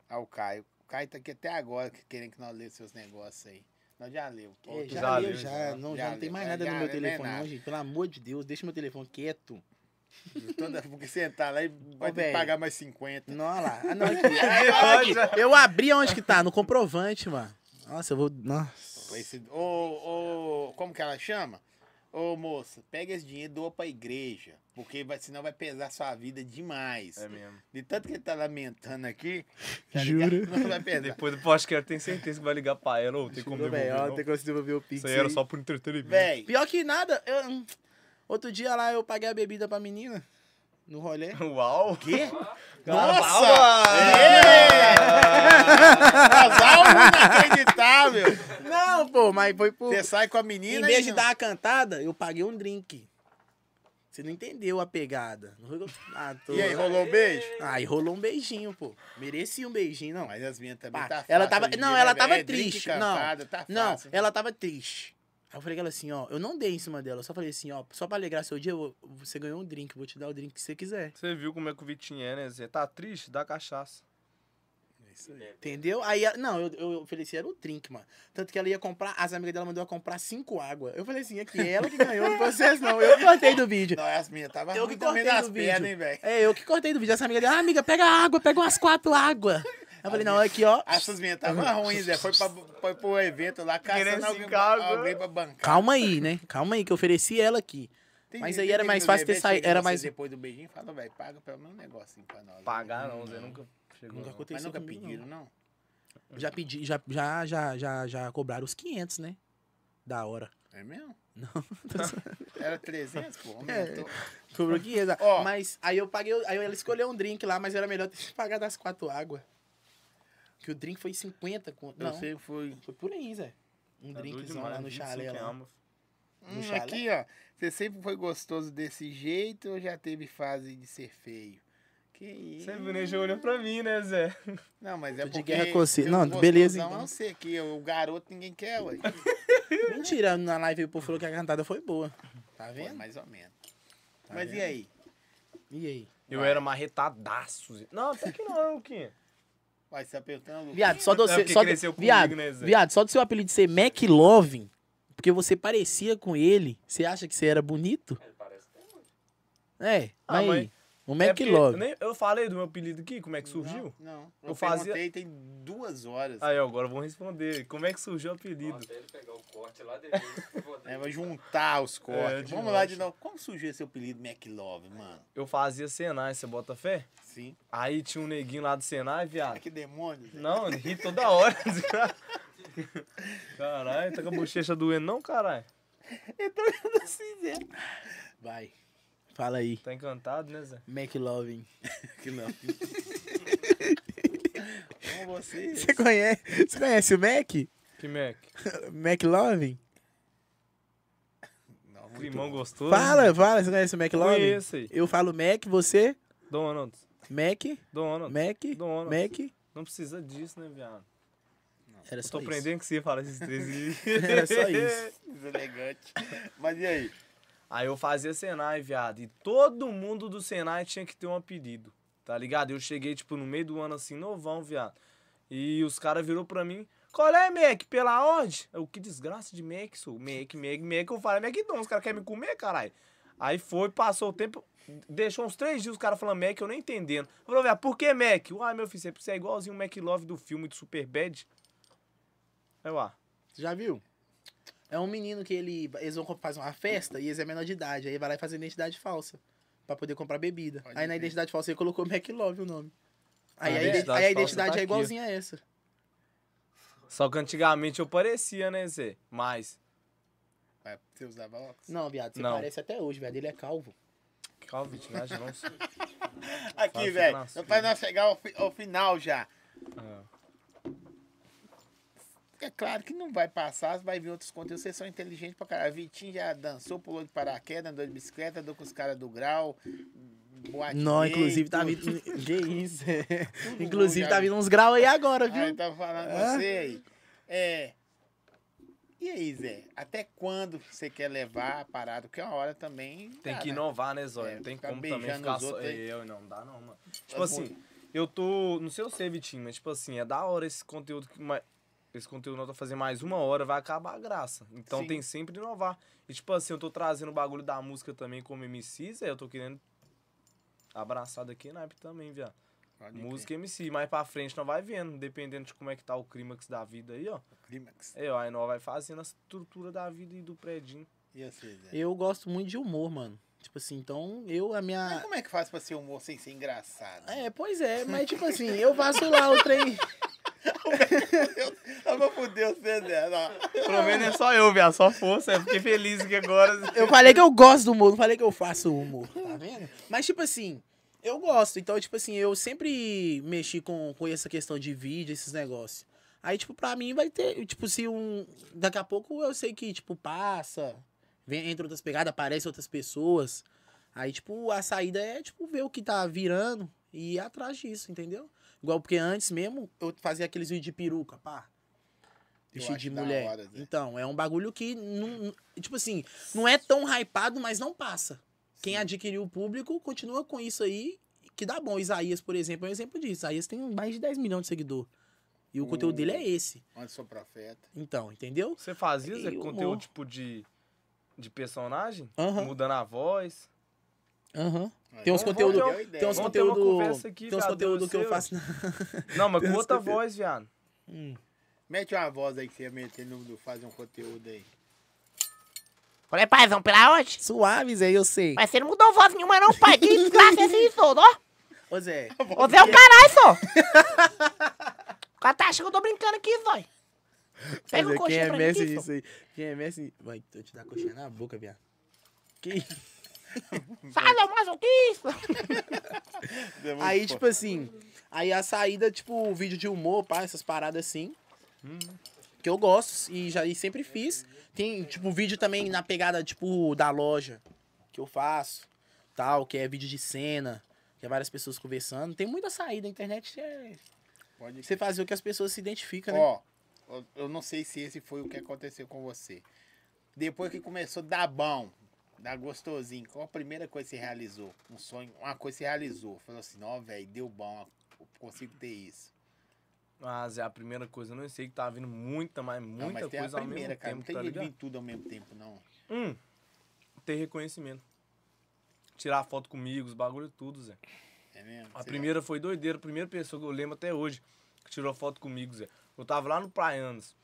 A: Ah, o Caio. O Caio tá aqui até agora que- querendo que nós lemos seus negócios aí. Nós já leu.
B: É, já,
C: já
B: leu,
C: leu,
B: já.
C: já.
B: Não, já,
A: Já
B: não tem
A: leu,
B: mais
A: já,
B: nada
A: já,
B: no meu
A: não é
B: telefone,
A: nada.
B: não, gente. Pelo amor de Deus, deixa meu telefone quieto.
A: Toda, porque sentar tá lá e vai ter
B: velho.
A: que pagar mais 50.
B: Não, olha lá. Ah, não, aqui. Aqui. Eu abri onde que tá, no comprovante, mano. Nossa, eu vou. Nossa.
A: Esse, ô, ô, como que ela chama? Ô, moça, pega esse dinheiro e doa pra igreja. Porque vai, senão vai pesar sua vida demais.
C: É mesmo.
A: De tanto que ele tá lamentando aqui. tá
H: Jura?
A: ligado? Não vai
B: <laughs>
A: pesar.
C: Depois do podcast, tenho certeza que vai ligar pra ela. Ou tem como
H: Ô,
C: devolver,
H: velho, ó,
C: não?
H: tem como se devolver o Pix.
C: Isso aí era
H: aí.
C: só por entretenimento.
A: Véi,
B: Pior que nada, eu- hum, outro dia lá eu paguei a bebida pra menina. No <laughs> rolê.
C: <laughs> Uau!
A: quê? É. <laughs> Casal inacreditável.
B: Não, pô, mas foi por.
A: Você sai com a
B: é Em
A: menina
B: vez
A: e
B: de
A: não-
B: dar a cantada, eu paguei um drink. Você não entendeu a pegada. Não foi que eu- Ah, tô...
A: E aí, rolou um beijo?
B: Aí rolou um beijinho, pô. Merecia um beijinho, não.
A: Mas as minhas também
B: Pá,
A: tá fácil.
B: ela tava-
A: hoje em
B: não,
A: dia,
B: ela
A: né,
B: tava
A: velho? É drink,
B: triste,
A: cantada, tá
B: Não,
A: fácil, hein?
B: ela tava triste. Aí eu falei com ela assim, ó, eu não dei em cima dela, eu só falei assim, ó, só pra alegrar seu dia, eu vou- você ganhou um drink, eu vou te dar o drink que você quiser.
C: Você viu como é que o Vitinho é, né? Você tá triste? Dá cachaça.
E: É,
B: Entendeu? É Aí, ela- não, eu, eu ofereci, era o drink, mano. Tanto que ela ia comprar, as amigas dela mandou ela comprar cinco águas. Eu falei assim, é que ela que ganhou, não foi vocês não. Eu que cortei do vídeo.
A: Não, as minhas tava
B: Eu
A: eu
B: que
A: muito também
B: cortei
A: nas
B: no
A: pernas,
B: vídeo.
A: hein, velho?
B: É, eu que cortei do vídeo. Essa amiga dela, ah, amiga, pega água, pega umas quatro água. Eu falei, não, aqui, ó.
A: Essas minhas
B: <laughs>
A: tava ruins, Zé. Foi, pra, foi pro evento lá, caçando
B: assim
C: Querendo
A: alguém,
C: cincar,
A: pra- alguém pra bancar.
B: Calma aí, né? Calma aí, que eu ofereci ela aqui.
A: Tem
B: Mas
A: gente-
B: aí
A: tem
B: era
A: gente
B: mais
A: no
B: fácil ter
A: evento,
B: saído-
A: chega
B: era
A: vocês
B: mais-
A: Depois do beijinho, fala, velho, paga pelo menos um negocinho pra nós.
C: Pagar não, Zé. Nunca chegou.
B: Nunca
C: não.
B: aconteceu.
A: Mas nunca
B: comigo, não.
A: pediram, né? não?
B: Já pedi, já, já, já, já, já cobraram os 500, né? Da hora.
A: É mesmo?
B: Não.
A: <laughs> Era 300, pô.
B: É.
A: Aumentou. <laughs>
B: Cobrou 500.
A: Ó.
B: Mas aí eu paguei, aí ela escolheu um drink lá, mas era melhor ter pagado as quatro águas. Que o drink foi 50 conto.
A: Eu
B: Não,
A: sei, fui.
B: foi por aí, Zé. Um
C: Tá doido
B: drinkzão
C: demais,
B: lá no
C: 25
B: chalé lá.
C: reais.
B: No
A: Hum,
B: chalé?
A: aqui, ó. Você sempre foi gostoso desse jeito ou já teve fase de ser feio? Que isso?
C: Você viu, né? Já olhou pra mim, né, Zé?
A: Não, mas é
B: Tô de
A: porque...
B: guerra com você.
A: eu
B: Não,
A: gostosão
B: beleza,
A: Eu
B: então. Tá
A: não sei que o garoto ninguém quer,
B: <laughs>
A: ué.
B: Mentira, na live o povo falou que a cantada foi boa.
A: Tá vendo? mais ou menos.
B: Tá
A: mas
B: vendo?
A: e aí?
B: E aí?
C: Eu era marretadaço, Zé. Não, por que não, Kim?
A: Vai se apertando. Lucas.
B: Viado, só do
C: É
B: seu.
C: porque
B: só do-
C: cresceu comigo,
B: viado,
C: né, Zé?
B: viado, só do seu apelido ser McLovin, porque você parecia com ele, você acha que você era bonito?
E: Ele parece que tem um muito.
B: É,
C: Ah,
B: mas
C: mas-
B: o
C: É porque eu
B: McLovin.
C: nem- Eu falei do meu apelido aqui, como é que surgiu?
A: Não, não.
C: Eu
A: Eu,
C: fazia-
A: perguntei tem duas horas.
C: Aí, ó, agora vão responder. Como é que surgiu o apelido?
E: Nossa, ele pegou o corte lá de mim. eu vou
A: né?
E: dele.
A: Vai juntar os cortes.
C: É, de
A: Vamos lá
C: longe.
A: de novo. Como surgiu esse apelido McLove, mano?
C: Eu fazia Senai, você bota fé?
A: Sim.
C: Aí tinha um neguinho lá do Senai,
A: Ah,
C: viado.
A: que demônio. Zé.
C: Não, ele ri toda hora. <laughs> caralho, tá com a bochecha doendo não, caralho?
B: Vai. Fala aí.
C: Tá encantado, né, Zé?
B: McLovin.
A: Que não. Como você?
B: Você conhece, você conhece o Mac?
C: Que Mac?
B: McLovin?
A: Não, muito
C: Climão
A: bom.
C: gostoso.
B: Fala, fala, você conhece o McLovin?
C: Conheço aí.
B: Eu falo Mac, você?
C: Donald.
B: Mac,
C: Donald.
B: Mac,
C: Donald.
B: Mac.
C: Não precisa disso, né, viado?
B: Era
C: Eu
B: só
C: tô
B: isso.
C: aprendendo que você fala esses três aí.
B: <laughs> Era
C: <laughs>
B: só isso.
A: Deselegante. Mas e aí?
C: Aí eu fazia Senai, viado. E todo mundo do Senai tinha que ter um apelido, tá ligado? Eu cheguei, tipo, no meio do ano, assim, novão, viado. E os caras virou pra mim, qual é, Mac? Pela onde? Eu, que desgraça de Mac, sou. Mac, Mac, Mac. Eu falei, Mac não, os caras querem me comer, caralho. Aí foi, passou o tempo, deixou uns três dias os caras falando Mac, eu não entendendo. Falou, viado, por que Mac? Uai, meu filho, você- você é igualzinho o Mac Love do filme do Superbad. Aí eu, ah,
B: Você já viu? É um menino que ele. Eles vão fazer uma festa e eles é menor de idade. Aí vai lá e faz a identidade falsa. Pra poder comprar bebida.
A: Pode
B: aí na
A: crer.
B: identidade falsa ele colocou <laughs> McLove o nome. Aí
C: Ah,
B: a,
C: é?
B: ide- aí a
C: Identidade falsa
B: identidade
C: tá
B: é
C: aqui, ó.
B: igualzinha a essa.
C: só que antigamente eu parecia, né, Zé? Mas,
A: Vai, Você usava óculos?
B: Não, viado, você
C: Não.
B: parece até hoje, viado. Ele é calvo.
C: calma, Vitinho, né, não sei.
A: Aqui,
C: Fala,
A: velho.
B: tá
C: fica nas
A: Pra nós chegar ao, fi- ao final já.
C: Ah.
A: É claro que não vai passar, vai vir outros conteúdos. Vocês são inteligentes pra caralho. Vitinho já dançou, pulou de paraquedas, andou de bicicleta, andou com os caras do grau. boateei,
B: Não, inclusive tá
A: tudo.
B: vindo. <laughs> Que isso? é.
A: Tudo bom,
B: inclusive
A: já
B: tá
A: vi.
B: vindo uns graus aí agora,
A: Ah, eu
B: viu?
A: tava falando com
B: Hã?
A: você aí. É. E aí, Zé? Até quando você quer levar a parada? Porque uma hora também.
C: Tem
A: dá,
C: que
A: né?
C: inovar, né, Zóia?
A: É,
C: Não tem
A: ficar
C: como também
A: beijando
C: ficar
A: os
C: só. É,
A: outros aí.
C: Eu não, dá não, mano. Tipo
A: bom.
C: assim, eu tô. Não sei o sei, Vitinho, mas tipo assim, é da hora esse conteúdo que. ma- Esse conteúdo nós tá fazendo mais uma hora, vai acabar a graça. Então
A: Sim.
C: tem sempre inovar. E tipo assim, eu tô trazendo o bagulho da música também como MC, Zé, eu tô querendo abraçar daqui na app também, viado.
A: Pode crer.
C: Música e MC, mais pra frente nós vai vendo, dependendo de como é que tá o clímax da vida aí, ó.
A: Clímax.
C: Aí, ó, aí nós vai fazendo a estrutura da vida e do predinho.
A: E você, Zé?
B: Eu gosto muito de humor, mano. Tipo assim, então eu, a
A: Mas
B: minha.
A: como é que faz pra ser humor sem ser engraçado?
B: É, pois é, mas tipo assim, eu vacilar o trem.
A: Eu vou fuder você, Zé. Não.
C: Pelo menos é só eu, viado, só força. Eu fiquei feliz que agora.
B: Eu falei que eu gosto do humor, não falei que eu faço humor, tá vendo? Mas, tipo assim, eu gosto. Então, tipo assim, eu sempre mexi com, com essa questão de vídeo, esses negócios. Aí, tipo, pra mim vai ter, tipo, se um... Daqui a pouco eu sei que, tipo, passa, vem, entra outras pegadas, aparecem outras pessoas. Aí, tipo, a saída é, tipo, ver o que tá virando e ir atrás disso, entendeu? Igual porque antes mesmo eu fazia aqueles vídeos de peruca, pá. Vestido
A: acho
B: de
A: da
B: mulher.
A: hora, Zé.
B: então, é um bagulho que, não, tipo assim, não é tão hypado, mas não passa. Quem adquiriu o público continua com isso aí, que dá bom. Isaías, por exemplo, é um exemplo disso. Isaías tem mais de 10 milhões de seguidor. E o conteúdo
A: Uh.
B: dele é esse.
A: Onde sou profeta.
B: Então, entendeu?
C: Você fazia Zé,
B: Eu,
C: conteúdo
B: amor.
C: tipo de, de personagem?
B: Aham.
C: Mudando a voz?
B: Aham.
A: Aí,
B: Tem uns
A: vamos-
B: conteúdo-
A: É, vamos ter uma
B: Tem uns
A: ideia.
C: Vamos ter uma
B: conteúdos.
C: conversa aqui,
B: Tem uns
C: viado,
B: conteúdos que eu
C: seu.
B: faço.
C: Não, mas
B: Tem
C: com
B: uns
C: outra
B: conte-
C: voz, viado.
B: Hum.
A: Mete uma voz aí que você ia meter no fazer um conteúdo aí.
I: <laughs> Falei, pai, vamos pela hoje?
B: <laughs> Suaves aí, eu sei.
I: Mas você não mudou voz nenhuma não, pai. Que desgraça
E: <laughs>
I: é esse todo, ó.
B: Ô, Zé.
I: Ô, Zé, é o caralho, só. O cara tá achando que eu tô brincando aqui, zói. Pega o
H: Mas é, Quem
I: coxinha
H: é
I: pra mim
H: mestre
I: aqui, só.
H: disso aí? Quem é mestre?
B: Vai, eu te dar coxinha na boca, viado.
I: Sai, meu masoquista.
C: É
B: Aí, tipo assim, aí a saída, tipo, o vídeo de humor, pá, essas paradas assim. Que eu gosto e já e sempre fiz. Tem, tipo, vídeo também na pegada, tipo, da loja que eu faço. Tal, que é vídeo de cena, que é várias pessoas conversando. Tem muita saída, a internet é.
A: Pode
B: Você fazer o que as pessoas se identificam, né?
A: Ó, eu- eu não sei se esse foi o que aconteceu com você. Depois que começou a dar bom, dar gostosinho, qual a primeira coisa que você realizou? Um sonho, uma coisa que você realizou. Falou assim, ó, velho, deu bom, eu consigo ter isso.
C: Mas é a primeira coisa, eu não sei que tá vindo muita, mas muita
A: não, Ah, mas tem a
C: coisa ao mesmo
A: primeira, cara. Não
C: tempo,
A: tem
C: tá
A: que vir
C: ligado?
A: tudo ao mesmo tempo, não.
C: Hum, ter reconhecimento. Tirar foto comigo, os bagulho tudo, Zé.
A: É mesmo?
C: A
A: Você-
C: primeira foi doideira, a primeira pessoa que eu lembro até hoje que tirou foto comigo, Zé. Eu tava lá no Praianos.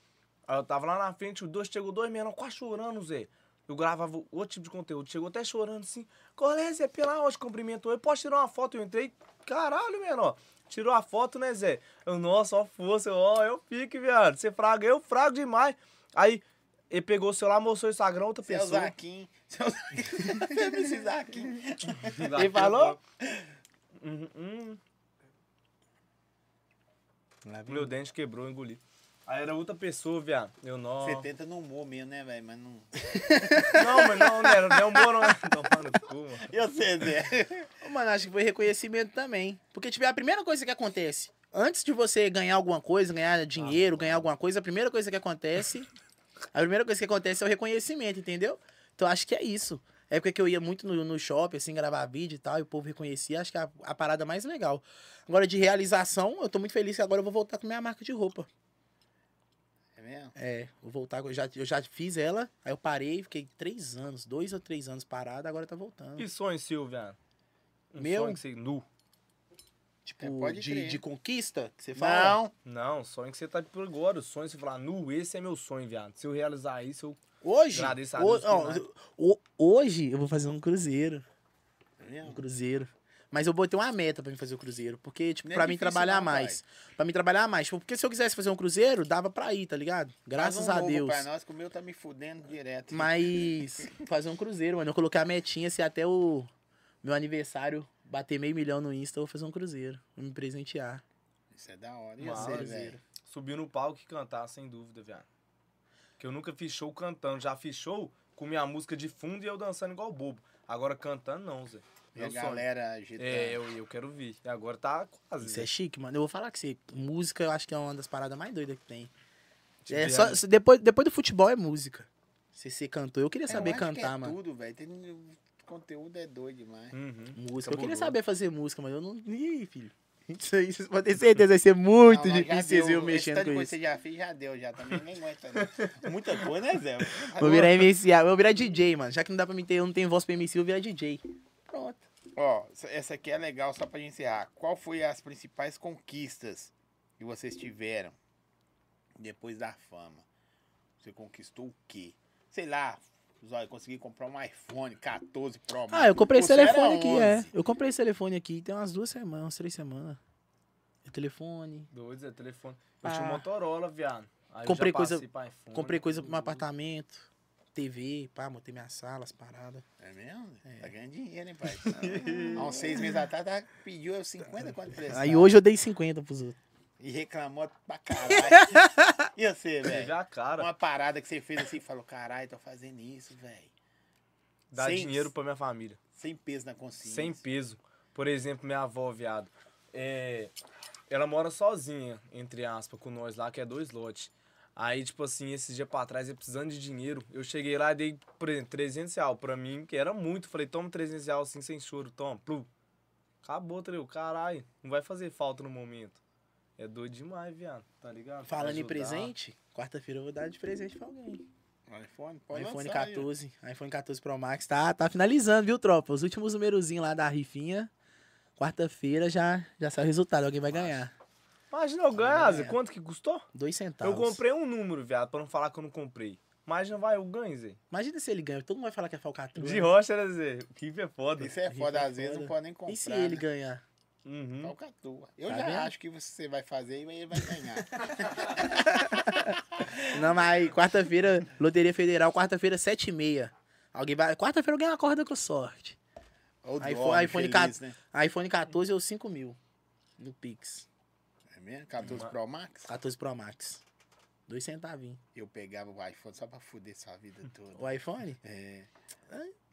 C: Aí eu tava lá na frente, os dois chegou dois menores quase chorando, Zé. Eu gravava outro tipo de conteúdo, chegou até chorando assim. Colé, Zé, pela onde cumprimentou? Eu posso tirar uma foto? Eu entrei, caralho, menor. Tirou a foto, né, Zé? Eu, nossa, ó, força, ó, eu fico, viado. Você fraga, eu frago demais. Aí ele pegou o celular, mostrou o Instagram, outra
A: Você é o
C: pessoa.
A: Zaquim. <laughs> Você é o Zaquim. Você é o MC Zaquim.
C: <laughs> Ele
B: falou?
C: Uhum, uhum. Meu dente quebrou, eu engoli. Aí era outra pessoa, viado. Eu não.
A: Você tenta no humor mesmo, né, velho? Mas não...
C: Não, mas não, não é era. Não, moro, <laughs> não. Tomar no cu, mano.
A: Eu sei, Zé.
B: Mano, acho que foi reconhecimento também. Porque, tipo, é a primeira coisa que acontece. Antes de você ganhar alguma coisa, ganhar dinheiro, ganhar alguma coisa, a primeira coisa que acontece. A primeira coisa que acontece é o reconhecimento, entendeu? Então acho que é isso. É porque que eu ia muito no, no shopping, assim, gravar vídeo e tal, e o povo reconhecia, acho que é a, a parada mais legal. Agora, de realização, eu tô muito feliz que agora eu vou voltar com minha marca de roupa.
A: É mesmo?
B: É, vou voltar, eu já, eu já fiz ela, aí eu parei, fiquei três anos, dois ou três anos parada, agora tá voltando.
C: Que sonho seu, viado? Um
B: Meu?
C: sonho que você. Nu.
B: Tipo,
A: É, pode
B: de,
A: crer.
B: de conquista, que você fala?
A: Não.
C: Não, sonho que você tá por agora. O sonho você falar, nu, esse é meu sonho, viado. Se eu realizar isso, eu.
B: Hoje,
C: Agradeço a
B: ho-
C: Deus que
B: ó,
C: nós-
B: ho- hoje eu vou fazer um cruzeiro.
A: É
B: Um
A: mesmo?
B: cruzeiro. Mas eu botei uma meta pra mim fazer o cruzeiro. Porque, tipo,
A: Não é
B: pra mim
A: difícil
B: trabalhar
A: não,
B: mais. Pra mim trabalhar mais. Tipo, Porque se eu quisesse fazer um cruzeiro, dava pra ir, tá ligado? Graças
A: Faz um
B: a
A: novo
B: Deus.
A: Pra nós, que o meu tá me fudendo direto.
B: Mas fazer um cruzeiro, mano. Eu coloquei a metinha, se até o meu aniversário bater meio milhão no Insta, eu vou fazer um cruzeiro. Vou me presentear.
A: Isso é da hora. E
C: Mas-
A: você, velho?
C: Subiu no palco e cantar, sem dúvida, viado. Que eu nunca fiz show cantando. Já fiz show com minha música de fundo e eu dançando igual bobo. Agora cantando, não, Zé.
A: E a
C: Meu sonho.
A: galera agitando.
C: É, eu, eu quero vir. E agora tá quase.
B: Isso é
C: Zé.
B: chique, mano. Eu vou falar que você. Música eu acho que é uma das paradas mais doidas que tem.
C: Tipo,
B: É, só, se- depois, depois do futebol é música. Se você cantou, eu queria saber
A: eu acho que
B: cantar,
A: é
B: mano.
A: tudo, velho. Tem... O conteúdo é doido demais.
C: Uhum.
B: Música. Eu queria
C: Cabuloso.
B: saber fazer música, mas eu não. Ih, filho.
H: Isso aí, vocês podem ter certeza, vai ser muito
A: Não, mas já
H: difícil vocês
A: deu.
H: eu
A: Esse
H: mexendo
A: tanto de um
H: com
A: coisa
H: isso.
A: que Você já fez, já deu, já também. Nem aguenta, não. Muita coisa, né, Zé?
B: Vou virar MC, ah, vou virar DJ, mano. Já que não dá pra mim ter, eu não tenho voz pra MC, eu vou virar DJ. Pronto.
A: Ó, essa aqui é legal só pra gente encerrar. Qual foi as principais conquistas que vocês tiveram depois da fama? Você conquistou o quê? Sei lá, Zóio, consegui comprar um iPhone 14 Pro Max.
B: Ah, eu
A: O
B: comprei esse
A: seu era
B: telefone aqui,
A: 11.
B: é. Eu comprei esse telefone aqui tem umas duas semanas, umas três semanas. O telefone.
C: Dois, é telefone. Eu tinha um
B: Ah.
C: Motorola, viado. Aí eu
B: Comprei
C: já passei
B: coisa-
C: pra iPhone,
B: Comprei coisa pro meu
C: tudo.
B: apartamento. TV, pá, montei minhas salas, paradas.
A: É mesmo? Tá ganhando dinheiro, hein, pai? Há uns seis meses atrás, tá, pediu eu 50 quanto prestado.
B: Aí hoje eu dei 50 pros outros.
A: E reclamou pra caralho. <laughs> e você,
C: Teve
A: velho?
C: a cara.
A: Uma parada que você fez assim, falou, caralho, tô fazendo isso, velho.
C: Dar
A: Sem-
C: dinheiro pra minha família.
A: Sem peso na consciência.
C: sem peso. Por exemplo, minha avó, viado. É, ela mora sozinha, entre aspas, com nós lá, que é dois lotes. Aí, tipo assim, esses dias pra trás, eu precisando de dinheiro, eu cheguei lá e dei, por exemplo, 300 reais pra mim, que era muito. Falei, toma 300 reais assim, sem choro, toma. Plu. Acabou, tá ligado? Caralho, não vai fazer falta no momento. É doido demais, viado, tá ligado?
B: Falando em
C: Ajudar.
B: presente, quarta-feira eu vou dar de presente pra alguém.
A: Um iPhone?
B: O
A: Pode
B: iPhone
A: lançar aí, ó.
B: 14, iPhone 14 Pro Max tá, tá finalizando, viu, tropa? Os últimos numerozinhos lá da rifinha. Quarta-feira já, já sai o resultado, alguém vai ganhar.
C: Imagina eu ganhar, Zé. Quanto que custou?
B: Dois centavos.
C: Eu comprei um número, viado, pra não falar que eu não comprei. Imagina, vai, eu ganho, Zé.
B: Imagina se ele ganha, todo mundo vai falar que é falcatrua.
C: De rocha, né, Zé? O Kiff é foda.
A: Isso é
B: Rifa
A: foda,
B: é
A: às vezes
B: foda.
A: não pode nem comprar.
B: E se ele
A: né?
B: ganhar?
C: Uhum.
A: Falcatrua. Eu
B: Tá
A: já
B: vendo?
A: acho que você vai fazer e ele vai ganhar.
B: <laughs> Não, mas quarta-feira, Loteria Federal, quarta-feira, 7 e meia. Alguém vai... Quarta-feira eu ganho uma corda com sorte.
A: Ou
B: iPhone-
A: dorme
B: iPhone
A: feliz, né?
B: iPhone 14 ou 5 mil no Pix.
A: É mesmo? 14 Pro Max?
B: 14 Pro Max. Dois centavinhos.
A: Eu pegava o iPhone só pra fuder sua vida toda.
B: O iPhone?
A: É,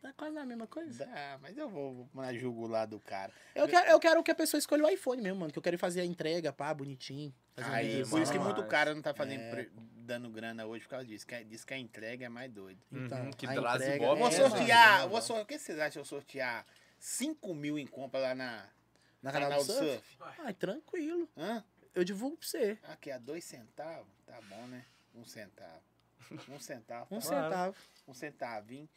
B: Tá quase a mesma coisa.
A: dá, Ah, mas eu vou vou na jugular do cara.
B: Eu quero, eu quero que a pessoa escolha o iPhone mesmo, mano. Que eu quero fazer a entrega, pá, bonitinho. Fazer um
A: Aí,
B: videozinho.
A: por isso que
C: mano.
A: muito cara não tá fazendo
B: É.
A: pre- dando grana hoje por causa disso. Que, diz que a entrega é mais doida.
B: Então,
C: Uhum, que
B: a
C: traz
B: entrega-
C: igual
A: Eu vou
B: é, mano.
A: sortear, vou sortear. O que vocês acham de eu sortear 5 mil em compra lá na
B: Na canal, do surf? Ai, tranquilo.
A: Hã?
B: Eu divulgo pra você.
A: Aqui, a dois centavos? Tá bom, né? Um centavo. Um centavo.
B: <laughs> Um Uhum.
A: tá bom.
B: centavo.
A: Um centavinho.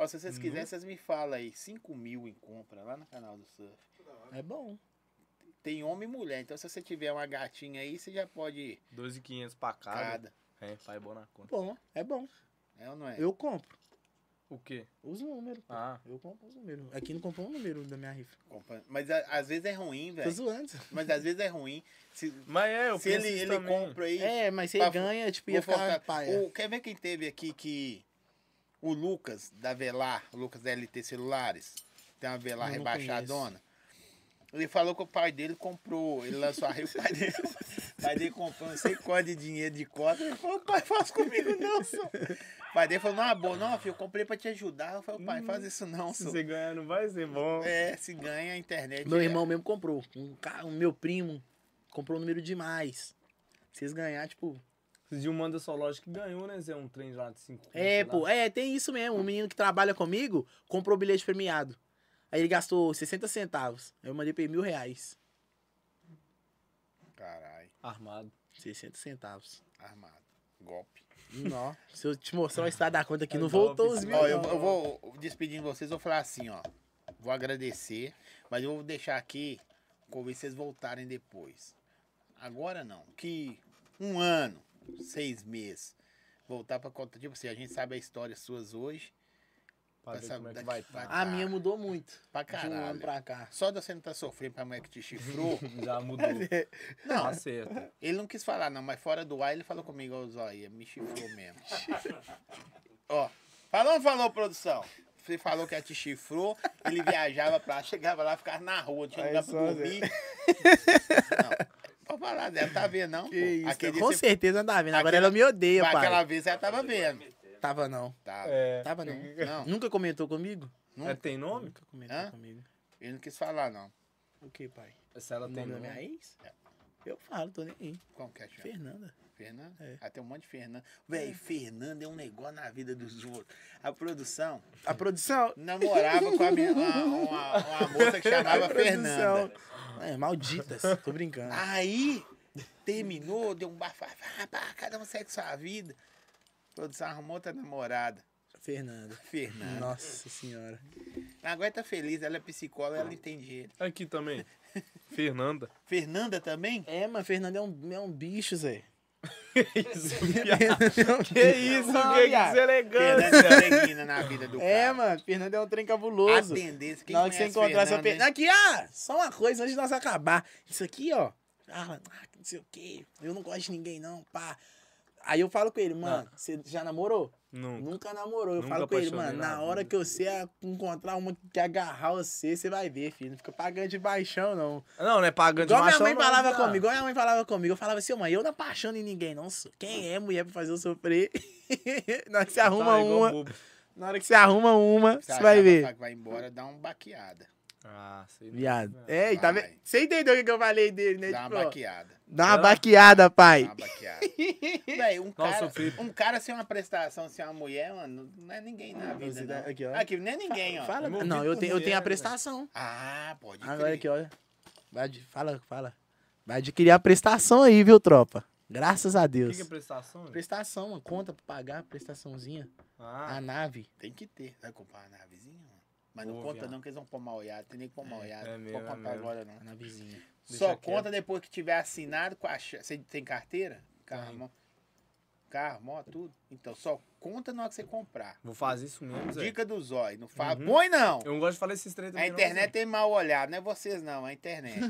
A: Ó, se vocês quiserem, vocês me falam aí. 5 mil em compra lá no canal do surf.
B: É bom.
A: Tem homem e mulher. Então, se você tiver uma gatinha aí, você já pode ir.
C: 2,500 pra
B: Tá,
C: cada.
A: Cada.
C: É, pai bom na conta.
B: Bom, é bom.
A: É ou não é?
B: Eu compro
C: O quê?
B: os números. pô.
C: Ah.
B: Eu compro os números. Aqui não comprou um número da minha rifa.
A: Compa- Mas a- às vezes é ruim,
B: Tô
A: velho.
B: <laughs> zoando.
A: Mas às vezes é ruim. Se,
C: Mas é, eu
A: se
C: penso
A: ele,
C: isso
A: ele
C: também.
A: compra aí.
B: É, mas se ele
A: Pra-
B: ganha, tipo,
A: Vou
B: ia ficar
A: focar.
B: paia.
A: O- quer ver quem teve aqui que o Lucas da Velar, o Lucas da LT Celulares, tem uma Velar
B: Eu não
A: rebaixadona. Ele falou que o pai dele comprou, ele lançou a rede, o pai dele, o pai dele comprou não sei quanto de dinheiro de cota. Ele falou, pai, faz comigo não, senhor. O pai dele falou, não, boa, não, filho, eu comprei pra te ajudar. Eu falei, pai,
B: Hum,
A: faz isso não,
C: Se
A: senhor.
C: você ganhar, não vai ser bom.
A: É, se ganha a internet.
B: Meu
A: é.
B: irmão mesmo comprou. Um ca- o meu primo comprou um número demais. Se eles ganhar, tipo.
C: Esses dias o Manda Zoológico que ganhou, né? Zé? Um trem lá de 5
B: É, pô, é, tem isso mesmo. Um menino que trabalha comigo comprou o bilhete premiado. Aí ele gastou 60 centavos. Aí eu mandei pra ele mil reais.
A: Caralho,
C: Armado.
B: 60 centavos.
A: armado. Golpe.
B: Nó. Se eu te mostrar o estado da conta aqui,
C: É
B: não
C: golpe,
B: voltou os
C: isso
B: mil.
A: Ó,
C: Melhor.
A: eu,
B: não.
A: eu vou despedindo vocês, vou falar assim, ó. Vou agradecer, mas eu vou deixar aqui convite vocês voltarem depois. Agora não, que um ano, seis meses, voltar pra conta. Tipo assim, a gente sabe a história suas hoje.
C: Pra
A: Pra
C: ver
A: saber
C: como é que
A: daqui
C: vai
A: pra
C: estar.
B: A minha mudou muito.
A: Pra
B: Ah, De um ano
A: caralho.
B: pra cá.
A: Só de você não tá sofrendo pra mulher que te chifrou.
C: <laughs> Já mudou.
A: Não.
C: Tá certo.
A: Ele não quis falar, não, mas fora do ar ele falou comigo, ó, Zóia, me chifrou
B: <laughs>
A: mesmo. ó, falou ou não falou, produção? Você falou que a te chifrou, ele viajava pra lá, chegava lá, ficava na rua, não tinha
H: Aí
A: lugar pra
H: só, Zé.
A: dormir. não, pode falar, Zé, não tá vendo, não? pô.
B: Que isso,
A: Aquele dia
B: com
A: você-
B: certeza não tá vendo. Agora
A: Aquela-
B: ela me odeia,
A: mas
B: pai.
A: aquela vez ela tava vendo.
B: Tava não.
A: Tá.
C: É.
B: Tava não.
A: Não,
B: Nunca comentou comigo?
A: Nunca.
C: Ela tem nome?
B: Nunca comentou
A: Hã?
B: comigo.
A: ele não quis falar, não.
B: O que, pai?
C: Se ela
B: O
C: tem é
B: nome da minha
C: nome.
B: ex? Eu falo, tô nem aí.
A: Como que é, chama?
B: Fernanda.
A: Fernando?
B: É.
A: Ah, tem um monte de Fernando. Véi, Fernando é um negócio na vida dos outros. A produção
H: A produção.
A: namorava com a minha, uma, uma- uma moça que chamava
H: A produção.
A: Fernanda.
B: É, malditas. Tô brincando.
A: Ah. Aí terminou, deu um bafafá, pá, cada um segue sua vida. A produção arrumou outra namorada,
B: Fernanda.
A: Fernanda.
B: Nossa senhora.
A: Agora tá feliz, ela é psicóloga, ela entende dinheiro.
C: Aqui também. Fernanda.
A: Fernanda também?
B: É, mano, Fernanda é um, é um
A: <laughs>
B: bicho, Zé. é um
C: Isso, que <laughs> isso,
B: Não,
C: que
B: viado.
A: Fernanda
C: deselegante.
A: é leguina na vida do cara.
B: É, mano, Fernanda é um trem cabuloso.
A: A tendência, quem
B: Na hora que você
A: conhece
B: encontrar
A: Fernanda,
B: sua Fernanda.
A: hein?
B: Aqui, ah, só uma coisa antes de nós acabar. Isso aqui, ó. Ah, ah, não sei o quê. Eu não gosto de ninguém, não, pá. Aí eu falo com ele,
A: Ah.
B: mano, você já namorou?
C: Não.
B: Nunca namorou. Eu
C: Nunca
B: falo com ele,
C: apaixonei
B: mano,
C: na
B: na hora
C: vida.
B: que você a- encontrar uma que agarrar você, você vai ver, filho. Não fica pagando de baixão, não.
C: Não, não é pagando de
B: Igual minha
C: machão,
B: mãe
C: não, né?
B: falava
C: viado.
B: comigo, igual minha mãe falava comigo. Eu falava assim, ô, mãe, eu não apaixono em ninguém, não. sou. Quem é mulher pra fazer eu sofrer? <laughs> na hora que você
C: Tá,
B: arruma
C: igual
B: uma,
C: bobo.
B: na hora que você arruma uma,
A: Se
B: você vai
A: achar
B: ver.
A: pra- Vai embora, dá uma baqueada.
C: Ah, sei lá.
B: Viado. É, e tá
A: Vai.
B: vendo? Você entendeu o que que eu falei dele, né?
A: Dá
B: Tipo,
A: uma
B: ó,
A: baqueada.
B: dá uma baqueada,
A: Dá
B: pai.
A: uma
B: <laughs>
A: baqueada. Véi, um,
C: Nossa,
A: cara,
C: o Felipe.
A: um cara sem uma prestação, sem uma mulher, mano, não é ninguém na vida.
B: dá-
A: Não.
B: tá aqui, ó.
A: Aqui, não é ninguém, ó.
B: Fala,
C: movido
B: não, eu
C: por
B: tenho, eu tenho a
C: mulher,
B: prestação.
A: Ah, pode crer.
B: Agora aqui, olha. Vai ad- Fala, fala. Vai adquirir a prestação aí, viu, tropa? Graças a
C: O que
B: Deus.
C: que é prestação? velho?
B: Prestação, uma conta pra pagar, prestaçãozinha.
C: Ah,
B: A nave.
A: Tem que ter. Vai comprar uma navezinha, mano. Mas não
C: Ô,
A: conta
C: viado.
A: não, que eles vão pôr mal olhado. Tem nem que pôr mal olhado.
C: é
A: Não
C: mesmo,
A: pode
C: é
A: contar
C: mesmo.
A: agora, não.
B: A navezinha.
A: Só
C: quieto.
A: conta depois que tiver assinado com a... cha- Você tem carteira? Carro,
C: Tenho.
A: mó- Carro, mó, tudo. Então, só conta na hora que você comprar.
C: vou fazer isso mesmo, Zé.
A: Dica do zóio. Não fala...
C: é. Uhum.
A: Põe, não!
C: Eu não gosto de falar esses três
A: A
C: também, não,
A: internet tem mal olhado. Não é vocês, não. É a
B: <laughs>
A: internet.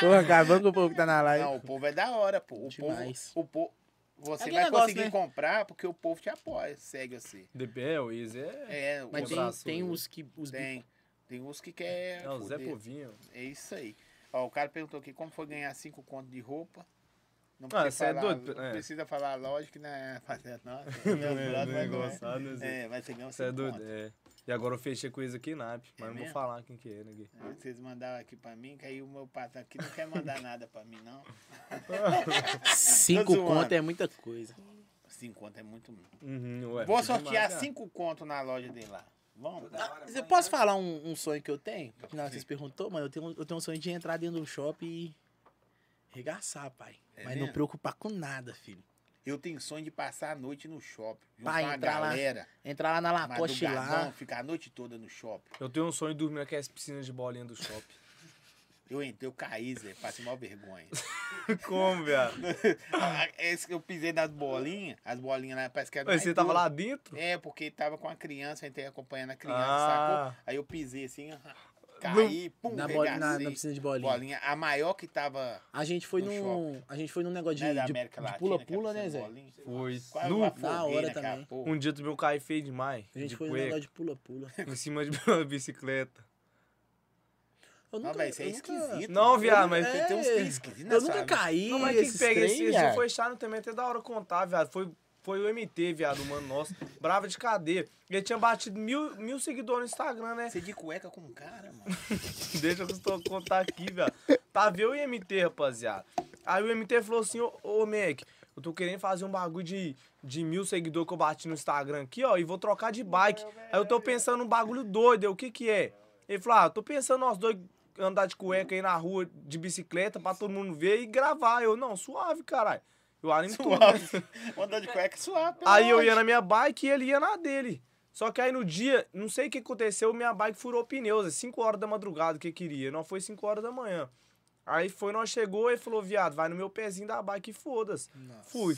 B: Porra, acabando com o povo que tá na live.
A: Não, o povo é da hora, pô. O
B: Demais.
A: povo. O povo você
B: aquele
A: vai
B: negócio,
A: conseguir
B: né?
A: comprar porque o povo te apoia, segue você.
C: Zé. DP, o Izzy é...
A: É, o
B: Mas
C: Um
B: tem,
C: abraço,
B: né? tem
C: viu?
B: os que. Os <laughs>
A: tem. Tem uns que quer.
C: É o Zé
A: foder.
C: Povinho.
A: É isso aí. Ó, o cara perguntou aqui como foi ganhar cinco conto de roupa. Não
C: Ah,
A: precisa,
C: cê é
A: falar,
C: doido,
A: não
C: é.
A: precisa falar a lógica, que não é fazer
C: <laughs>
A: nossa.
C: Não é
A: é,
C: engraçado, né, Zé?
A: é, mas você ganhou
C: Você é
A: cinco
C: doido,
A: conto.
C: é. E agora eu fechei com isso aqui, NAP. Mas
A: É
C: não vou
A: mesmo?
C: falar quem que é, né, Gui?
A: É, Vocês mandaram aqui pra mim, que aí o meu patrão aqui não quer mandar nada pra mim, não.
B: Tá Cinco
A: Tô zoando.
B: conto é muita coisa.
A: Cinco conto é muito. muito.
C: Uhum, ué.
A: Vou
C: Demais,
A: sortear
C: cara.
A: cinco conto na loja dele lá. Vamos?
D: Toda hora.
B: Eu posso falar um, um sonho que eu tenho? Não, vocês perguntou, mano. Eu tenho, eu tenho um sonho de entrar dentro do shopping e regaçar, pai.
A: É
B: Mas
A: mesmo?
B: não preocupar com nada, filho.
A: Eu tenho sonho de passar a noite no shopping.
B: Vai
A: Juntar uma
B: entrar lá,
A: galera.
B: Entrar lá na
C: Ah,
B: Lacoste
A: Madrugadão,
B: lá.
A: ficar a noite toda no shopping.
C: Eu tenho um sonho de dormir naquelas piscinas de bolinha do shopping.
A: Eu entrei, eu caí, Zé. Passei mal vergonha.
C: <laughs> Como, viado?
A: Ah, Esse que eu pisei nas bolinhas. As bolinhas lá, parece que era
C: Ué,
A: mais
C: você tava
A: dura.
C: lá dentro?
A: É, porque tava com a criança, eu entrei acompanhando a criança,
C: Ah.
A: sacou? Aí eu pisei assim, ah, caí, pum,
B: Na, boli-
A: regacei.
B: na- na piscina de bolinha.
A: bolinha. A maior que tava
B: A gente foi
A: No
B: num. A gente foi num negócio
A: né,
B: de-
A: da
B: de
A: América
B: de
A: Latina.
B: pula-pula,
A: que é a
B: né,
A: piscina
B: Zé?
A: de bolinha.
C: Foi.
A: Quase
C: Nu.
A: eu afoguei né,
B: hora
A: naquela
B: também.
A: porra.
C: Um dia tu meu caí feio demais.
B: A gente
C: de
B: foi num
C: cueca,
B: negócio de pula-pula.
C: em cima de <laughs> uma bicicleta.
B: Eu
A: Não,
B: nunca.
A: velho, isso é
B: eu nunca...
A: esquisito.
C: Não,
A: mano.
C: viado, mas
A: Tem, tem uns
B: É.
A: que é esquisito,
B: Eu
A: né,
B: nunca
A: sabe?
B: caí.
C: Não, mas quem
B: esses
C: é pega
B: trem, é.
C: esse dia
B: viado.
C: foi chato também, até da hora contar, viado. Foi, foi o MT, viado, mano nosso. Brava de cadeia. Ele tinha batido mil, mil seguidores no Instagram, né?
A: Você de cueca com um cara, mano.
C: <laughs> Deixa eu só contar aqui, velho. Tá vendo o IMT, rapaziada? Aí o IMT falou assim, ô, ô Mac, eu tô querendo fazer um bagulho de, de mil seguidores que eu bati no Instagram aqui, ó, e vou trocar de bike. Aí eu tô pensando num bagulho doido, eu, o que que é? Ele falou, ah, eu tô pensando nós dois andar de cueca aí na rua de bicicleta pra todo mundo ver e gravar. Eu, não, suave, caralho. Eu animo tudo. né?
A: Suave. Andar de cueca suave. pelo
C: Aí eu
A: amor
C: ia
A: de-
C: na minha bike e ele ia na dele. Só que aí no dia, não sei o que aconteceu, minha bike furou pneus. É 5 horas da madrugada que eu queria. Não foi 5 horas da manhã. Aí foi, nós chegou e falou, viado, vai no meu pezinho da bike e foda-se. Fui.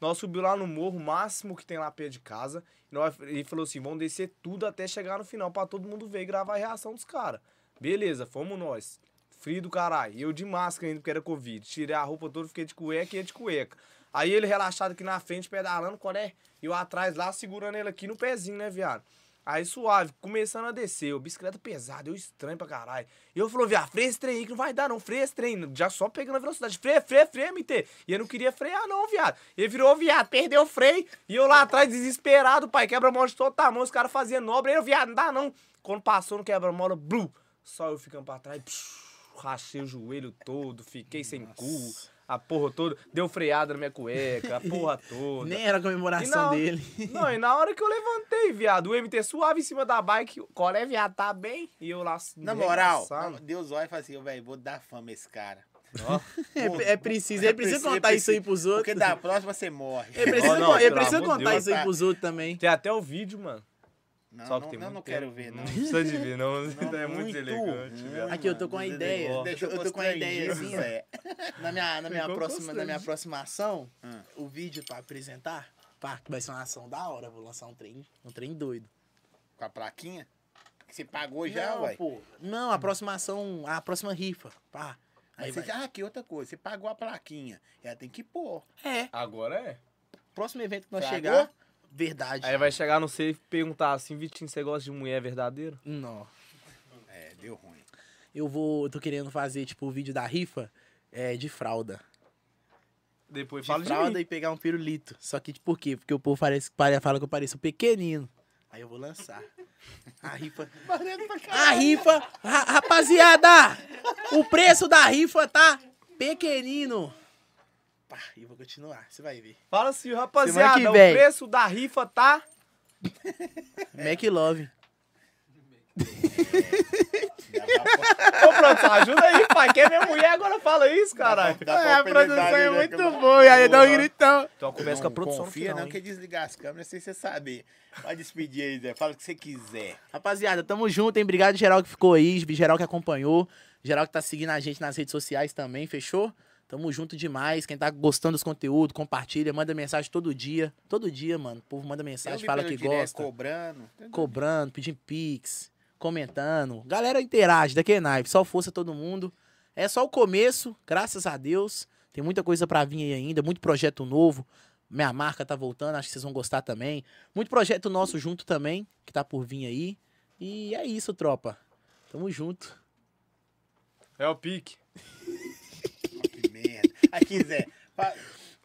C: Nós subiu lá no morro, máximo que tem lá perto de casa. E nós, ele falou assim, vamos descer tudo até chegar no final pra todo mundo ver e gravar a reação dos caras. Beleza, fomos nós. Frio do caralho. E eu de máscara ainda, porque era Covid. Tirei a roupa toda, fiquei de cueca e ele de cueca. Aí ele relaxado aqui na frente, pedalando, quando é? E eu atrás lá, segurando ele aqui no pezinho, né, viado? Aí suave, começando a descer, o bicicleta pesada, eu estranho pra caralho. E eu falou, viado, freia esse trem aí que não vai dar não, freia esse trem, já só pegando a velocidade, freia, freia, freia, MT. E eu não queria frear não, viado. Ele virou, viado, perdeu o freio, e eu lá atrás desesperado, pai, quebra-mola de todo tamanho, os caras faziam nobre, aí eu, viado, não dá não. Quando passou no quebra-mola, blu, só eu ficando pra trás, psh, rachei o joelho todo, fiquei sem cu. a porra toda. Deu freada na minha
A: <laughs>
C: cueca, a porra toda.
B: Nem era a comemoração
C: E
B: <laughs>
C: não.
B: dele.
C: Não, e na hora que eu levantei, viado, o MT suave em cima da bike, qual é, viado, tá bem? E eu lá...
A: Na moral,
C: arregaçando.
A: Deus olha e fala assim, velho, vou dar fama a esse cara. <laughs>
B: É, é preciso, ele precisa
A: preciso,
B: contar
A: é
B: isso aí pros
A: Porque
B: outros. É
A: da próxima você morre.
B: Ele precisa,
C: Oh, não,
B: ele
C: pelo
B: precisa
C: amor de
B: contar
C: Deus,
B: isso aí
A: tá.
B: pros outros também.
C: Tem até o vídeo, mano.
A: Não,
C: Só que
A: não,
C: tem
A: não,
C: muito
A: não quero
C: tempo.
A: ver, É,
C: <laughs>
A: não.
C: precisa de ver, não.
A: <laughs> Não,
C: é muito, elegante,
A: muito, Hum. É.
C: velho.
B: Aqui, eu tô com uma
A: mano,
B: ideia.
A: delegou.
B: Deixa eu-
A: Deixa
B: eu tô com uma assim,
A: constrangido,
B: ideiazinha.
A: Zé.
B: Na minha, na minha,
C: Ficou
B: próxima, na minha
C: constrangido.
B: próxima ação,
A: Ah.
B: o vídeo pra apresentar, pá, que vai ser uma ação da hora. Vou lançar um trem, um trem doido.
A: Com a plaquinha? Que você pagou já,
B: não,
A: ué.
B: pô. Não, a próxima ação, a próxima rifa, pá. Aí
A: Aí você
B: vai.
A: já, ah, que outra coisa, você pagou a plaquinha. Ela tem que pôr.
B: É,
C: Agora é.
B: próximo evento que nós
A: Tragou?
B: chegar, verdade.
C: Aí vai chegar, não sei, perguntar assim, Vitinho, você gosta de mulher verdadeira?
B: Não.
A: É, deu ruim.
B: Eu vou, eu tô querendo fazer, tipo, o vídeo da rifa é, de fralda.
C: Depois
B: De
C: fala de
B: fralda
C: mim.
B: e pegar um pirulito. Só que tipo, por quê? Porque o povo parece, pare- fala que eu pareço pequenino. Aí eu vou lançar. A rifa. A rifa. ra- rapaziada! O preço da rifa tá pequenino. Pá, e eu vou continuar, você vai ver.
C: Fala assim,
I: Semana que
C: rapaziada, o
I: vem.
C: preço da rifa tá... <laughs>
B: Mac Love.
A: Dá pra-
C: Ô, produção, ajuda aí, pai. Quem é minha mulher agora fala isso, caralho?
A: dá pra
I: É, a
A: apelidar,
I: produção
A: né,
I: é
A: né,
I: muito
A: que-
I: boa. E aí dá um
C: Boa.
I: gritão.
C: Então começa com a produção
A: Confia
C: no final,
A: não que
C: hein?
A: eu desligar as câmeras sem você saber. Pode despedir aí, Zé. Fala o que você quiser.
B: Rapaziada, tamo junto, hein? Obrigado geral que ficou aí, geral que acompanhou, geral que tá seguindo a gente nas redes sociais também, fechou? Tamo junto demais. Quem tá gostando dos conteúdos, compartilha, manda mensagem todo dia. Todo dia, mano. O povo manda
A: Eu
B: mensagem,
A: vi
B: fala
A: pelo
B: que
A: direct
B: gosta.
A: um cobrando. um
B: Cobrando, pedindo pix, comentando. Galera interage, daqui é naipe. Só força todo mundo. É só o começo, graças a Deus. Tem muita coisa pra vir aí ainda, muito projeto novo. Minha marca tá voltando, acho que vocês vão gostar também. Muito projeto nosso junto também, que tá por vir aí. E é isso, tropa. Tamo junto.
C: É o pique.
A: Que merda. Aqui, Zé. Fa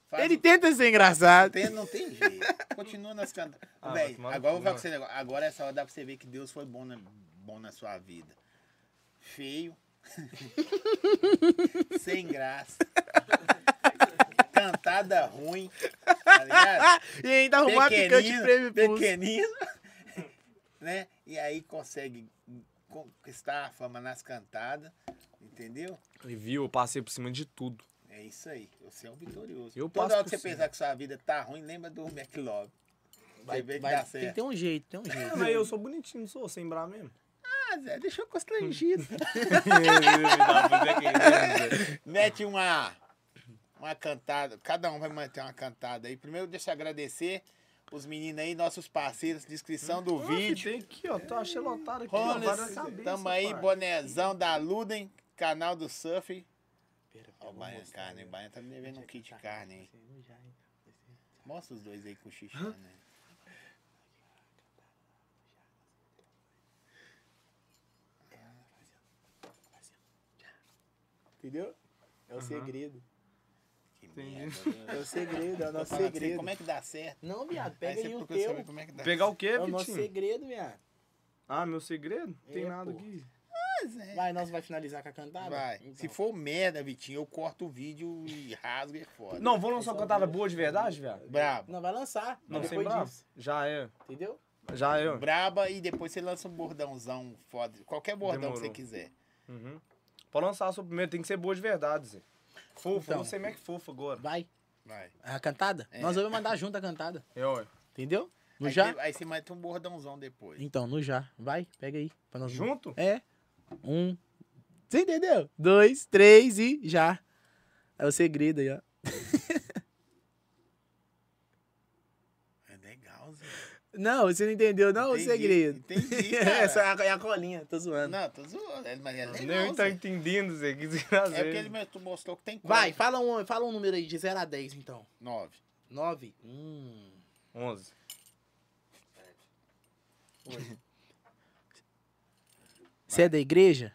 A: faz
I: Ele
A: o-
I: tenta ser engraçado.
A: Tem- não tem jeito. Continua nas cantas.
C: Ah, vai
A: Véi,
C: tomar no
A: agora eu vou falar
C: cu, né?
A: com você um negócio. Agora essa hora dá pra você ver que Deus foi bom na, bom na sua vida. Feio. <laughs> Sem graça. Cantada ruim. Tá ligado?
I: E ainda Ah, arrumar picante prêmio pulso.
A: pequenino. <laughs> né? E aí consegue conquistar a fama nas cantadas. Entendeu?
C: E viu, eu passei por cima de tudo.
A: É isso aí. Você é um vitorioso.
C: Eu passo
A: Toda hora
C: por
A: que você
C: cima.
A: pensar que sua vida tá ruim, lembra do McLove. Vai, ver que
B: Vai-
A: dá
B: tem que
A: certo.
B: ter um jeito, tem um jeito.
C: Não, É, mas eu sou bonitinho, não sou, sem bra <laughs> mesmo.
A: Ah,
I: É,
A: Zé, deixou constrangido.
C: é
A: Mete uma, uma cantada. Cada um vai manter uma cantada aí. Primeiro, deixa eu agradecer os meninos aí, nossos parceiros, descrição do vídeo.
C: Tem aqui, ó. Tô achei lotado aqui, ó.
A: Rollins,
C: Várias cabeças,
A: tamo aí,
C: pai.
A: bonezão da Luden, canal do Surf. Ó, o Baian Carne, o Baian tá me devendo um kit de carne, hein? Mostra os dois aí com o xixi, né?
B: Entendeu? É o segredo.
A: Que merda.
B: <laughs>
A: né?
B: o segredo, é o
A: Tô falando assim, como é que dá certo?
B: Não, viado,
A: Aí
B: pega
A: você
B: aí o
A: procura saber
B: teu.
A: como é que dá
C: Pegar o quê,
B: É o nosso
C: Vitinho?
B: segredo, viado.
C: Ah, meu segredo? Não Tem
B: É,
C: nada
B: pô.
C: aqui.
B: Vai, nós vai finalizar com a
C: Tá,
B: cantada?
A: Vai.
B: Então.
A: Se for merda, Vitinho, eu corto o vídeo e rasgo e é foda.
C: Não, vou lançar uma cantada boa de verdade, viado?
A: Brabo.
B: Não, vai lançar.
C: Não,
B: Não,
C: sem
B: depois
C: bra?
B: disso. Uhum.
C: Já é.
B: Entendeu?
C: Já é. ó.
A: Braba e depois você lança um bordãozão foda. Qualquer bordão que
C: Demorou.
A: você quiser.
C: Uhum. Pode lançar a sua primeira, tem que ser boa de verdade, Zé. Fofa,
B: Então.
C: não sei como é que fofa agora.
B: Vai.
A: Vai.
B: A cantada?
A: É.
B: Nós vamos mandar junto a cantada.
C: É, ó.
B: Entendeu? No
A: aí,
B: já?
A: Você, aí você mete um bordãozão depois.
B: Então, no já. Vai, pega aí. Pra nós
C: Junto?
B: É. Um. Você entendeu? Dois, três e já. É o segredo aí, ó.
A: É legal, Zé.
B: Não, você não entendeu, não? é
A: Entendi,
B: o segredo. <laughs>
A: entendi, cara.
B: Essa é a, é a colinha, tô zoando.
A: Não, tô zoando. é- Mas é
C: Nem
A: legal.
C: tá
A: Zé.
C: entendendo, Zé. Que
A: É porque ele
C: desgraceiro.
A: me- tu mostrou que tem
B: Vai, fala um, fala um número aí de 0 a 10, então.
A: 9.
B: 9? Hum.
C: 11.
B: Você é da igreja?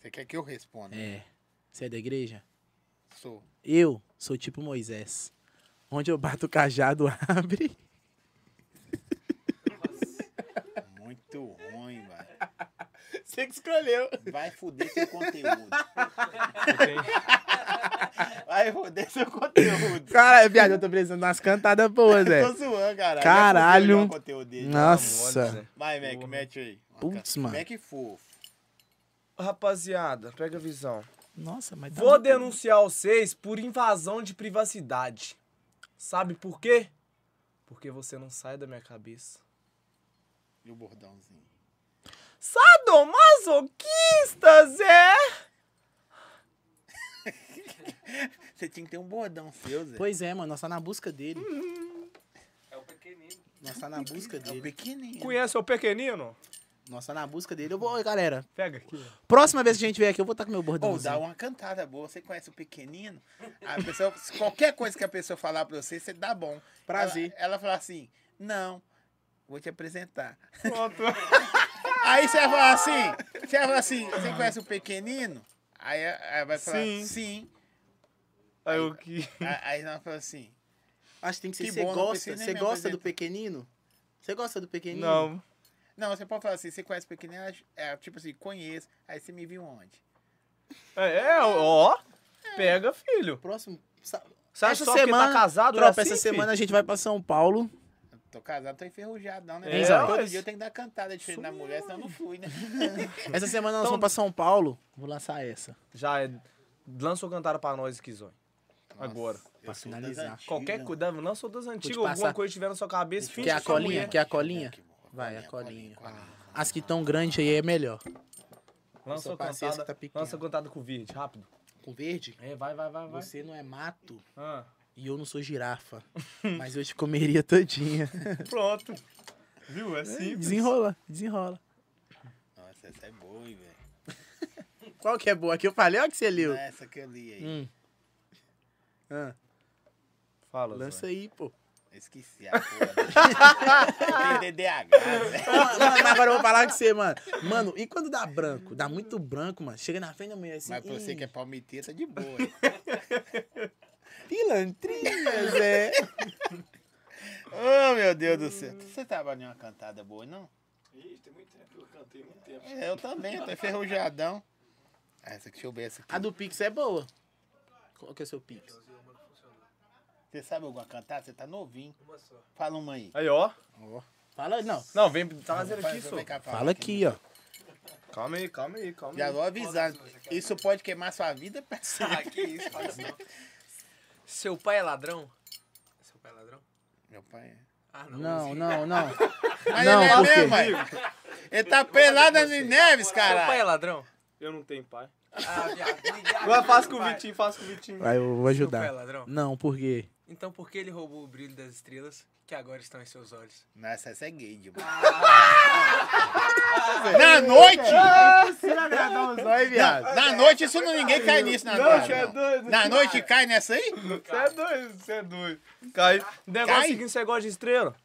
A: Você quer que eu responda?
B: É. Você é da igreja?
A: Sou.
B: Eu sou tipo Moisés. Onde eu bato o cajado, <laughs> abre.
A: Muito ruim, vai.
B: Você que escolheu.
C: <laughs>
A: Vai fuder seu conteúdo.
C: Não tem-
A: Vai foder seu conteúdo.
H: Cara, viado, eu tô precisando de umas cantadas
B: <laughs>
H: boas,
A: Tô
H: Zé.
B: é.
A: zoando, caralho.
H: Caralho.
A: Já fudeu já o conteúdo dele.
C: Tá
H: Nossa.
A: Vai, Mac, mete aí.
H: Putz, mano.
A: Mac é fofo.
C: Rapaziada, pega a visão.
B: Nossa, mas tá
C: Vou
B: muito-
C: denunciar vocês por invasão de privacidade. Sabe por quê? Porque você não sai da minha cabeça.
A: E o bordãozinho.
C: Sadomasoquistas, é?
A: Você tinha que ter um bordão seu, Zé.
B: Pois é, mano, nós tá na busca dele.
E: É o pequenino.
B: Nós tá na busca <laughs>
A: É o
B: dele.
A: pequenininho.
C: Conhece o pequenino?
B: Nós tá na busca dele. Eu vou, galera.
C: Pega aqui.
B: Próxima vez que a gente vier aqui, eu vou estar com meu
A: Ou dá
B: bordãozinho.
A: uma cantada boa. Você conhece o pequenino? A pessoa, se qualquer coisa que a pessoa falar pra você, você dá bom.
B: um Prazer.
A: Ela, ela fala assim, não, vou te apresentar.
C: Pronto.
A: <laughs> Aí você fala assim, você fala assim, você conhece o pequenino? Aí ela vai falar,
C: Sim.
A: sim.
C: Aí o que?
A: A- Aí ela fala assim,
B: Acho que tem que ser.
A: Que
B: você
A: bom, não
B: gosta,
A: precisa nem
B: você
A: me
B: gosta do
A: apresentar.
B: pequenino? Você gosta do pequenino?
C: Não.
A: não, você pode falar assim, você conhece o pequenino? Ela- É, tipo assim, conheço. Aí você me viu onde?
C: É, é, ó. Pega, filho.
B: Próximo. sa-
C: Você acha
B: Essa
C: só que
B: semana-
C: tá casado? não é
B: Tropa,
C: assim,
B: essa
C: filho?
B: semana a gente vai pra São Paulo.
A: Eu Tô casado, tô enferrujado, não, né?
C: É,
A: Todo
C: mas-
A: dia eu tenho que dar cantada diferente na
C: Sumiu,
A: mulher, senão eu não flui, né?
B: Essa semana nós
C: Então-
B: vamos pra São Paulo. Vou lançar essa.
C: Já é. Lança ou cantada pra nós, Kizon. <laughs> Agora.
A: eu
B: Pra
A: sou das
B: finalizar.
A: antigas.
C: Qualquer coisa, dá- lança ou das antigas, alguma
B: passar.
C: coisa que tiver na sua cabeça, finge
B: Quer a
C: que é foi
B: colinha?
C: mulher.
B: Quer a colinha?
A: Aqui, boa.
B: Vai, a colinha. As que tão grandes aí é melhor.
C: Lança
B: Eu só
C: ou
B: passei essa
C: cantada.
B: que tá pequena.
C: lança ou cantada com o verde, rápido.
B: Com verde?
C: É, vai, vai, vai, vai.
B: Você não é mato
C: Ah,
B: e eu não sou girafa. mas eu te comeria todinha.
C: pronto. Viu? É simples.
B: Desenrola, desenrola.
A: Nossa, essa é boa, hein, velho.
B: Qual que é boa? Aqui eu falei, olha que você
A: Não
B: leu.
A: é essa que eu li aí.
B: Hum. Ah,
C: Fala,
B: lança
C: Zóio.
B: aí, <laughs> pô.
A: Eu Esqueci a porra. né?
C: <laughs>
A: Tem DDH, velho.
B: Mano, mano, agora eu vou falar com você, mano. Mano, e quando dá branco? Dá muito branco, mano. Chega na frente da mulher assim.
A: Mas pra você
B: "Ih,
A: que é palmiteiro, tá de boa. hein?
B: Pilantrinha, Zé.
A: Ô, Ah, meu Deus do céu. Você tava numa cantada boa, não?
D: Ih, tem muito tempo, eu cantei muito tempo.
A: É, eu também, eu tô enferrujadão. Ah, Essa aqui, deixa eu ver essa aqui.
B: A do Pix é boa. Qual que é o seu Pix?
A: Você sabe alguma cantada? Você tá novinho. Fala uma aí.
C: Aí, ó.
B: Fala, não.
C: Não, vem trazer
A: Faz
C: Tá aqui,
A: eu é
C: só.
A: ficar falando
B: Fala aqui, ó.
C: Calma aí, calma aí, calma
A: é. Já
C: aí.
A: vou avisando. Isso pode queimar sua vida,
B: <laughs>
A: parceiro.
I: Ah, que isso,
C: <laughs>
I: fala assim.
J: Seu pai é ladrão? Seu pai é ladrão?
A: Meu pai é.
J: Ah, não.
B: Não, não, não.
A: Mas
B: Não,
A: ele é
B: por quê?
A: mesmo, mãe. Ele tá pelado de Neves,
J: Seu pai é
A: caralho.
J: ladrão?
C: Eu não tenho pai.
J: Ah, viado. ninguém-
C: Agora faz com o
J: Vai.
C: Vitinho, faz com o Vitinho.
H: Vai, eu vou
J: Seu pai é
H: ajudar.
J: ladrão?
B: Não, por quê?
J: Então por que ele roubou o brilho das estrelas que agora estão em seus olhos?
A: Nossa, essa é gay demais. <laughs> Na noite?
H: Vai, viado.
A: Na noite, isso não ninguém cai nisso na
C: tá Não,
A: noite.
C: você é
A: não.
C: doido.
A: Na noite cai nessa aí?
C: Você é doido, você é doido. Cai. Negócio é
A: Cai?
C: seguinte, você gosta de estrela?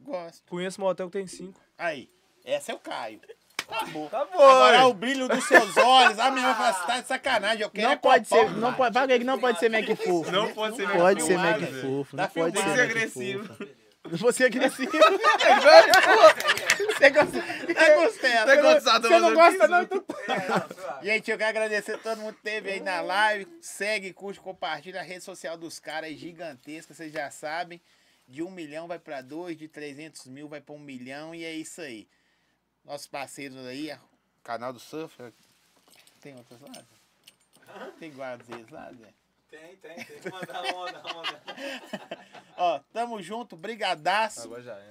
A: Gosto.
C: Conheço um hotel que tem cinco.
A: Aí, essa eu caio. Acabou.
C: Tá bom.
A: Agora o brilho dos seus olhos. A menina fala assim, tá de sacanagem. Eu quero
B: Não
A: é
B: pode
A: popó,
B: ser, não pode, vai ver que não pode ser Mac fofo.
C: Não pode ser
B: pode
A: tá
B: ser
A: filmado,
B: Mac
A: velho.
B: fofo, não
A: Tá filmado.
B: pode ser
A: Tem
B: Mac
A: que
C: agressivo.
B: fofa. Você é agressivo.
A: Tá gostando.
C: Você gosta do
A: Você não gosta,
C: masoquismo?
A: não? então- Gente, eu quero agradecer a todo mundo que teve aí na live. Segue, curte, compartilha. A rede social dos caras é gigantesca, vocês já sabem. De um milhão vai pra dois, de 300 mil vai pra um milhão, e é isso aí. Nossos parceiros aí, a- canal do Surf. é- Tem outros lá? Zé? Tem guardas deles lá, Zé?
D: Tem, tem, tem. Manda onda, manda.
A: Ó, tamo junto, brigadaço.
C: Agora já é.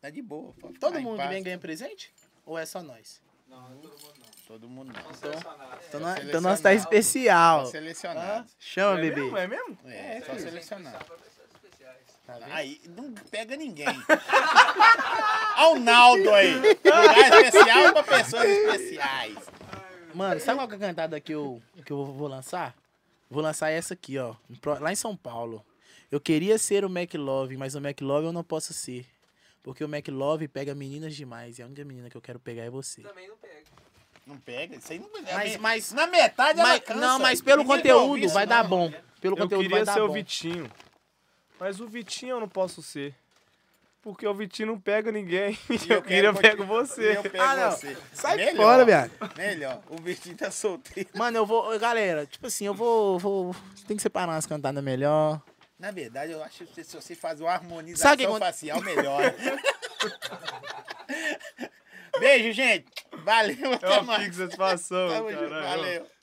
A: Tá de boa. pode ficar
B: Todo
A: em
B: mundo
A: paz.
B: vem ganha presente? Ou é só nós?
D: Não, todo mundo não.
A: Todo mundo não.
D: Selecionado.
B: Então,
A: nós-
B: então nós tá
A: É selecionado. É
B: especial.
A: Selecionado.
B: Chama,
C: é
B: bebê.
C: mesmo? É mesmo?
A: É, só selecionado.
B: Tá vendo?
A: Aí, não pega ninguém. <laughs> Olha o Naldo aí. Lugar especial pra pessoas especiais.
B: Mano, sabe qual que é a cantada que eu, que eu vou lançar? Vou lançar essa aqui, ó. no pro- Lá em São Paulo. Eu queria ser o McLove, mas o McLove eu não posso ser. Porque o McLove pega meninas demais. E a única menina que eu quero pegar é você.
J: Também não pega.
A: Não pega, isso aí não
B: Mas, mas,
A: Na metade ela
B: mas-
A: cansa.
B: não, mas pelo
A: Ninguém ouve
B: conteúdo
A: isso,
B: vai
A: não.
B: dar bom. Pelo
C: Eu
B: conteúdo vai
C: queria
B: dar
C: ser o
B: bom.
C: Vitinho. Mas o Vitinho eu não posso ser. Porque o Vitinho não pega ninguém. <laughs>
A: E
C: E eu queria,
A: quero
C: eu pego
A: continuar-
C: você. É
A: e Eu pego
B: Ah, não.
A: você.
B: Sai
A: melhor,
H: Bora, viado.
A: Melhor. O Vitinho tá solteiro.
B: Mano, eu vou. Galera, tipo assim, eu vou. vou tem que separar umas cantadas melhor.
A: Na verdade, eu acho que se você faz uma harmonização
B: Sabe o que aconte-
A: facial, <laughs> melhora. Beijo, gente. Valeu,
C: É
A: até
C: uma
A: mais.
C: fixa satisfação, <laughs>
A: Tamo junto,
C: caralho. é
A: valeu.